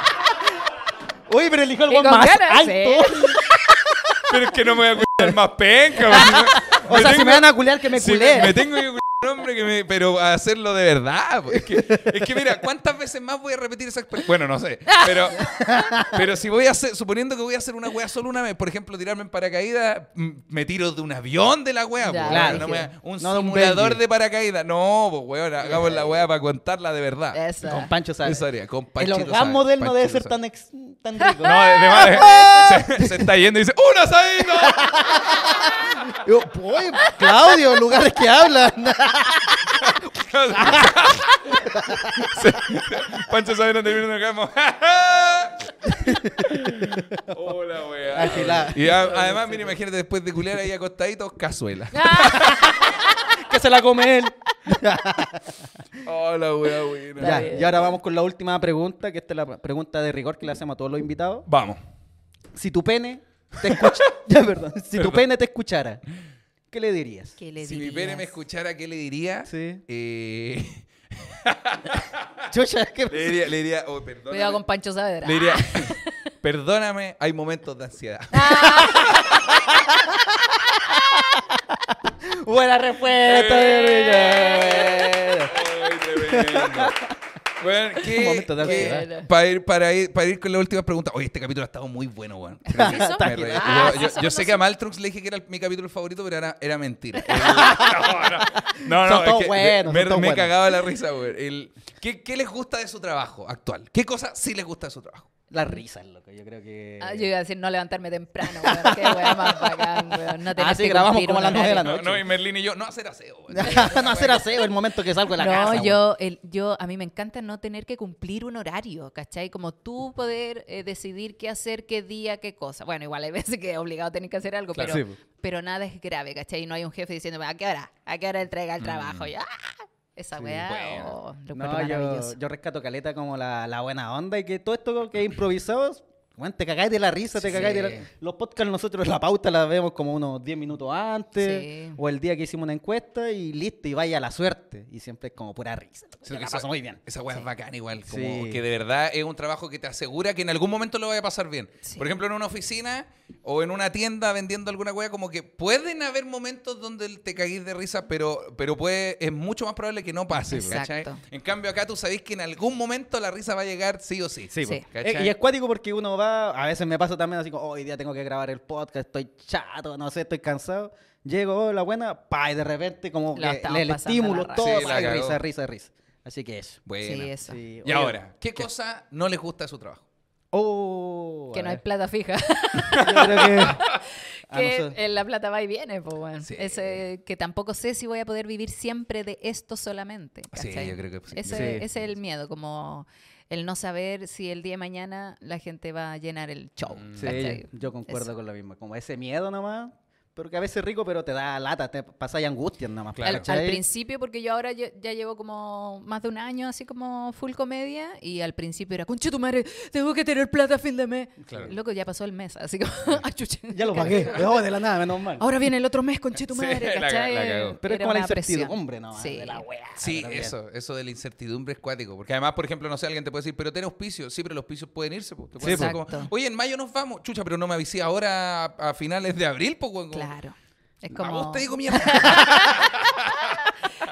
Speaker 1: Uy, pero eligió el
Speaker 2: Y
Speaker 1: weón
Speaker 2: con
Speaker 1: más
Speaker 2: ganas,
Speaker 1: alto.
Speaker 2: eh.
Speaker 3: pero es que no me voy a cuidar más penca. weón.
Speaker 1: O sea, si
Speaker 3: tengo-
Speaker 1: me van a culear, que me
Speaker 3: si
Speaker 1: culé.
Speaker 3: me tengo que cuidar un hombre que me, pero hacerlo de verdad. po. Es que, es que mira, ¿cuántas veces más voy a repetir esa experiencia? Bueno, no sé. Pero, pero si voy a hacer, suponiendo que voy a hacer una wea solo una vez, por ejemplo, tirarme en paracaídas, m- me tiro de un avión de la wea. po,
Speaker 2: Ya,
Speaker 3: weón.
Speaker 1: Claro.
Speaker 3: Una wea- un
Speaker 1: No de un
Speaker 3: simulador
Speaker 1: Benji.
Speaker 3: de paracaídas. No, pues weón, hagamos la wea para contarla de verdad.
Speaker 2: Esa.
Speaker 1: Con Pancho Saavedra.
Speaker 3: Eso haría, con
Speaker 1: El
Speaker 3: Panchito
Speaker 1: orgasmo
Speaker 3: Saavedra,
Speaker 1: de él no debe ser
Speaker 3: Panchito Saavedra.
Speaker 1: tan, ex- tan rico. eh.
Speaker 3: No, de, de madre. se, se está yendo y dice, ¡Un asadito!
Speaker 1: Yo, "Oye, Claudio, lugares que hablan.
Speaker 3: Se- Pancho Saavedra termina en el orgasmo. Hola, weá.
Speaker 1: Agilada.
Speaker 3: Y a- además, mira, imagínate después de culear ahí acostaditos, cazuela.
Speaker 1: que se la come él.
Speaker 3: Hola, weá, buena.
Speaker 1: Ya,
Speaker 2: bien.
Speaker 1: y ahora vamos con la última pregunta, que esta es la pregunta de rigor que le hacemos a todos los invitados.
Speaker 3: Vamos.
Speaker 1: Si tu pene te escuchara, ya, perdón. Si tu pene te escuchara, ¿qué le dirías?
Speaker 2: ¿Qué le
Speaker 3: si mi
Speaker 2: dirías?
Speaker 3: pene me escuchara, ¿qué le diría?
Speaker 1: Sí.
Speaker 3: Eh,
Speaker 1: Chucha, ¿qué
Speaker 3: le diría, le diría, oh, perdóname.
Speaker 2: Cuidado con Pancho Saavedra.
Speaker 3: Le diría, perdóname, hay momentos de ansiedad.
Speaker 1: Buena respuesta,
Speaker 3: Eh.
Speaker 1: Guerrilla.
Speaker 3: Ay, tremendo. Bueno, ¿qué-
Speaker 1: Un momento de
Speaker 3: qué-
Speaker 2: ansiedad.
Speaker 3: para, ir, para, ir, para ir con la última pregunta. Oye, este capítulo ha estado muy bueno, weón. Creo que
Speaker 2: ¿Sí son?
Speaker 3: me reí.
Speaker 2: Ah,
Speaker 3: yo
Speaker 2: sí
Speaker 3: yo-
Speaker 2: son,
Speaker 3: yo
Speaker 2: no
Speaker 3: sé que
Speaker 2: son.
Speaker 3: a Maltrux le dije que era el- mi capítulo favorito, pero era, era mentira. El- no, no, no.
Speaker 1: Son
Speaker 3: es
Speaker 1: todos
Speaker 3: que
Speaker 1: buenos,
Speaker 3: Me,
Speaker 1: son todos
Speaker 3: me
Speaker 1: buenos.
Speaker 3: cagaba la risa, weón. El- ¿qué, ¿Qué les gusta de su trabajo actual? ¿Qué cosa sí les gusta de su trabajo?
Speaker 1: Las risas, loco. Yo creo que.
Speaker 2: Ah, yo iba a decir no levantarme temprano, weón. Qué weón más bacán, weón. No tenés
Speaker 1: Ah, sí,
Speaker 2: que
Speaker 1: grabamos
Speaker 2: cumplir
Speaker 1: como
Speaker 2: un
Speaker 1: a las nueve de la
Speaker 2: horario.
Speaker 3: No,
Speaker 1: noche.
Speaker 3: no, y Merlín y yo, no hacer aseo. güey.
Speaker 1: no hacer aseo el momento que salgo de la casa.
Speaker 2: No,
Speaker 1: weón.
Speaker 2: yo, el, yo, a mí me encanta no tener que cumplir un horario, ¿cachai? Como tú poder eh, decidir qué hacer, qué día, qué cosa. Bueno, igual hay veces que obligado tenés que hacer algo,
Speaker 3: Claro.
Speaker 2: pero,
Speaker 1: Sí, pues.
Speaker 2: pero nada es grave, ¿cachai? Y no hay un jefe diciéndome, ¿a qué hora? ¿A qué hora entrega el trabajo? Y, ¡ah! Esa weá,
Speaker 3: Bueno.
Speaker 2: oh, lo
Speaker 1: Mm. No,
Speaker 2: encuentro
Speaker 1: yo,
Speaker 2: maravilloso.
Speaker 1: yo rescato caleta como la, la buena onda y que todo esto que improvisados, weón, te cagáis de la risa, te
Speaker 3: Sí.
Speaker 1: cagáis de la... Los podcasts nosotros la pauta la vemos como unos 10 minutos antes
Speaker 2: Sí.
Speaker 1: o el día que hicimos una encuesta y listo, y vaya a la suerte. Y siempre es como pura risa. Yo
Speaker 3: Sí,
Speaker 1: la
Speaker 3: esa-
Speaker 1: paso muy bien.
Speaker 3: Esa weá es bacán igual, como
Speaker 1: Sí.
Speaker 3: que de verdad es un trabajo que te asegura que en algún momento lo vaya a pasar bien.
Speaker 2: Sí.
Speaker 3: Por ejemplo, en una oficina o en una tienda vendiendo alguna weá, como que pueden haber momentos donde te caguís de risa, pero, pero puede, es mucho más probable que no pase.
Speaker 2: Sí,
Speaker 3: ¿cachai?
Speaker 2: exacto.
Speaker 3: En cambio, acá tú sabés que en algún momento la risa va a llegar sí o sí.
Speaker 2: Sí.
Speaker 1: pues.
Speaker 3: ¿Cachai?
Speaker 1: Eh, y es cuático porque uno va, a veces me pasa también así como, "Oh, hoy día tengo que grabar el podcast, estoy chato, no sé, estoy cansado. Llego, oh, la buena, pa, y de repente como
Speaker 2: La
Speaker 1: que
Speaker 2: estamos
Speaker 1: le- el
Speaker 2: pasando
Speaker 1: estímulo,
Speaker 2: la raja.
Speaker 1: todo,
Speaker 3: Sí,
Speaker 1: pa,
Speaker 3: la
Speaker 1: y
Speaker 3: cagó.
Speaker 1: risa, risa, risa. Así que eso.
Speaker 3: Buena.
Speaker 2: Sí, eso.
Speaker 1: Sí,
Speaker 3: Y
Speaker 1: oye,
Speaker 3: ahora, ¿qué, cosa no les gusta de su trabajo?
Speaker 1: Oh,
Speaker 2: que
Speaker 1: a
Speaker 2: no hay
Speaker 1: ver.
Speaker 2: plata fija.
Speaker 1: Yo creo que. Ah, a
Speaker 2: que
Speaker 1: nosotros-
Speaker 2: en la plata va y viene, pues bueno.
Speaker 3: Ah, Sí.
Speaker 2: Ese, que tampoco sé si voy a poder vivir siempre de esto solamente.
Speaker 3: Sí,
Speaker 2: ¿cachai?
Speaker 3: yo creo que sí.
Speaker 2: Ese,
Speaker 1: Sí.
Speaker 2: ese es el miedo, como el no saber si el día de mañana la gente va a llenar el show.
Speaker 3: Mm.
Speaker 1: Sí,
Speaker 2: ¿cachai?
Speaker 1: yo, yo concuerdo
Speaker 2: Eso.
Speaker 1: con lo mismo. Como ese miedo nomás, pero que a veces es rico, pero te da lata, te pasáis angustias nomás.
Speaker 3: Claro.
Speaker 2: Al, al
Speaker 1: ¿cachai?
Speaker 2: principio, porque yo ahora lle- ya llevo como más de un año así como full comedia y al principio era, conche tu madre, tengo que tener plata a fin de mes.
Speaker 3: Claro.
Speaker 2: Loco, ya pasó el mes, así como, "Ah, chucha".
Speaker 1: Ya lo pagué, oh, de la nada, menos mal.
Speaker 2: Ahora viene el otro mes, conche tu
Speaker 3: Sí,
Speaker 2: madre,
Speaker 3: la ca-
Speaker 2: ¿cachai?
Speaker 3: la cagó.
Speaker 1: pero es
Speaker 2: Era
Speaker 1: como la
Speaker 2: una presión.
Speaker 1: incertidumbre nomás.
Speaker 2: Sí.
Speaker 1: De la weá,
Speaker 3: Sí,
Speaker 1: también.
Speaker 3: eso, eso de la incertidumbre es cuático. Porque además, por ejemplo, no sé, alguien te puede decir, pero tiene auspicio. Sí, pero los auspicios pueden irse. po. Te pueden
Speaker 2: po.
Speaker 3: decir como,
Speaker 2: Exacto.
Speaker 3: Oye, en mayo nos vamos. Chucha, pero no me avisé ahora a, a finales de abril, po, weón. Como,
Speaker 2: Claro. Es
Speaker 3: A vos
Speaker 2: como
Speaker 3: te digo mierda.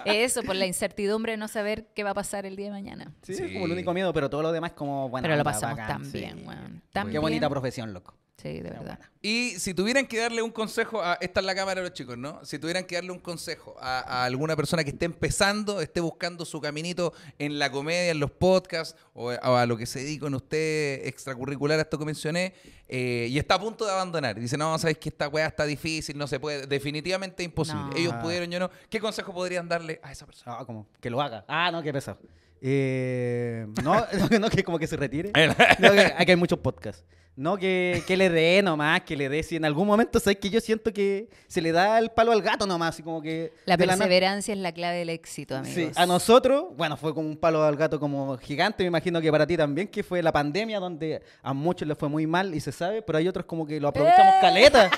Speaker 2: eso, por la incertidumbre de no saber qué va a pasar el día de mañana.
Speaker 1: Sí, es como
Speaker 3: Sí.
Speaker 1: el único miedo, pero todo lo demás como bueno.
Speaker 2: Pero lo pasamos tan bien, weón. Tan
Speaker 1: Qué
Speaker 2: bien.
Speaker 1: bonita profesión, loco.
Speaker 2: Sí, de verdad.
Speaker 3: y si tuvieran que darle un consejo a. Esta es la cámara de los chicos, ¿no? Si tuvieran que darle un consejo a, a alguna persona que esté empezando, esté buscando su caminito en la comedia, en los podcasts o, o a lo que se dedican ustedes extracurricular, a esto que mencioné, eh, y está a punto de abandonar. Dice, no, sabes que esta weá está difícil, no se puede. Definitivamente imposible.
Speaker 2: No.
Speaker 3: Ellos
Speaker 1: Ah.
Speaker 3: pudieron, yo no. ¿Qué consejo podrían darle a esa persona?
Speaker 1: Ah, como que lo haga. Ah, no, qué pesado. Eh, no, no, que como que se retire. No, que- aquí hay muchos podcasts. No, que, que le dé nomás, que le dé. Si en algún momento, ¿sabes que Yo siento que se le da el palo al gato nomás, así como que...
Speaker 2: La
Speaker 1: de nada-
Speaker 2: perseverancia es la clave del éxito, amigos.
Speaker 1: Sí, a nosotros, bueno, fue como un palo al gato como gigante, me imagino que para ti también, que fue la pandemia donde a muchos les fue muy mal y se sabe, pero hay otros como que lo
Speaker 2: Eh.
Speaker 1: aprovechamos caleta,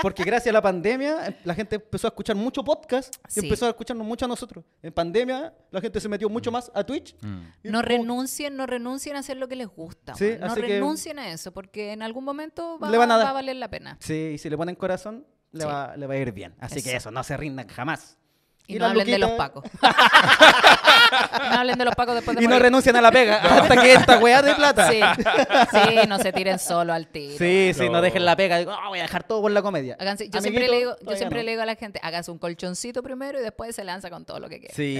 Speaker 1: porque gracias a la pandemia eh, la gente empezó a escuchar mucho podcast y
Speaker 2: Sí.
Speaker 1: empezó a escucharnos mucho a nosotros. En pandemia la gente se metió
Speaker 2: Mm.
Speaker 1: mucho más a Twitch. Y
Speaker 2: No
Speaker 1: es como-
Speaker 2: renuncien, no renuncien a hacer lo que les gusta.
Speaker 1: Sí,
Speaker 2: weón. no
Speaker 1: así que-
Speaker 2: renuncien a eso, porque en algún momento va,
Speaker 1: Le van a dar.
Speaker 2: va a valer la pena.
Speaker 1: Sí, y si le ponen corazón, le,
Speaker 2: Sí.
Speaker 1: va, le va a ir bien. Así que
Speaker 2: Eso.
Speaker 1: eso, no se rindan jamás.
Speaker 2: Y,
Speaker 1: Y
Speaker 2: no
Speaker 1: la
Speaker 2: hablen de
Speaker 1: Luquita-
Speaker 2: los pacos. no hablen de los pacos después de
Speaker 1: Y no
Speaker 2: morir.
Speaker 1: renuncian a la pega hasta que esta weá de plata.
Speaker 2: Sí. sí, no se tiren solo al tiro.
Speaker 1: Sí, sí, no,
Speaker 3: No.
Speaker 1: dejen la pega. Digo, "Ah, voy a dejar todo por la comedia.
Speaker 2: Háganse- yo siempre,
Speaker 1: Amiguito,
Speaker 2: le digo, yo
Speaker 1: todavía
Speaker 2: siempre
Speaker 1: no.
Speaker 2: le digo a la gente, hagas un colchoncito primero y después se lanza con todo lo que quiera.
Speaker 1: Sí.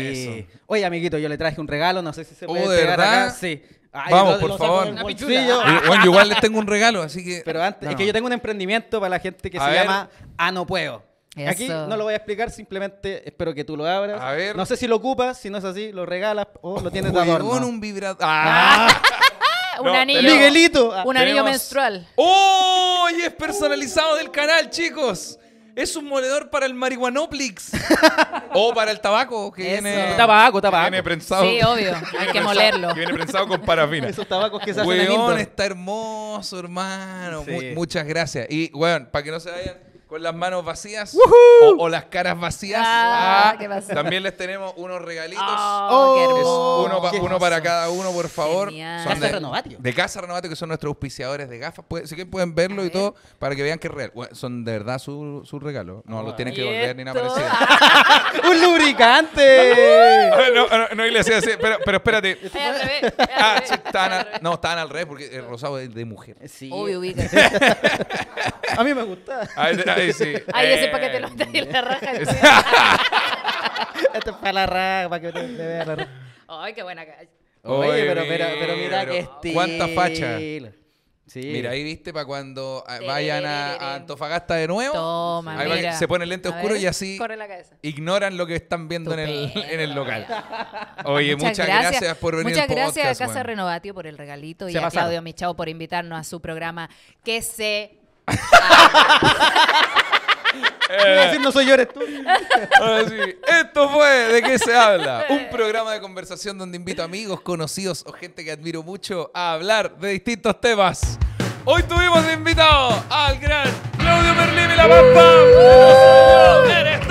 Speaker 3: Eso.
Speaker 1: Oye, amiguito, yo le traje un regalo. No sé si se
Speaker 3: Oh,
Speaker 1: puede
Speaker 3: ¿de
Speaker 1: pegar
Speaker 3: verdad?
Speaker 1: acá. Sí. Ay,
Speaker 3: Vamos,
Speaker 1: lo-
Speaker 3: por
Speaker 1: lo saco
Speaker 3: favor.
Speaker 1: del
Speaker 3: Una
Speaker 1: bolsillo. Ah,
Speaker 3: Eh, bueno, yo igual les tengo un regalo, así que.
Speaker 1: Pero antes,
Speaker 3: No.
Speaker 1: es que yo tengo un emprendimiento para la gente que
Speaker 3: A
Speaker 1: se
Speaker 3: ver.
Speaker 1: llama Ah, no puedo.
Speaker 2: Eso.
Speaker 1: Aquí no lo voy a explicar, simplemente espero que tú lo abras.
Speaker 3: A ver.
Speaker 1: No sé si lo ocupas, si no es así, lo regalas o lo tienes de
Speaker 3: Huevón,
Speaker 1: adorno.
Speaker 3: un vibrador. ¡Ah!
Speaker 2: Un
Speaker 3: No,
Speaker 2: anillo.
Speaker 3: tenemos-
Speaker 1: Miguelito. Ah,
Speaker 2: Un anillo
Speaker 3: Tenemos-
Speaker 2: menstrual.
Speaker 3: ¡Oh! Y es personalizado del canal, chicos. Es un moledor para el marihuanoplix. o para el tabaco que
Speaker 2: Eso.
Speaker 3: viene.
Speaker 1: Tabaco,
Speaker 3: que
Speaker 1: tabaco.
Speaker 3: Viene prensado.
Speaker 2: Sí, obvio.
Speaker 3: que
Speaker 2: Hay que
Speaker 3: viene prensado-
Speaker 2: molerlo.
Speaker 3: que viene prensado con parafina.
Speaker 1: Esos tabacos que se hacen en
Speaker 3: Weón,
Speaker 1: indoor.
Speaker 3: está hermoso, hermano.
Speaker 1: Sí.
Speaker 3: Mu- muchas gracias. Y, weón, para que no se vayan con las manos vacías o, o las caras vacías,
Speaker 2: Ah, ¿qué pasó?
Speaker 3: también les tenemos unos regalitos.
Speaker 2: Oh,
Speaker 1: Oh,
Speaker 2: qué
Speaker 3: Es
Speaker 2: hermoso.
Speaker 3: uno, pa-
Speaker 1: qué
Speaker 3: uno para cada uno, por favor.
Speaker 2: Genial.
Speaker 1: Casa Renovatio.
Speaker 3: De Casa Renovatio, que son nuestros auspiciadores de gafas. Pueden- si que pueden verlo
Speaker 2: A
Speaker 3: y
Speaker 2: ver.
Speaker 3: todo, para que vean que es real. Bueno, son de verdad su, su regalo. No los tienen que
Speaker 2: ¿Y
Speaker 3: volver ni nada
Speaker 2: esto?
Speaker 3: parecido.
Speaker 1: ¡Un lubricante!
Speaker 3: Ah, no, no, no, y le hacía así, pero, pero espérate.
Speaker 2: Ay, al revés, ay, al
Speaker 3: Ah,
Speaker 2: revés,
Speaker 3: sí, estaban
Speaker 2: ay, al
Speaker 3: al-
Speaker 2: revés.
Speaker 3: no, estaban al revés porque el rosado es de mujer.
Speaker 1: Sí.
Speaker 2: Obvio, ubica.
Speaker 1: A mí me gusta.
Speaker 3: Ahí, ahí sí.
Speaker 2: Ahí ese
Speaker 3: Eh,
Speaker 2: paquete lo trae en la raja. el
Speaker 3: es-
Speaker 2: culo.
Speaker 1: Esto es para la raja, para que te, te vea la raja.
Speaker 2: Ay, qué buena calle.
Speaker 1: Oye,
Speaker 3: Oye,
Speaker 1: pero, pero, pero mira
Speaker 3: pero
Speaker 1: que estilo.
Speaker 3: cuánta facha.
Speaker 1: Sí.
Speaker 3: Mira, ahí viste para cuando ah, vayan a, a Antofagasta de nuevo.
Speaker 2: Toma,
Speaker 3: ahí va que
Speaker 2: mira.
Speaker 3: se pone el lente
Speaker 2: A
Speaker 3: oscuro
Speaker 2: ver,
Speaker 3: y así
Speaker 2: Corre la cabeza.
Speaker 3: ignoran lo que están viendo en el,
Speaker 2: Estupendo.
Speaker 3: en el local. Oye, muchas, gracias. por venir
Speaker 2: Muchas
Speaker 3: al podcast,
Speaker 2: gracias a Casa
Speaker 3: weón.
Speaker 2: Renovatio por el regalito y
Speaker 3: Se
Speaker 2: a
Speaker 3: pasaron.
Speaker 2: Claudio Michao por invitarnos a su programa que se...
Speaker 1: Iba a decir, no soy yo, eres tú.
Speaker 3: Ahora Ah, sí, esto fue ¿De qué se habla? Un programa de conversación donde invito amigos, conocidos o gente que admiro mucho a hablar de distintos temas. Hoy tuvimos de invitado al gran Claudio Merlín y la Pampa. ¡Eres tú!